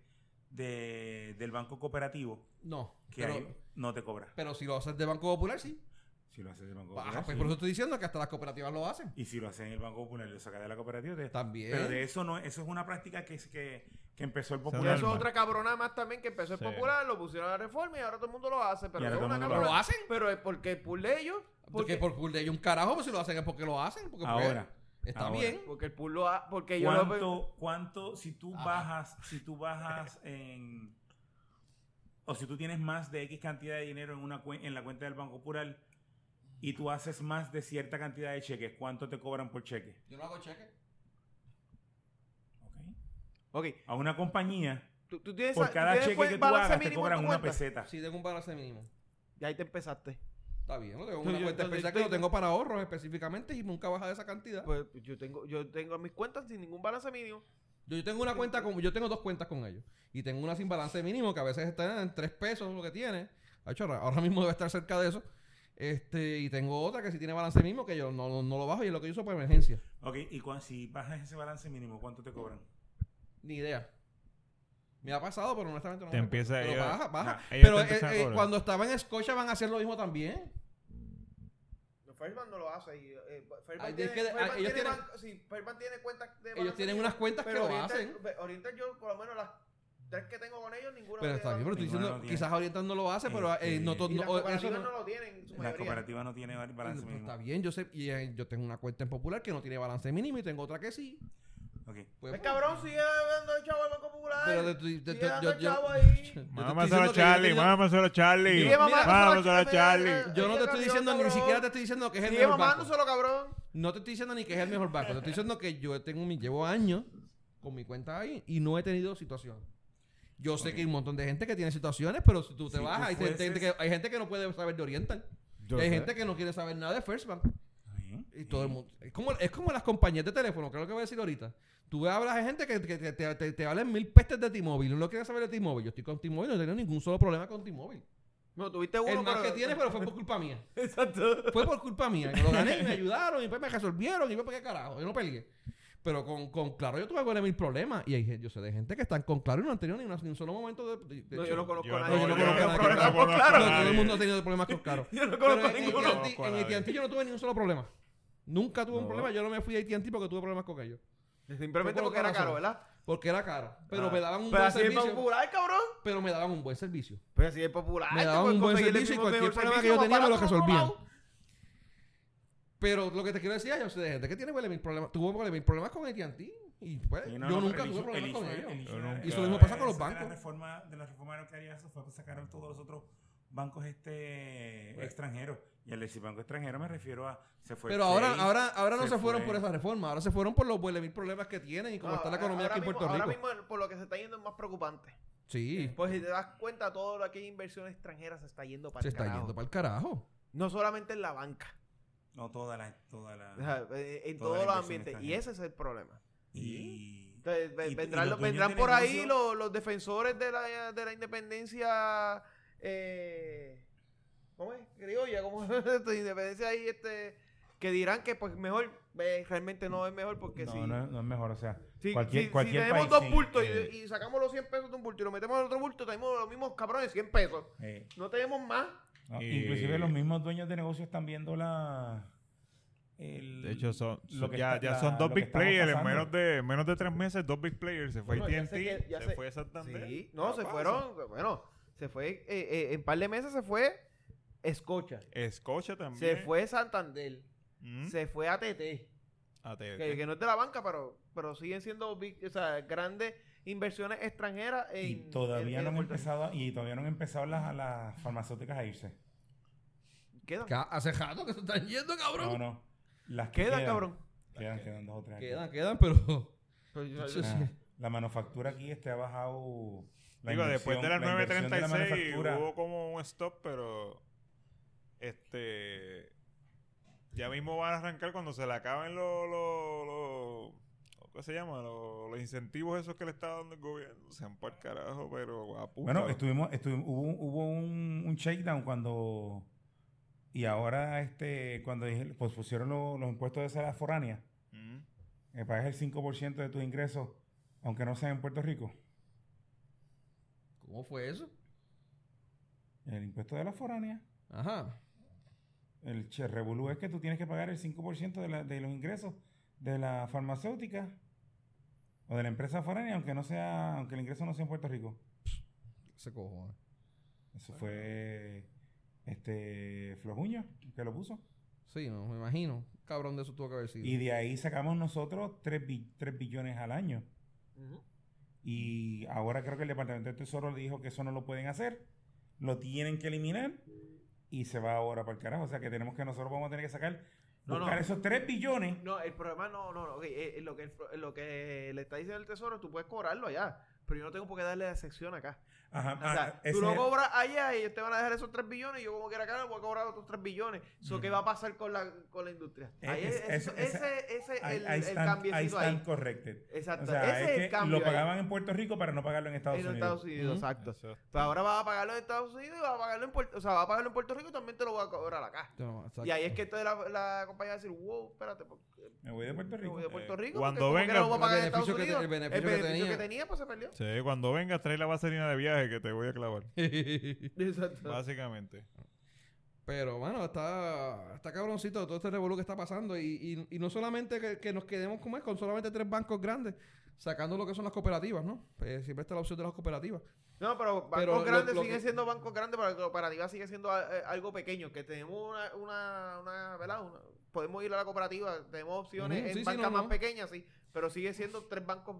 Speaker 4: de- del banco cooperativo
Speaker 2: No.
Speaker 4: que
Speaker 2: Pero,
Speaker 4: ahí no te cobra.
Speaker 2: pero si lo haces de Banco Popular, sí.
Speaker 4: Si lo haces del banco
Speaker 2: Ah,
Speaker 4: popular.
Speaker 2: pues
Speaker 4: sí.
Speaker 2: por eso estoy diciendo que hasta las cooperativas lo hacen.
Speaker 4: Y si lo haces en el banco popular, lo sacas de la cooperativa. te-
Speaker 2: También.
Speaker 4: Pero de eso no, eso es una práctica que, es- que, que empezó el
Speaker 6: Son
Speaker 4: popular.
Speaker 3: Eso es
Speaker 6: alma.
Speaker 3: otra cabrona más también que empezó el
Speaker 6: Sí.
Speaker 3: popular, lo pusieron a la reforma y ahora todo el mundo lo hace. Pero
Speaker 4: Y ahora
Speaker 3: es
Speaker 4: todo el
Speaker 3: una
Speaker 4: mundo lo
Speaker 2: pero lo
Speaker 3: cabrona.
Speaker 2: hacen.
Speaker 3: Pero es porque es por ley ellos.
Speaker 2: Porque
Speaker 3: Porque,
Speaker 2: por por de ellos un carajo, pues si lo hacen es porque lo hacen. Porque pues,
Speaker 4: Ahora,
Speaker 2: está
Speaker 4: ahora.
Speaker 2: bien.
Speaker 3: porque el pool lo ha. Porque yo lo veo.
Speaker 4: ¿Cuánto, cuánto, si tú
Speaker 2: Ajá.
Speaker 4: bajas, si tú bajas en. O si tú tienes más de X cantidad de dinero en, una cuen- en la cuenta del Banco Popular y tú haces más de cierta cantidad de cheques, ¿cuánto te cobran por cheque?
Speaker 2: Yo no hago cheque.
Speaker 3: Ok,
Speaker 4: A una compañía,
Speaker 3: tú, tú tienes.
Speaker 4: por
Speaker 3: tú
Speaker 4: cada
Speaker 3: tienes
Speaker 4: cheque
Speaker 3: pues
Speaker 4: que tú
Speaker 3: balance
Speaker 4: hagas, te
Speaker 3: mínimo en
Speaker 4: cobran
Speaker 3: tu
Speaker 4: una
Speaker 3: cuenta.
Speaker 4: peseta.
Speaker 2: Si tengo un balance mínimo.
Speaker 3: Y ahí te empezaste.
Speaker 2: Está bien, no tengo
Speaker 3: Yo-
Speaker 2: una
Speaker 3: yo-
Speaker 2: cuenta
Speaker 3: yo- yo
Speaker 2: especial que
Speaker 3: estoy-
Speaker 2: lo tengo para ahorros específicamente y nunca baja de esa cantidad.
Speaker 3: Pues yo tengo, yo tengo mis cuentas sin ningún balance mínimo.
Speaker 2: Yo, yo tengo una cuenta con, yo tengo dos cuentas con ellos. Y tengo una sin balance mínimo que a veces está en tres pesos lo que tiene. De hecho, ahora- ahora mismo debe estar cerca de eso. Este, y tengo otra que sí tiene balance mínimo que yo no, no- no lo bajo y es lo que yo uso para emergencia.
Speaker 4: Ok, y cuan- si bajas ese balance mínimo, ¿cuánto te cobran?
Speaker 2: Ni idea. Me ha pasado, pero honestamente no
Speaker 6: Te
Speaker 2: me
Speaker 6: empieza
Speaker 2: acuerdo.
Speaker 6: a
Speaker 2: Pero
Speaker 6: ir a-
Speaker 2: baja, baja.
Speaker 6: ellos
Speaker 2: pero
Speaker 6: te
Speaker 2: eh,
Speaker 6: empiezan a
Speaker 2: eh,
Speaker 6: cobrar.
Speaker 2: cuando estaba en Scotia van a hacer lo mismo también.
Speaker 3: No, Fairbank no lo hace. Y, eh, Fairbank
Speaker 2: Ahí
Speaker 3: tiene,
Speaker 2: tienes que-
Speaker 3: Fairbank
Speaker 2: ahí ellos
Speaker 3: tiene
Speaker 2: tienen-
Speaker 3: banco- sí, Fairbank tiene cuentas de
Speaker 2: Ellos
Speaker 3: balance
Speaker 2: tienen
Speaker 3: mínimo,
Speaker 2: unas cuentas que
Speaker 3: pero
Speaker 2: lo
Speaker 3: Oriental-
Speaker 2: hacen.
Speaker 3: ve- Oriental yo, por lo menos las tres que tengo con ellos, ninguna
Speaker 2: Pero
Speaker 3: tiene
Speaker 2: está bien, pero
Speaker 3: balance
Speaker 2: estoy
Speaker 4: Ninguna
Speaker 2: diciendo,
Speaker 4: no tiene.
Speaker 2: quizás ahorita no lo hace, pero eh,
Speaker 4: Este,
Speaker 2: no, to-
Speaker 3: mínimo. Y las
Speaker 2: no- eso
Speaker 3: cooperativas
Speaker 2: no-
Speaker 3: no lo tienen en su
Speaker 4: La
Speaker 3: mayoría.
Speaker 4: cooperativa no tiene bar- balance
Speaker 2: Pues
Speaker 4: mínimo.
Speaker 2: Está bien, yo sé, y, eh, yo tengo una cuenta en Popular que no tiene balance mínimo y tengo otra que sí.
Speaker 4: Ok.
Speaker 2: Pues,
Speaker 3: El cabrón sigue dando el chavo al Banco Popular.
Speaker 2: Pero te- te- te-
Speaker 3: sigue
Speaker 2: yo-
Speaker 3: dando el
Speaker 2: yo-
Speaker 3: chavo ahí.
Speaker 2: yo te estoy
Speaker 6: Mámaselo a
Speaker 2: diciendo que yo
Speaker 6: Charlie,
Speaker 2: tengo-
Speaker 6: mámaselo a Charlie.
Speaker 3: Sigue
Speaker 6: Mámaselo a
Speaker 3: mamándoselo,
Speaker 6: Charlie.
Speaker 3: cabrón.
Speaker 2: Yo no
Speaker 3: Sigue
Speaker 2: te estoy
Speaker 3: cambiando,
Speaker 2: diciendo, ni
Speaker 3: cabrón.
Speaker 2: siquiera te estoy diciendo que es el
Speaker 3: Sigue
Speaker 2: mejor banco.
Speaker 3: mamándoselo, cabrón.
Speaker 2: No te estoy diciendo ni que es el mejor banco. Te estoy diciendo que yo tengo mi, llevo años con mi cuenta ahí y no he tenido situación. Yo sé que hay un montón de gente que tiene situaciones, pero si tú te
Speaker 4: Si
Speaker 2: vas,
Speaker 4: tú
Speaker 2: hay, gente- gente
Speaker 4: fueses-
Speaker 2: que, hay gente que no puede saber de Oriental.
Speaker 9: Yo
Speaker 2: hay
Speaker 9: sé.
Speaker 2: gente que no quiere saber nada de First Bank.
Speaker 4: Está bien.
Speaker 2: Y
Speaker 3: Mm.
Speaker 2: todo el mundo. Es como, es como las compañías de teléfono, que es lo que voy a decir ahorita. Tú hablas a gente que, que te, te, te- te hablan mil pestes de T-Mobile. No lo quieres saber de T-Mobile. Yo estoy con T-Mobile, no he tenido ningún solo problema con T-Mobile.
Speaker 3: No, tuviste uno,
Speaker 2: El más
Speaker 3: pero-
Speaker 2: que tiene, pero fue por culpa mía.
Speaker 3: Exacto.
Speaker 2: Fue por culpa mía. Yo lo gané y me ayudaron y pues me resolvieron y pues para qué carajo. Yo no peleé. Pero con, con Claro yo tuve con él mil problemas. Y hay, yo sé de gente que están con Claro y no han tenido ni, una- ni un solo momento de... de- de
Speaker 3: No, yo
Speaker 2: hecho,
Speaker 3: no conozco
Speaker 6: Yo
Speaker 3: a
Speaker 6: no-
Speaker 3: nadie.
Speaker 2: yo no
Speaker 6: yo
Speaker 2: conozco a nadie.
Speaker 3: problema con
Speaker 6: Yo
Speaker 3: Claro.
Speaker 6: no conozco
Speaker 2: no, todo el
Speaker 6: nadie.
Speaker 2: mundo ha tenido problemas con Claro.
Speaker 3: Yo no
Speaker 2: Pero
Speaker 3: conozco a
Speaker 2: en
Speaker 3: ninguno.
Speaker 2: AT&T
Speaker 6: Conozco a
Speaker 2: en
Speaker 6: nadie.
Speaker 2: AT&T yo no tuve ni un solo problema. Nunca tuve un
Speaker 6: No.
Speaker 2: problema. Yo no me fui a AT&T porque tuve problemas con ellos.
Speaker 3: Simplemente porque era caro, ¿verdad?
Speaker 2: Porque era caro. Pero
Speaker 3: Ah.
Speaker 2: me daban un
Speaker 3: Pero
Speaker 2: buen
Speaker 3: así es
Speaker 2: servicio.
Speaker 3: popular, cabrón.
Speaker 2: Pero me daban un buen servicio.
Speaker 3: Pero así es popular.
Speaker 2: Me
Speaker 3: te
Speaker 2: daban
Speaker 3: puedes
Speaker 2: un buen
Speaker 3: conseguir el
Speaker 2: servicio y
Speaker 3: mismo
Speaker 2: cualquier
Speaker 3: mejor
Speaker 2: problema que
Speaker 3: servicio
Speaker 2: yo
Speaker 3: más
Speaker 2: tenía me lo
Speaker 3: barato en otro
Speaker 2: resolvían.
Speaker 3: lado.
Speaker 2: Pero lo que te quiero decir es, yo sé de gente que tiene huele mil problemas, tuvo huele mil problemas con AT&T. Y pues,
Speaker 4: Sí, no,
Speaker 2: yo
Speaker 4: no,
Speaker 2: nunca
Speaker 4: pero
Speaker 2: tuve
Speaker 4: el
Speaker 2: problemas
Speaker 4: issue-
Speaker 2: con
Speaker 4: el
Speaker 2: ellos.
Speaker 4: issue
Speaker 6: Yo
Speaker 4: era-
Speaker 6: nunca.
Speaker 4: el
Speaker 6: Y eso mismo
Speaker 4: issue
Speaker 2: pasa con los
Speaker 4: era esa-
Speaker 2: bancos.
Speaker 4: De la reforma, de la reforma bancaria, eso fue que sacaron todos los otros bancos este, extranjeros. Y al decir banco extranjero me refiero a... Se fue
Speaker 2: Pues. Pero ahora,
Speaker 4: Chase,
Speaker 2: ahora, ahora no
Speaker 4: se
Speaker 2: se, fueron
Speaker 4: fue.
Speaker 2: por esa reforma, ahora se fueron por los huele mil problemas que tienen y cómo
Speaker 3: No,
Speaker 2: está la economía
Speaker 3: ahora
Speaker 2: aquí en Puerto
Speaker 3: mismo-
Speaker 2: Rico.
Speaker 3: Ahora mismo, por lo que se está yendo, es más preocupante.
Speaker 2: sí,
Speaker 3: Pues si te das cuenta, todo lo que hay inversión extranjera se está yendo para
Speaker 2: se
Speaker 3: el
Speaker 2: está
Speaker 3: carajo.
Speaker 2: yendo para el carajo.
Speaker 3: No solamente en la banca,
Speaker 4: No, toda la... Toda
Speaker 3: o sea,
Speaker 4: la
Speaker 3: eh, en
Speaker 4: Toda la
Speaker 3: todos los
Speaker 4: inversión
Speaker 3: ambientes. Y
Speaker 4: extranjera.
Speaker 3: ese es el problema.
Speaker 4: y...
Speaker 3: Entonces, ve-
Speaker 4: Y- y
Speaker 3: vendrán
Speaker 4: los
Speaker 3: los- vendrán
Speaker 4: dueños
Speaker 3: por
Speaker 4: de
Speaker 3: ahí
Speaker 4: negocio-
Speaker 3: los, los defensores de la, de la independencia. eh, ¿Cómo es? Criolla, ¿cómo es? Esta independencia ahí, este. Que dirán que, pues, mejor. eh, realmente no es mejor porque
Speaker 4: no,
Speaker 3: si.
Speaker 4: no, es- no es mejor, o sea...
Speaker 3: Si,
Speaker 4: cualquier,
Speaker 3: si- si
Speaker 4: cualquier
Speaker 3: tenemos
Speaker 4: país,
Speaker 3: dos
Speaker 4: sí,
Speaker 3: bultos y-
Speaker 4: eh,
Speaker 3: y, sacamos los 100 pesos de un bulto y lo metemos en otro bulto, tenemos los mismos cabrones 100 pesos.
Speaker 4: eh,
Speaker 3: No tenemos más.
Speaker 4: no,
Speaker 6: Y-
Speaker 4: Inclusive los mismos dueños de negocios están viendo la... el-
Speaker 6: De hecho, son,
Speaker 4: lo
Speaker 6: son-
Speaker 4: que
Speaker 6: ya,
Speaker 4: está-
Speaker 6: ya
Speaker 4: la-
Speaker 6: son
Speaker 4: lo
Speaker 6: dos
Speaker 4: que
Speaker 6: big
Speaker 4: estamos
Speaker 6: players. En
Speaker 4: pasando.
Speaker 6: menos de, menos de tres meses, dos big players. Se fue
Speaker 3: Bueno, ya sé
Speaker 6: AT&T,
Speaker 3: que- ya
Speaker 6: se
Speaker 3: sé-
Speaker 6: fue Santander.
Speaker 3: Sí, no, se
Speaker 6: Capaz.
Speaker 3: fueron. Bueno, se fue. eh, eh, en par de meses se fue Escocha.
Speaker 6: Escocha
Speaker 3: Se
Speaker 6: también.
Speaker 3: fue Santander.
Speaker 6: Mm. Ah,
Speaker 3: Se fue ATT.
Speaker 6: AT&T.
Speaker 3: Que, que no es de la banca, pero, pero siguen siendo big- o sea, grandes inversiones extranjeras. En,
Speaker 4: Y todavía
Speaker 3: en- en
Speaker 4: no han
Speaker 3: Puerto Rico.
Speaker 4: empezado a- y todavía no han empezado las, las farmacéuticas a irse.
Speaker 3: Quedan,
Speaker 2: Ca- Hace rato que se están yendo, cabrón.
Speaker 4: No, no. Las que
Speaker 3: quedan,
Speaker 4: quedan,
Speaker 3: cabrón.
Speaker 4: Quedan, quedan dos o tres. aquí.
Speaker 2: Quedan, quedan, pero...
Speaker 3: Pero-
Speaker 4: Ah,
Speaker 2: Sí.
Speaker 4: La manufactura aquí este ha bajado. la
Speaker 6: Digo, después de
Speaker 4: inversión-
Speaker 6: las
Speaker 4: la inversión de la
Speaker 6: 9.36
Speaker 4: manufactura.
Speaker 6: hubo como un stop, pero este ya mismo van a arrancar cuando se le acaben los los los- ¿qué se llama? Los, los incentivos esos que le está dando el gobierno. Se han para carajo, pero a puta.
Speaker 4: Bueno, estuvimos, estuvimos, hubo, un- hubo un, un shakedown cuando. Y ahora, este cuando dije- pues pusieron lo- los impuestos de salas foráneas,
Speaker 6: Mm.
Speaker 4: que pagas el 5% de tus ingresos, aunque no sean en Puerto Rico.
Speaker 2: ¿Cómo fue eso?
Speaker 4: El impuesto de la foránea.
Speaker 2: Ajá.
Speaker 4: El che- revolú es que tú tienes que pagar el 5% de, la- de los ingresos de la farmacéutica o de la empresa foránea, aunque no sea, aunque el ingreso no sea en Puerto Rico.
Speaker 2: Se cojones.
Speaker 4: Eso fue este Flojuño que lo puso.
Speaker 2: Sí, no, me imagino. Cabrón de eso tuvo que haber sido.
Speaker 4: Y de ahí sacamos nosotros 3, billones al año. Y ahora creo que el Departamento del Tesoro dijo que eso no lo pueden hacer. Lo tienen que eliminar. Y se va ahora para el carajo. O sea que tenemos que nosotros vamos a tener que sacar.
Speaker 3: No,
Speaker 4: buscar
Speaker 3: no.
Speaker 4: esos 3 billones.
Speaker 3: No, el problema no, no, no. ok, eh, eh, lo, que, el pro- lo que le está diciendo el tesoro, tú puedes cobrarlo allá. Pero yo no tengo por qué darle la sección acá.
Speaker 4: Ajá.
Speaker 3: O
Speaker 4: ah,
Speaker 3: sea,
Speaker 4: ese
Speaker 3: tú lo
Speaker 4: es el-
Speaker 3: cobras allá y ellos te van a dejar esos 3 billones y yo como quiera acá voy a cobrar otros 3 billones. Eso, ¿qué va a pasar con la, con la industria?
Speaker 4: Eh,
Speaker 3: Ahí
Speaker 4: es-
Speaker 3: es- eso-
Speaker 4: eso- esa-
Speaker 3: ese ese es
Speaker 4: ahí-
Speaker 3: el,
Speaker 4: ahí
Speaker 3: el
Speaker 4: están- ahí
Speaker 3: cambiecito
Speaker 4: están
Speaker 3: ahí.
Speaker 4: corrected.
Speaker 3: Exacto.
Speaker 4: O sea,
Speaker 3: ese
Speaker 4: es
Speaker 3: es,
Speaker 4: que
Speaker 3: el cambio
Speaker 4: lo
Speaker 3: ahí.
Speaker 4: pagaban en Puerto Rico para no pagarlo en Estados
Speaker 3: en
Speaker 4: Unidos.
Speaker 3: Estados Unidos,
Speaker 2: Ujú.
Speaker 3: exacto. Pero ahora vas a pagarlo en Estados Unidos y vas a pagarlo en Puerto, o sea, vas a pagarlo en Puerto Rico y también te lo voy a cobrar acá.
Speaker 2: No, exacto.
Speaker 3: Y ahí es que entonces la, la compañía va a decir, wow, espérate, ¿por qué
Speaker 4: Me voy de Puerto
Speaker 3: me
Speaker 4: Rico.
Speaker 3: voy de Puerto Rico?
Speaker 6: cuando
Speaker 3: Porque como
Speaker 6: venga,
Speaker 3: quiera lo voy a
Speaker 6: el
Speaker 3: pagar en Estados
Speaker 2: beneficio que te-
Speaker 3: Unidos.
Speaker 2: Eh, el beneficio que
Speaker 3: que
Speaker 2: tenía.
Speaker 3: tenía, pues se perdió.
Speaker 6: Sí, cuando vengas, trae la vaselina de viaje que te voy a clavar.
Speaker 3: Exacto.
Speaker 6: Básicamente.
Speaker 2: Pero bueno, está, está cabroncito todo este revolú que está pasando. Y, y, y no solamente que, que nos quedemos como es, con solamente tres bancos grandes, sacando lo que son las cooperativas, ¿no? Pues siempre está la opción de las cooperativas.
Speaker 3: No, pero bancos
Speaker 2: Pero lo-
Speaker 3: grandes
Speaker 2: lo
Speaker 3: siguen
Speaker 2: que-
Speaker 3: siendo bancos grandes, pero la cooperativa sigue siendo eh, algo pequeño. Que tenemos una, una, una, ¿verdad? Una- podemos ir a la cooperativa, tenemos opciones
Speaker 2: Ujú,
Speaker 3: en
Speaker 2: sí, sí,
Speaker 3: bancas
Speaker 2: no,
Speaker 3: más
Speaker 2: no.
Speaker 3: pequeñas, sí, pero sigue siendo tres bancos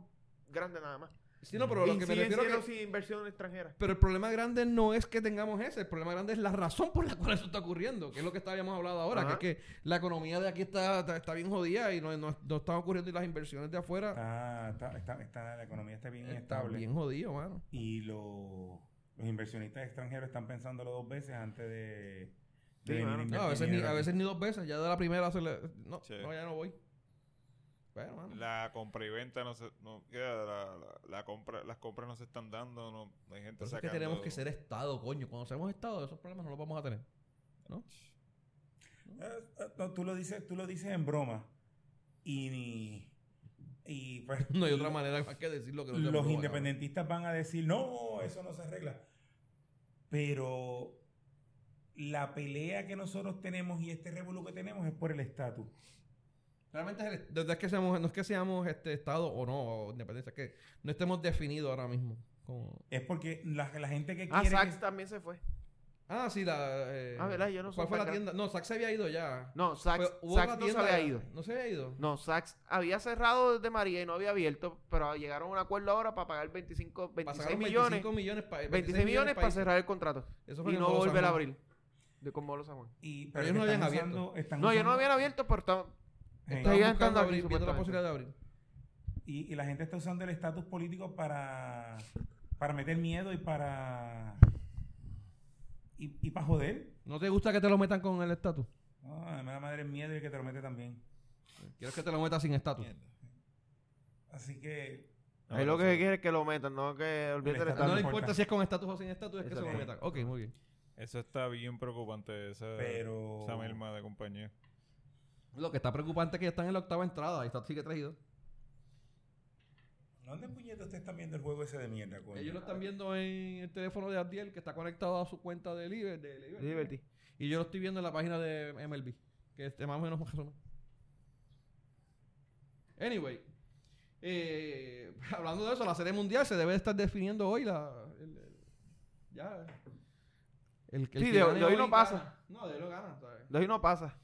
Speaker 3: grandes nada más.
Speaker 2: Sí, no, pero lo
Speaker 3: y
Speaker 2: que me
Speaker 3: siguen
Speaker 2: refiero
Speaker 3: siendo
Speaker 2: que-
Speaker 3: sin inversión extranjera.
Speaker 2: Pero el problema grande no es que tengamos ese, el problema grande es la razón por la cual eso está ocurriendo, que es lo que estábamos hablando ahora,
Speaker 3: Ajá.
Speaker 2: que es que la economía de aquí está, está, está bien jodida y no, no, no están ocurriendo y las inversiones de afuera
Speaker 4: Está, Ah, está, está- está- la economía está bien
Speaker 2: están
Speaker 4: estable.
Speaker 2: bien jodido, mano.
Speaker 4: Y lo- los inversionistas extranjeros están pensándolo dos veces antes de, de
Speaker 3: Sí,
Speaker 4: venir
Speaker 3: mano.
Speaker 4: a
Speaker 2: No,
Speaker 4: invertir
Speaker 2: a veces ni,
Speaker 4: dinero
Speaker 2: a
Speaker 4: aquí.
Speaker 2: veces ni dos veces, ya de la primera se le... No,
Speaker 6: Sí.
Speaker 2: no, ya no voy. Bueno, mano.
Speaker 6: La compra y venta no se. No, queda la, la- la compra, las compras no se están dando, no, no hay gente
Speaker 2: Por eso es que
Speaker 6: sacando.
Speaker 2: tenemos que ser Estado, coño. Cuando seamos Estado, esos problemas no los vamos a tener.
Speaker 4: Eh, eh, no, tú lo dices, tú lo dices en broma. Y, ni- y pues
Speaker 2: No hay otra manera más que decirlo que no sea
Speaker 4: los
Speaker 2: broma,
Speaker 4: independentistas van a decir, no, eso no se arregla. Pero la pelea que nosotros tenemos y este revuelo que tenemos es por el estatus.
Speaker 2: cabrón. Realmente es el- desde que seamos, no es que seamos este Estado o no, o independencia, es que no estemos definidos ahora mismo. Como...
Speaker 4: Es porque la, la gente que
Speaker 3: Ah,
Speaker 4: quiere...
Speaker 3: Saks
Speaker 4: que-
Speaker 3: también se fue.
Speaker 2: Ah, sí, la. eh,
Speaker 3: Ah, ¿verdad? Yo no soy
Speaker 2: ¿Cuál fue
Speaker 3: tan
Speaker 2: la
Speaker 3: gran-
Speaker 2: tienda? No, Saks se había ido ya.
Speaker 3: No, Saks,
Speaker 2: Fue- hubo
Speaker 3: Saks
Speaker 2: otra
Speaker 3: no se
Speaker 2: tienda-
Speaker 3: había ido.
Speaker 2: No se había ido.
Speaker 3: No, Saks había cerrado desde María y no había abierto, pero llegaron a un acuerdo ahora para pagar 25,
Speaker 2: Pa-
Speaker 3: 26
Speaker 2: sacaron
Speaker 3: millones.
Speaker 2: 25 millones, pa-
Speaker 3: 26 millones para
Speaker 2: países.
Speaker 3: cerrar el contrato
Speaker 2: Eso fue
Speaker 3: y
Speaker 2: en
Speaker 3: no
Speaker 2: Molo San
Speaker 3: volver a
Speaker 2: Juan.
Speaker 3: abrir de con Molo San Juan.
Speaker 4: y- pero
Speaker 2: Pero
Speaker 4: es
Speaker 2: ellos
Speaker 4: que
Speaker 2: no habían
Speaker 4: están
Speaker 2: abierto.
Speaker 4: usando- están
Speaker 3: No, ellos no
Speaker 4: usando-
Speaker 3: habían abierto, pero estaban- Estaban
Speaker 4: Hey.
Speaker 2: Estaban
Speaker 3: buscando
Speaker 2: buscando
Speaker 3: abrir,
Speaker 2: abrir, viendo la
Speaker 3: supuestamente.
Speaker 2: posibilidad de abrir.
Speaker 4: Y, y la gente está usando el estatus político para, para meter miedo y para. y, y para joder.
Speaker 2: ¿No te gusta que te lo metan con el estatus?
Speaker 4: No, a la madre es miedo y el que te lo mete también.
Speaker 2: Quiero que te lo metan sin estatus.
Speaker 4: Así que.
Speaker 3: Ahí lo que se quiere es que lo metan, no que olviden el
Speaker 4: está-
Speaker 3: estado.
Speaker 2: No le
Speaker 4: importa.
Speaker 2: importa si es con estatus o sin estatus, es que se
Speaker 3: Exacto.
Speaker 2: lo metan. Ok, muy bien.
Speaker 6: Eso está bien preocupante, esa,
Speaker 4: Pero.
Speaker 6: esa merma de compañía.
Speaker 2: Lo que está preocupante es que ya están en la octava entrada y está sigue traído.
Speaker 4: ¿Dónde puñetas ustedes están viendo el juego ese de mierda, coño?
Speaker 2: Ellos lo están viendo en el teléfono de Abdiel que está conectado a su cuenta de Liber- de Liberty. Y yo lo estoy viendo en la página de MLB, que es más o menos más o menos. Anyway, eh, hablando de eso, la serie mundial se debe estar definiendo hoy la. el- el- ya. El, el
Speaker 3: Sí,
Speaker 2: que
Speaker 3: de-
Speaker 2: gane
Speaker 3: de hoy no
Speaker 2: gana.
Speaker 3: pasa.
Speaker 2: No, de hoy no gana. ¿sabes?
Speaker 3: De hoy no pasa.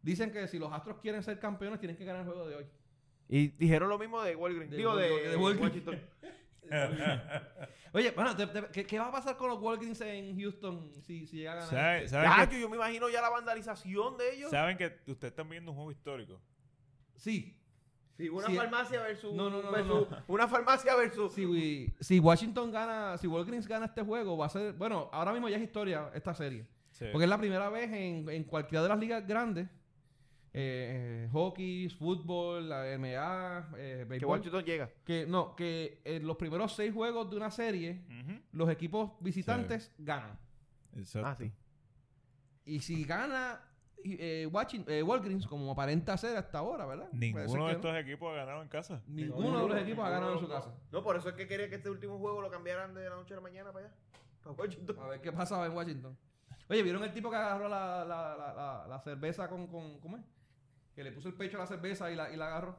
Speaker 2: Dicen que si los Astros quieren ser campeones, tienen que ganar el juego de hoy.
Speaker 3: Y dijeron lo mismo de Walgreens.
Speaker 2: De
Speaker 3: Digo, de,
Speaker 2: Walgreens, de Walgreens.
Speaker 3: Washington.
Speaker 2: Oye, bueno, te- te- ¿qué, qué va a pasar con los Walgreens en Houston si, si llega a ganar?
Speaker 6: ¿Saben
Speaker 3: Chacho, yo me imagino ya la vandalización de
Speaker 6: que,
Speaker 3: ellos.
Speaker 6: saben que ustedes están viendo un juego histórico?
Speaker 2: Sí.
Speaker 3: Sí, una
Speaker 2: Sí.
Speaker 3: farmacia versus.
Speaker 2: No, no, no, no,
Speaker 3: versus- Una farmacia versus.
Speaker 2: Si, wi- si Washington gana, si Walgreens gana este juego, va a ser. Bueno, ahora mismo ya es historia esta serie.
Speaker 6: Sí.
Speaker 2: Porque es la primera vez en, en cualquiera de las ligas grandes, eh, eh, hockey, fútbol, la MA, eh,
Speaker 3: que
Speaker 2: béisbol, que,
Speaker 3: Washington llega.
Speaker 2: no, que en los primeros seis juegos de una serie,
Speaker 6: Ujú.
Speaker 2: los equipos visitantes ganan.
Speaker 6: Exacto.
Speaker 3: Ah, sí.
Speaker 2: Y si gana y, eh, Watching- eh, Walgreens como aparenta ser hasta ahora, ¿verdad? Parece
Speaker 6: Ninguno
Speaker 2: que
Speaker 6: de
Speaker 2: no.
Speaker 6: estos equipos ha ganado en casa.
Speaker 2: Ninguno de los equipos ha ganado en su casa.
Speaker 3: No, por eso es que quería que este último juego lo cambiaran de la noche a la mañana para allá. Para Washington.
Speaker 2: A ver qué pasaba en Washington. Oye, ¿vieron el tipo que agarró la, la, la, la, la cerveza con, con. ¿Cómo es? Que le puso el pecho a la cerveza y la, y la agarró.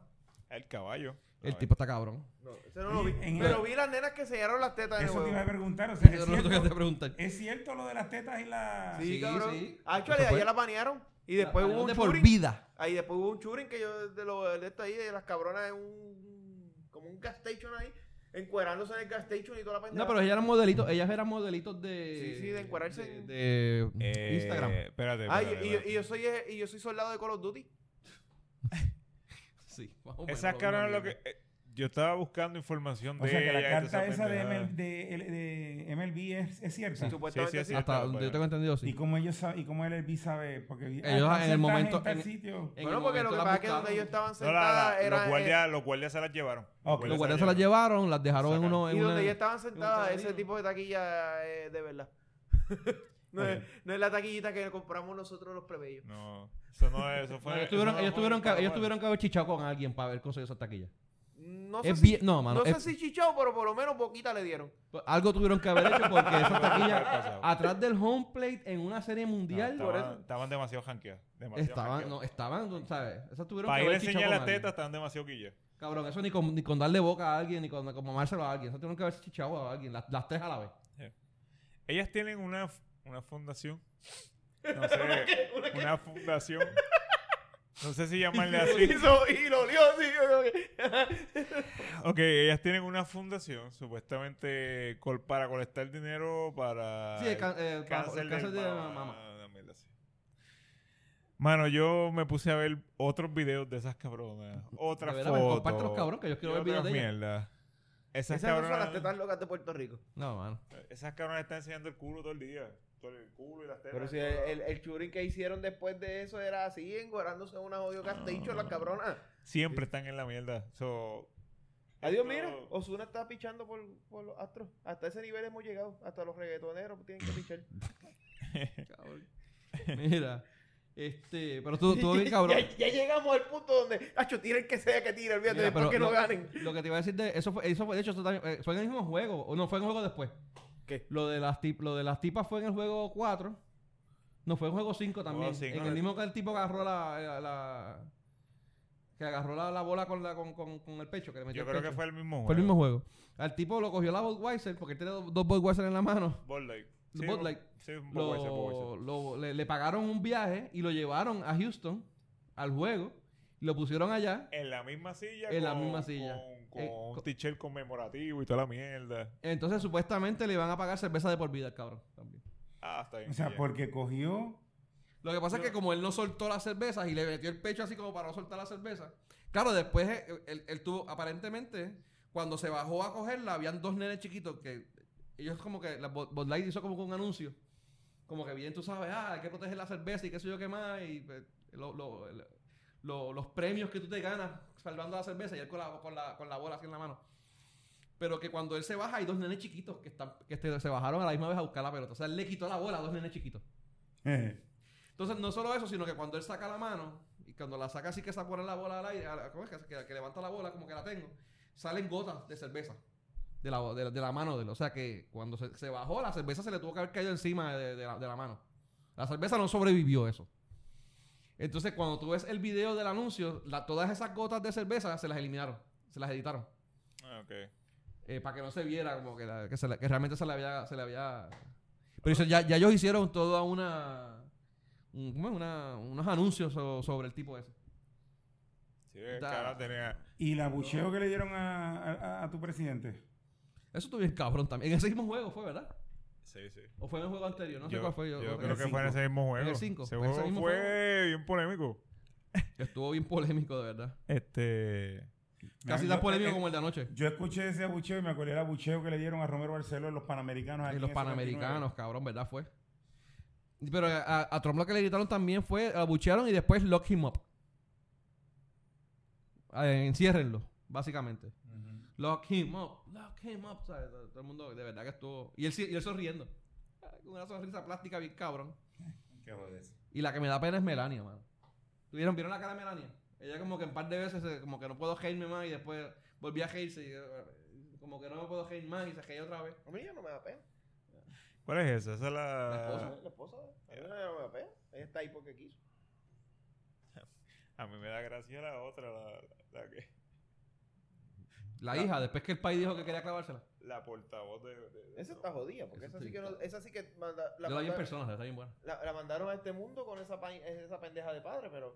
Speaker 6: El caballo.
Speaker 2: El tipo está cabrón.
Speaker 3: No, ese no lo vi.
Speaker 4: En-
Speaker 3: Pero vi las nenas que sellaron las tetas en el
Speaker 4: Eso te iba a
Speaker 3: juego.
Speaker 4: preguntar. O sea,
Speaker 2: Yo
Speaker 4: ¿es,
Speaker 2: no lo tengo que te
Speaker 4: cierto,
Speaker 2: preguntar.
Speaker 4: es cierto lo de las tetas y la.
Speaker 3: Sí,
Speaker 2: Sí,
Speaker 3: cabrón. Ah,
Speaker 2: sí.
Speaker 3: Actually,
Speaker 2: Eso fue-
Speaker 3: allá la banearon. Y después
Speaker 2: La-
Speaker 3: hubo un
Speaker 2: de por
Speaker 3: shooting.
Speaker 2: vida.
Speaker 3: Ahí después hubo un churing que yo de lo de esto ahí, de las cabronas en un como un gas station ahí, encuerándose en el gas station y toda la pendeja.
Speaker 2: No, pero ellas eran modelitos, ellas eran modelitos de.
Speaker 3: Sí, sí, de encuadrarse en-
Speaker 2: De, de
Speaker 6: Eh,
Speaker 2: Instagram.
Speaker 6: Espérate.
Speaker 3: Ah, y,
Speaker 6: espérate,
Speaker 3: y-
Speaker 6: espérate.
Speaker 3: y yo soy eh, y yo soy soldado de Call of Duty.
Speaker 2: Sí. más o menos,
Speaker 6: Esas cabronas
Speaker 2: una
Speaker 6: lo que.
Speaker 2: mierda.
Speaker 6: eh, yo estaba buscando información
Speaker 4: O
Speaker 6: de.
Speaker 4: sea, que la
Speaker 6: ella y toda
Speaker 4: carta esa de,
Speaker 6: pendejada.
Speaker 4: ML de, de MLB es, es cierta.
Speaker 6: Sí, sí, sí,
Speaker 2: Hasta donde
Speaker 6: estaba para
Speaker 2: yo
Speaker 6: allá.
Speaker 2: tengo entendido, sí.
Speaker 4: ¿Y cómo ellos sa- y cómo LLB sabe? Porque ah,
Speaker 2: en
Speaker 4: están
Speaker 2: el
Speaker 4: sentadas
Speaker 2: momento-
Speaker 4: en tal
Speaker 2: en-
Speaker 4: sitio.
Speaker 2: En
Speaker 3: Bueno,
Speaker 2: el
Speaker 3: porque lo
Speaker 2: momento
Speaker 3: que
Speaker 2: las
Speaker 3: pasa es que
Speaker 2: buscaron.
Speaker 3: donde ellos estaban
Speaker 6: No, la- la-
Speaker 3: sentadas era
Speaker 6: los, guardias, los guardias se las llevaron.
Speaker 4: eh, Ok.
Speaker 2: Los guardias se las llevaron, las dejaron en uno.
Speaker 3: eh, y
Speaker 2: En
Speaker 3: donde
Speaker 2: una-
Speaker 3: ellas estaban sentadas, ese
Speaker 2: tabernín.
Speaker 3: tipo de taquilla eh, de verdad. no, es, no es la taquillita que compramos nosotros los plebeyos.
Speaker 6: No, eso no es. Eso fue.
Speaker 2: No, ellos
Speaker 6: eso
Speaker 2: tuvieron,
Speaker 6: no
Speaker 2: ellos,
Speaker 6: fue
Speaker 2: tuvieron que,
Speaker 6: para
Speaker 2: ellos
Speaker 6: jugar.
Speaker 2: tuvieron que haber chichado con alguien para haber conseguido esa taquilla.
Speaker 3: No sé
Speaker 2: Es
Speaker 3: si
Speaker 2: bien- no, mano,
Speaker 3: no sé
Speaker 2: es-
Speaker 3: si chichao, pero por lo menos poquita le dieron.
Speaker 2: Pues, Algo tuvieron que haber hecho porque esa taquilla
Speaker 6: pasado.
Speaker 2: atrás del home plate en una serie
Speaker 6: No,
Speaker 2: mundial
Speaker 6: estaban,
Speaker 2: por eso-
Speaker 6: estaban demasiado janqueadas. Demasiado
Speaker 2: estaban,
Speaker 6: janqueadas.
Speaker 2: no, estaban, tú ¿sabes? Esas tuvieron
Speaker 6: Para
Speaker 2: que
Speaker 6: ir a
Speaker 2: haber chichado
Speaker 6: enseñar
Speaker 2: con
Speaker 6: las
Speaker 2: alguien.
Speaker 6: tetas estaban demasiado guillas.
Speaker 2: Cabrón, eso ni con, ni con darle boca a alguien, ni con, con mamárselo a alguien. Eso tuvieron que haber chichado a alguien, las, las tres a la vez.
Speaker 6: Ellas tienen una, f- una fundación. No sé. una fundación. No sé si llamarle así.
Speaker 3: Hizo- y lo olió, sí, yo creo que-
Speaker 6: Ok, ellas tienen una fundación supuestamente col- para colectar dinero para.
Speaker 2: Sí, el can- eh, para- el cáncer de
Speaker 6: mama-
Speaker 2: mama.
Speaker 6: una mierda así. Mano, yo me puse a ver otros videos de esas cabronas. Otras
Speaker 2: De verdad, pero
Speaker 6: fotos.
Speaker 2: compártelos, cabrón, que yo quiero
Speaker 6: y
Speaker 2: ver videos
Speaker 6: otras
Speaker 2: de ellas.
Speaker 6: mierdas. Esas,
Speaker 3: Esas no son las
Speaker 6: cabronas.
Speaker 3: tetas locas de Puerto Rico.
Speaker 2: No, mano.
Speaker 6: esas cabronas están enseñando el culo todo el día. Todo el culo y las tetas.
Speaker 3: Pero si
Speaker 6: todo.
Speaker 3: el, el, el shooting que hicieron después de eso era así, enguarándose en una odio castellicho, las cabronas.
Speaker 6: Siempre están en la mierda. So,
Speaker 3: Adiós,
Speaker 6: esto-
Speaker 3: mira, Osuna está pichando por, por los astros. Hasta ese nivel hemos llegado. Hasta los reggaetoneros tienen que pichar.
Speaker 2: Cabrón. Mira. Este, pero tú, tú bien cabrón.
Speaker 3: ya, ya llegamos al punto donde, hacho, tira el que sea que tire, olvídate,
Speaker 2: Mira,
Speaker 3: después
Speaker 2: pero
Speaker 3: que no
Speaker 2: lo-
Speaker 3: ganen.
Speaker 2: Lo que te iba a decir de eso fue, eso fue de hecho, eso también, eh, fue en el mismo juego. O no, fue en el juego después.
Speaker 3: ¿Qué?
Speaker 2: Lo de las, tip- lo de las tipas fue en el juego 4. No, fue en el juego 5 también.
Speaker 6: Juego cinco,
Speaker 2: en
Speaker 6: eh.
Speaker 2: el mismo que el tipo agarró la. la- la- que agarró la, la bola con, la, con, con- con el pecho. Que le metió
Speaker 6: yo
Speaker 2: el
Speaker 6: creo que
Speaker 2: pecho.
Speaker 6: fue el mismo.
Speaker 2: Pues Fue el mismo juego. Al tipo lo cogió la Budweiser, porque él tiene dos, dos Budweiser en la mano.
Speaker 6: Bud Light.
Speaker 2: El Bud Light.
Speaker 6: Sí,
Speaker 2: Lo-
Speaker 6: un poco ese, un poco ese.
Speaker 2: lo- le, le pagaron un viaje y lo llevaron a Houston al juego. y Lo pusieron allá.
Speaker 6: En la misma silla.
Speaker 2: En la
Speaker 6: con-
Speaker 2: misma silla.
Speaker 6: Con, con
Speaker 2: Eh,
Speaker 6: un
Speaker 2: co-
Speaker 6: t-shirt conmemorativo y toda la mierda.
Speaker 2: Entonces, supuestamente le van a pagar cerveza de por vida al cabrón. También.
Speaker 6: Ah, está bien.
Speaker 4: O sea,
Speaker 6: bien.
Speaker 4: porque cogió.
Speaker 2: Lo que pasa es que como él no soltó las cervezas y le metió el pecho así como para no soltar la cerveza. Claro, después eh, él, él tuvo, aparentemente, cuando se bajó a cogerla, habían dos nenes chiquitos que ellos como que, la Bud Bud Light hizo como que un anuncio. Como que bien tú sabes, ah, hay que proteger la cerveza y qué sé yo qué más. Y pues, lo- lo- lo- lo- los premios que tú te ganas salvando la cerveza y él con la, con la, con la bola así en la mano. Pero que cuando él se baja hay dos nenes chiquitos que, están, que este, se bajaron a la misma vez a buscar la pelota. O sea, él le quitó la bola a dos nenes chiquitos. Entonces, no solo eso, sino que cuando él saca la mano, y cuando la saca así que se pone la bola al aire, a la- ¿cómo es que, que- que levanta la bola, como que la tengo, salen gotas de cerveza de la, bo- de la, de la mano de él. O sea que cuando se, se bajó, la cerveza se le tuvo que haber caído encima de, de la, de la mano. La cerveza no sobrevivió eso. Entonces, cuando tú ves el video del anuncio, la- todas esas gotas de cerveza se las eliminaron, se las editaron.
Speaker 6: Ah, ok.
Speaker 2: eh, para que no se viera como que, la- que, se la- que realmente se le había, se le había... Pero eso ya, ya ellos hicieron toda una... un- ¿cómo es? una- unos anuncios so- sobre el tipo ese.
Speaker 6: Sí, el
Speaker 2: Da.
Speaker 6: cara tenía.
Speaker 4: Y el abucheo que le dieron a, a- a tu presidente.
Speaker 2: Eso estuvo bien cabrón también. En ese mismo juego fue, ¿verdad?
Speaker 6: Sí, sí.
Speaker 2: ¿O fue en el juego anterior? No sé
Speaker 6: yo,
Speaker 2: cuál fue. Yo,
Speaker 6: yo
Speaker 2: creo
Speaker 6: creo
Speaker 2: que
Speaker 6: que fue en ese mismo juego.
Speaker 2: En el cinco,
Speaker 6: Ese
Speaker 2: en ese
Speaker 6: juego
Speaker 2: mismo
Speaker 6: fue
Speaker 2: juego.
Speaker 6: bien polémico.
Speaker 2: Estuvo bien polémico, de verdad.
Speaker 6: Este.
Speaker 2: Casi
Speaker 4: Yo-
Speaker 2: tan polémico
Speaker 4: eh,
Speaker 2: como el de anoche.
Speaker 4: Yo escuché ese abucheo y me acordé del abucheo que le dieron a Romero Barceló en los Panamericanos. aquí
Speaker 2: Y
Speaker 4: en
Speaker 2: los
Speaker 4: el 79.
Speaker 6: eh.
Speaker 2: panamericanos, cabrón, ¿verdad? Fue. Pero a, a Trump lo que le gritaron también fue, lo abuchearon y después lock him up. Eh, enciérrenlo, básicamente. Lock him up, lock him up. ¿sabes? Todo todo el mundo, de verdad que estuvo. Y él, sí- y él sonriendo. Ah, Con una sonrisa plástica bien cabrón.
Speaker 4: Qué joder.
Speaker 2: Y la que me da pena es Melania, mano. ¿Tuvieron, ¿Vieron la cara de Melania? Ella como que un par de veces, eh, como que no puedo reírme más y después volví a reírse y eh, como que no me puedo reír más y se reía otra vez.
Speaker 3: A mí ya no me da pena.
Speaker 6: ¿Cuál es esa? Esa es
Speaker 3: La
Speaker 6: la.
Speaker 3: esposa, la esposa. A mí no me da pena. Ella está ahí porque quiso.
Speaker 6: A mí me da gracia la otra, la, la, la que.
Speaker 2: La hija, después que el país dijo que quería clavársela.
Speaker 6: La portavoz de. de- de-
Speaker 3: Esa está jodida, porque esa sí que no, esa sí que manda, la,
Speaker 2: Yo la vi en
Speaker 3: manda-
Speaker 2: persona, está bien buena.
Speaker 3: la- la mandaron a este mundo con esa, pa- esa pendeja de padre, pero.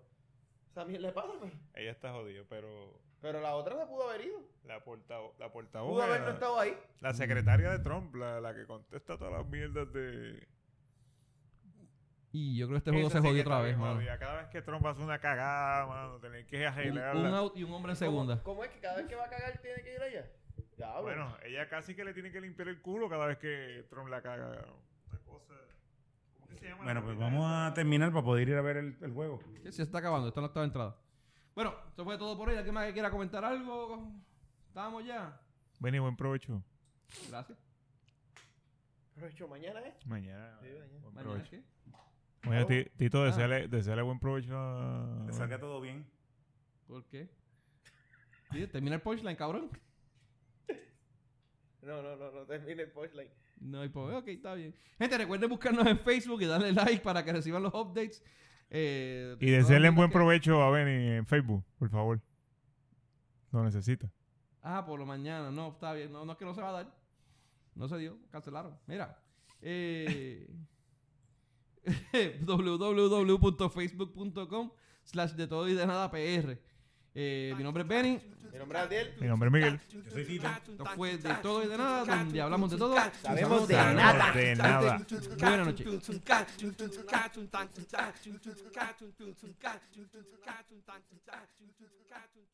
Speaker 3: Esa mierda de padre, pero.
Speaker 6: Ella está jodida, pero.
Speaker 3: Pero la otra se pudo haber ido.
Speaker 6: La portavoz. La portavoz
Speaker 3: Pudo haber
Speaker 6: era
Speaker 3: no estado ahí.
Speaker 6: La secretaria de Trump, la, la que contesta todas las mierdas de.
Speaker 2: Y yo creo que este juego se jodió otra vez, mano.
Speaker 6: mano. Cada vez que Trump hace una cagada, mano, tener que
Speaker 2: Un,
Speaker 6: arreglarla.
Speaker 2: un out y un hombre en segunda.
Speaker 3: ¿Cómo, cómo es que cada vez que va a cagar tiene que ir allá? Ya, bueno.
Speaker 6: Bueno, ella casi que le tiene que limpiar el culo cada vez que Trump la caga. Una cosa. ¿Cómo que se llama?
Speaker 4: Bueno, pues vamos a terminar para poder ir a ver el, el juego.
Speaker 2: Sí, sí, se está acabando, está en la octava entrada. Bueno, eso fue todo por hoy. ¿Alguien más que quiera comentar algo? Estamos ya.
Speaker 6: Vení, buen provecho.
Speaker 2: Gracias.
Speaker 3: Pero hecho, mañana es.
Speaker 6: Mañana.
Speaker 3: Sí, mañana.
Speaker 6: Buen
Speaker 2: Mañana,
Speaker 6: provecho.
Speaker 2: ¿qué?
Speaker 6: Oye, Ti- Tito,
Speaker 2: Ah.
Speaker 6: deseale, deseale buen provecho a.
Speaker 4: Que salga todo bien.
Speaker 2: ¿Por qué? Sí, Termina el punchline, cabrón.
Speaker 3: No, no, no, no termine el postline.
Speaker 2: No hay problema. Ok, está bien. Gente, recuerden buscarnos en Facebook y darle like para que reciban los updates. Eh,
Speaker 6: Y desearle
Speaker 2: todas las
Speaker 6: buen
Speaker 2: cosas
Speaker 6: provecho a Benny en Facebook, por favor. Lo necesita.
Speaker 2: que- Ah, por lo mañana. No, está bien. No, no es que no se va a dar. No se dio. Cancelaron. Mira. Eh, www.facebook.com slash de todo y de nada PR. Eh, mi nombre es Benny.
Speaker 3: Mi nombre es Adiel.
Speaker 6: Mi nombre es Miguel.
Speaker 4: Yo soy Tito.
Speaker 2: Esto fue de todo y de nada, donde hablamos de todo.
Speaker 3: Sabemos de
Speaker 6: Sabemos
Speaker 3: nada.
Speaker 6: De nada.
Speaker 2: Buenas noches.
Speaker 1: noches.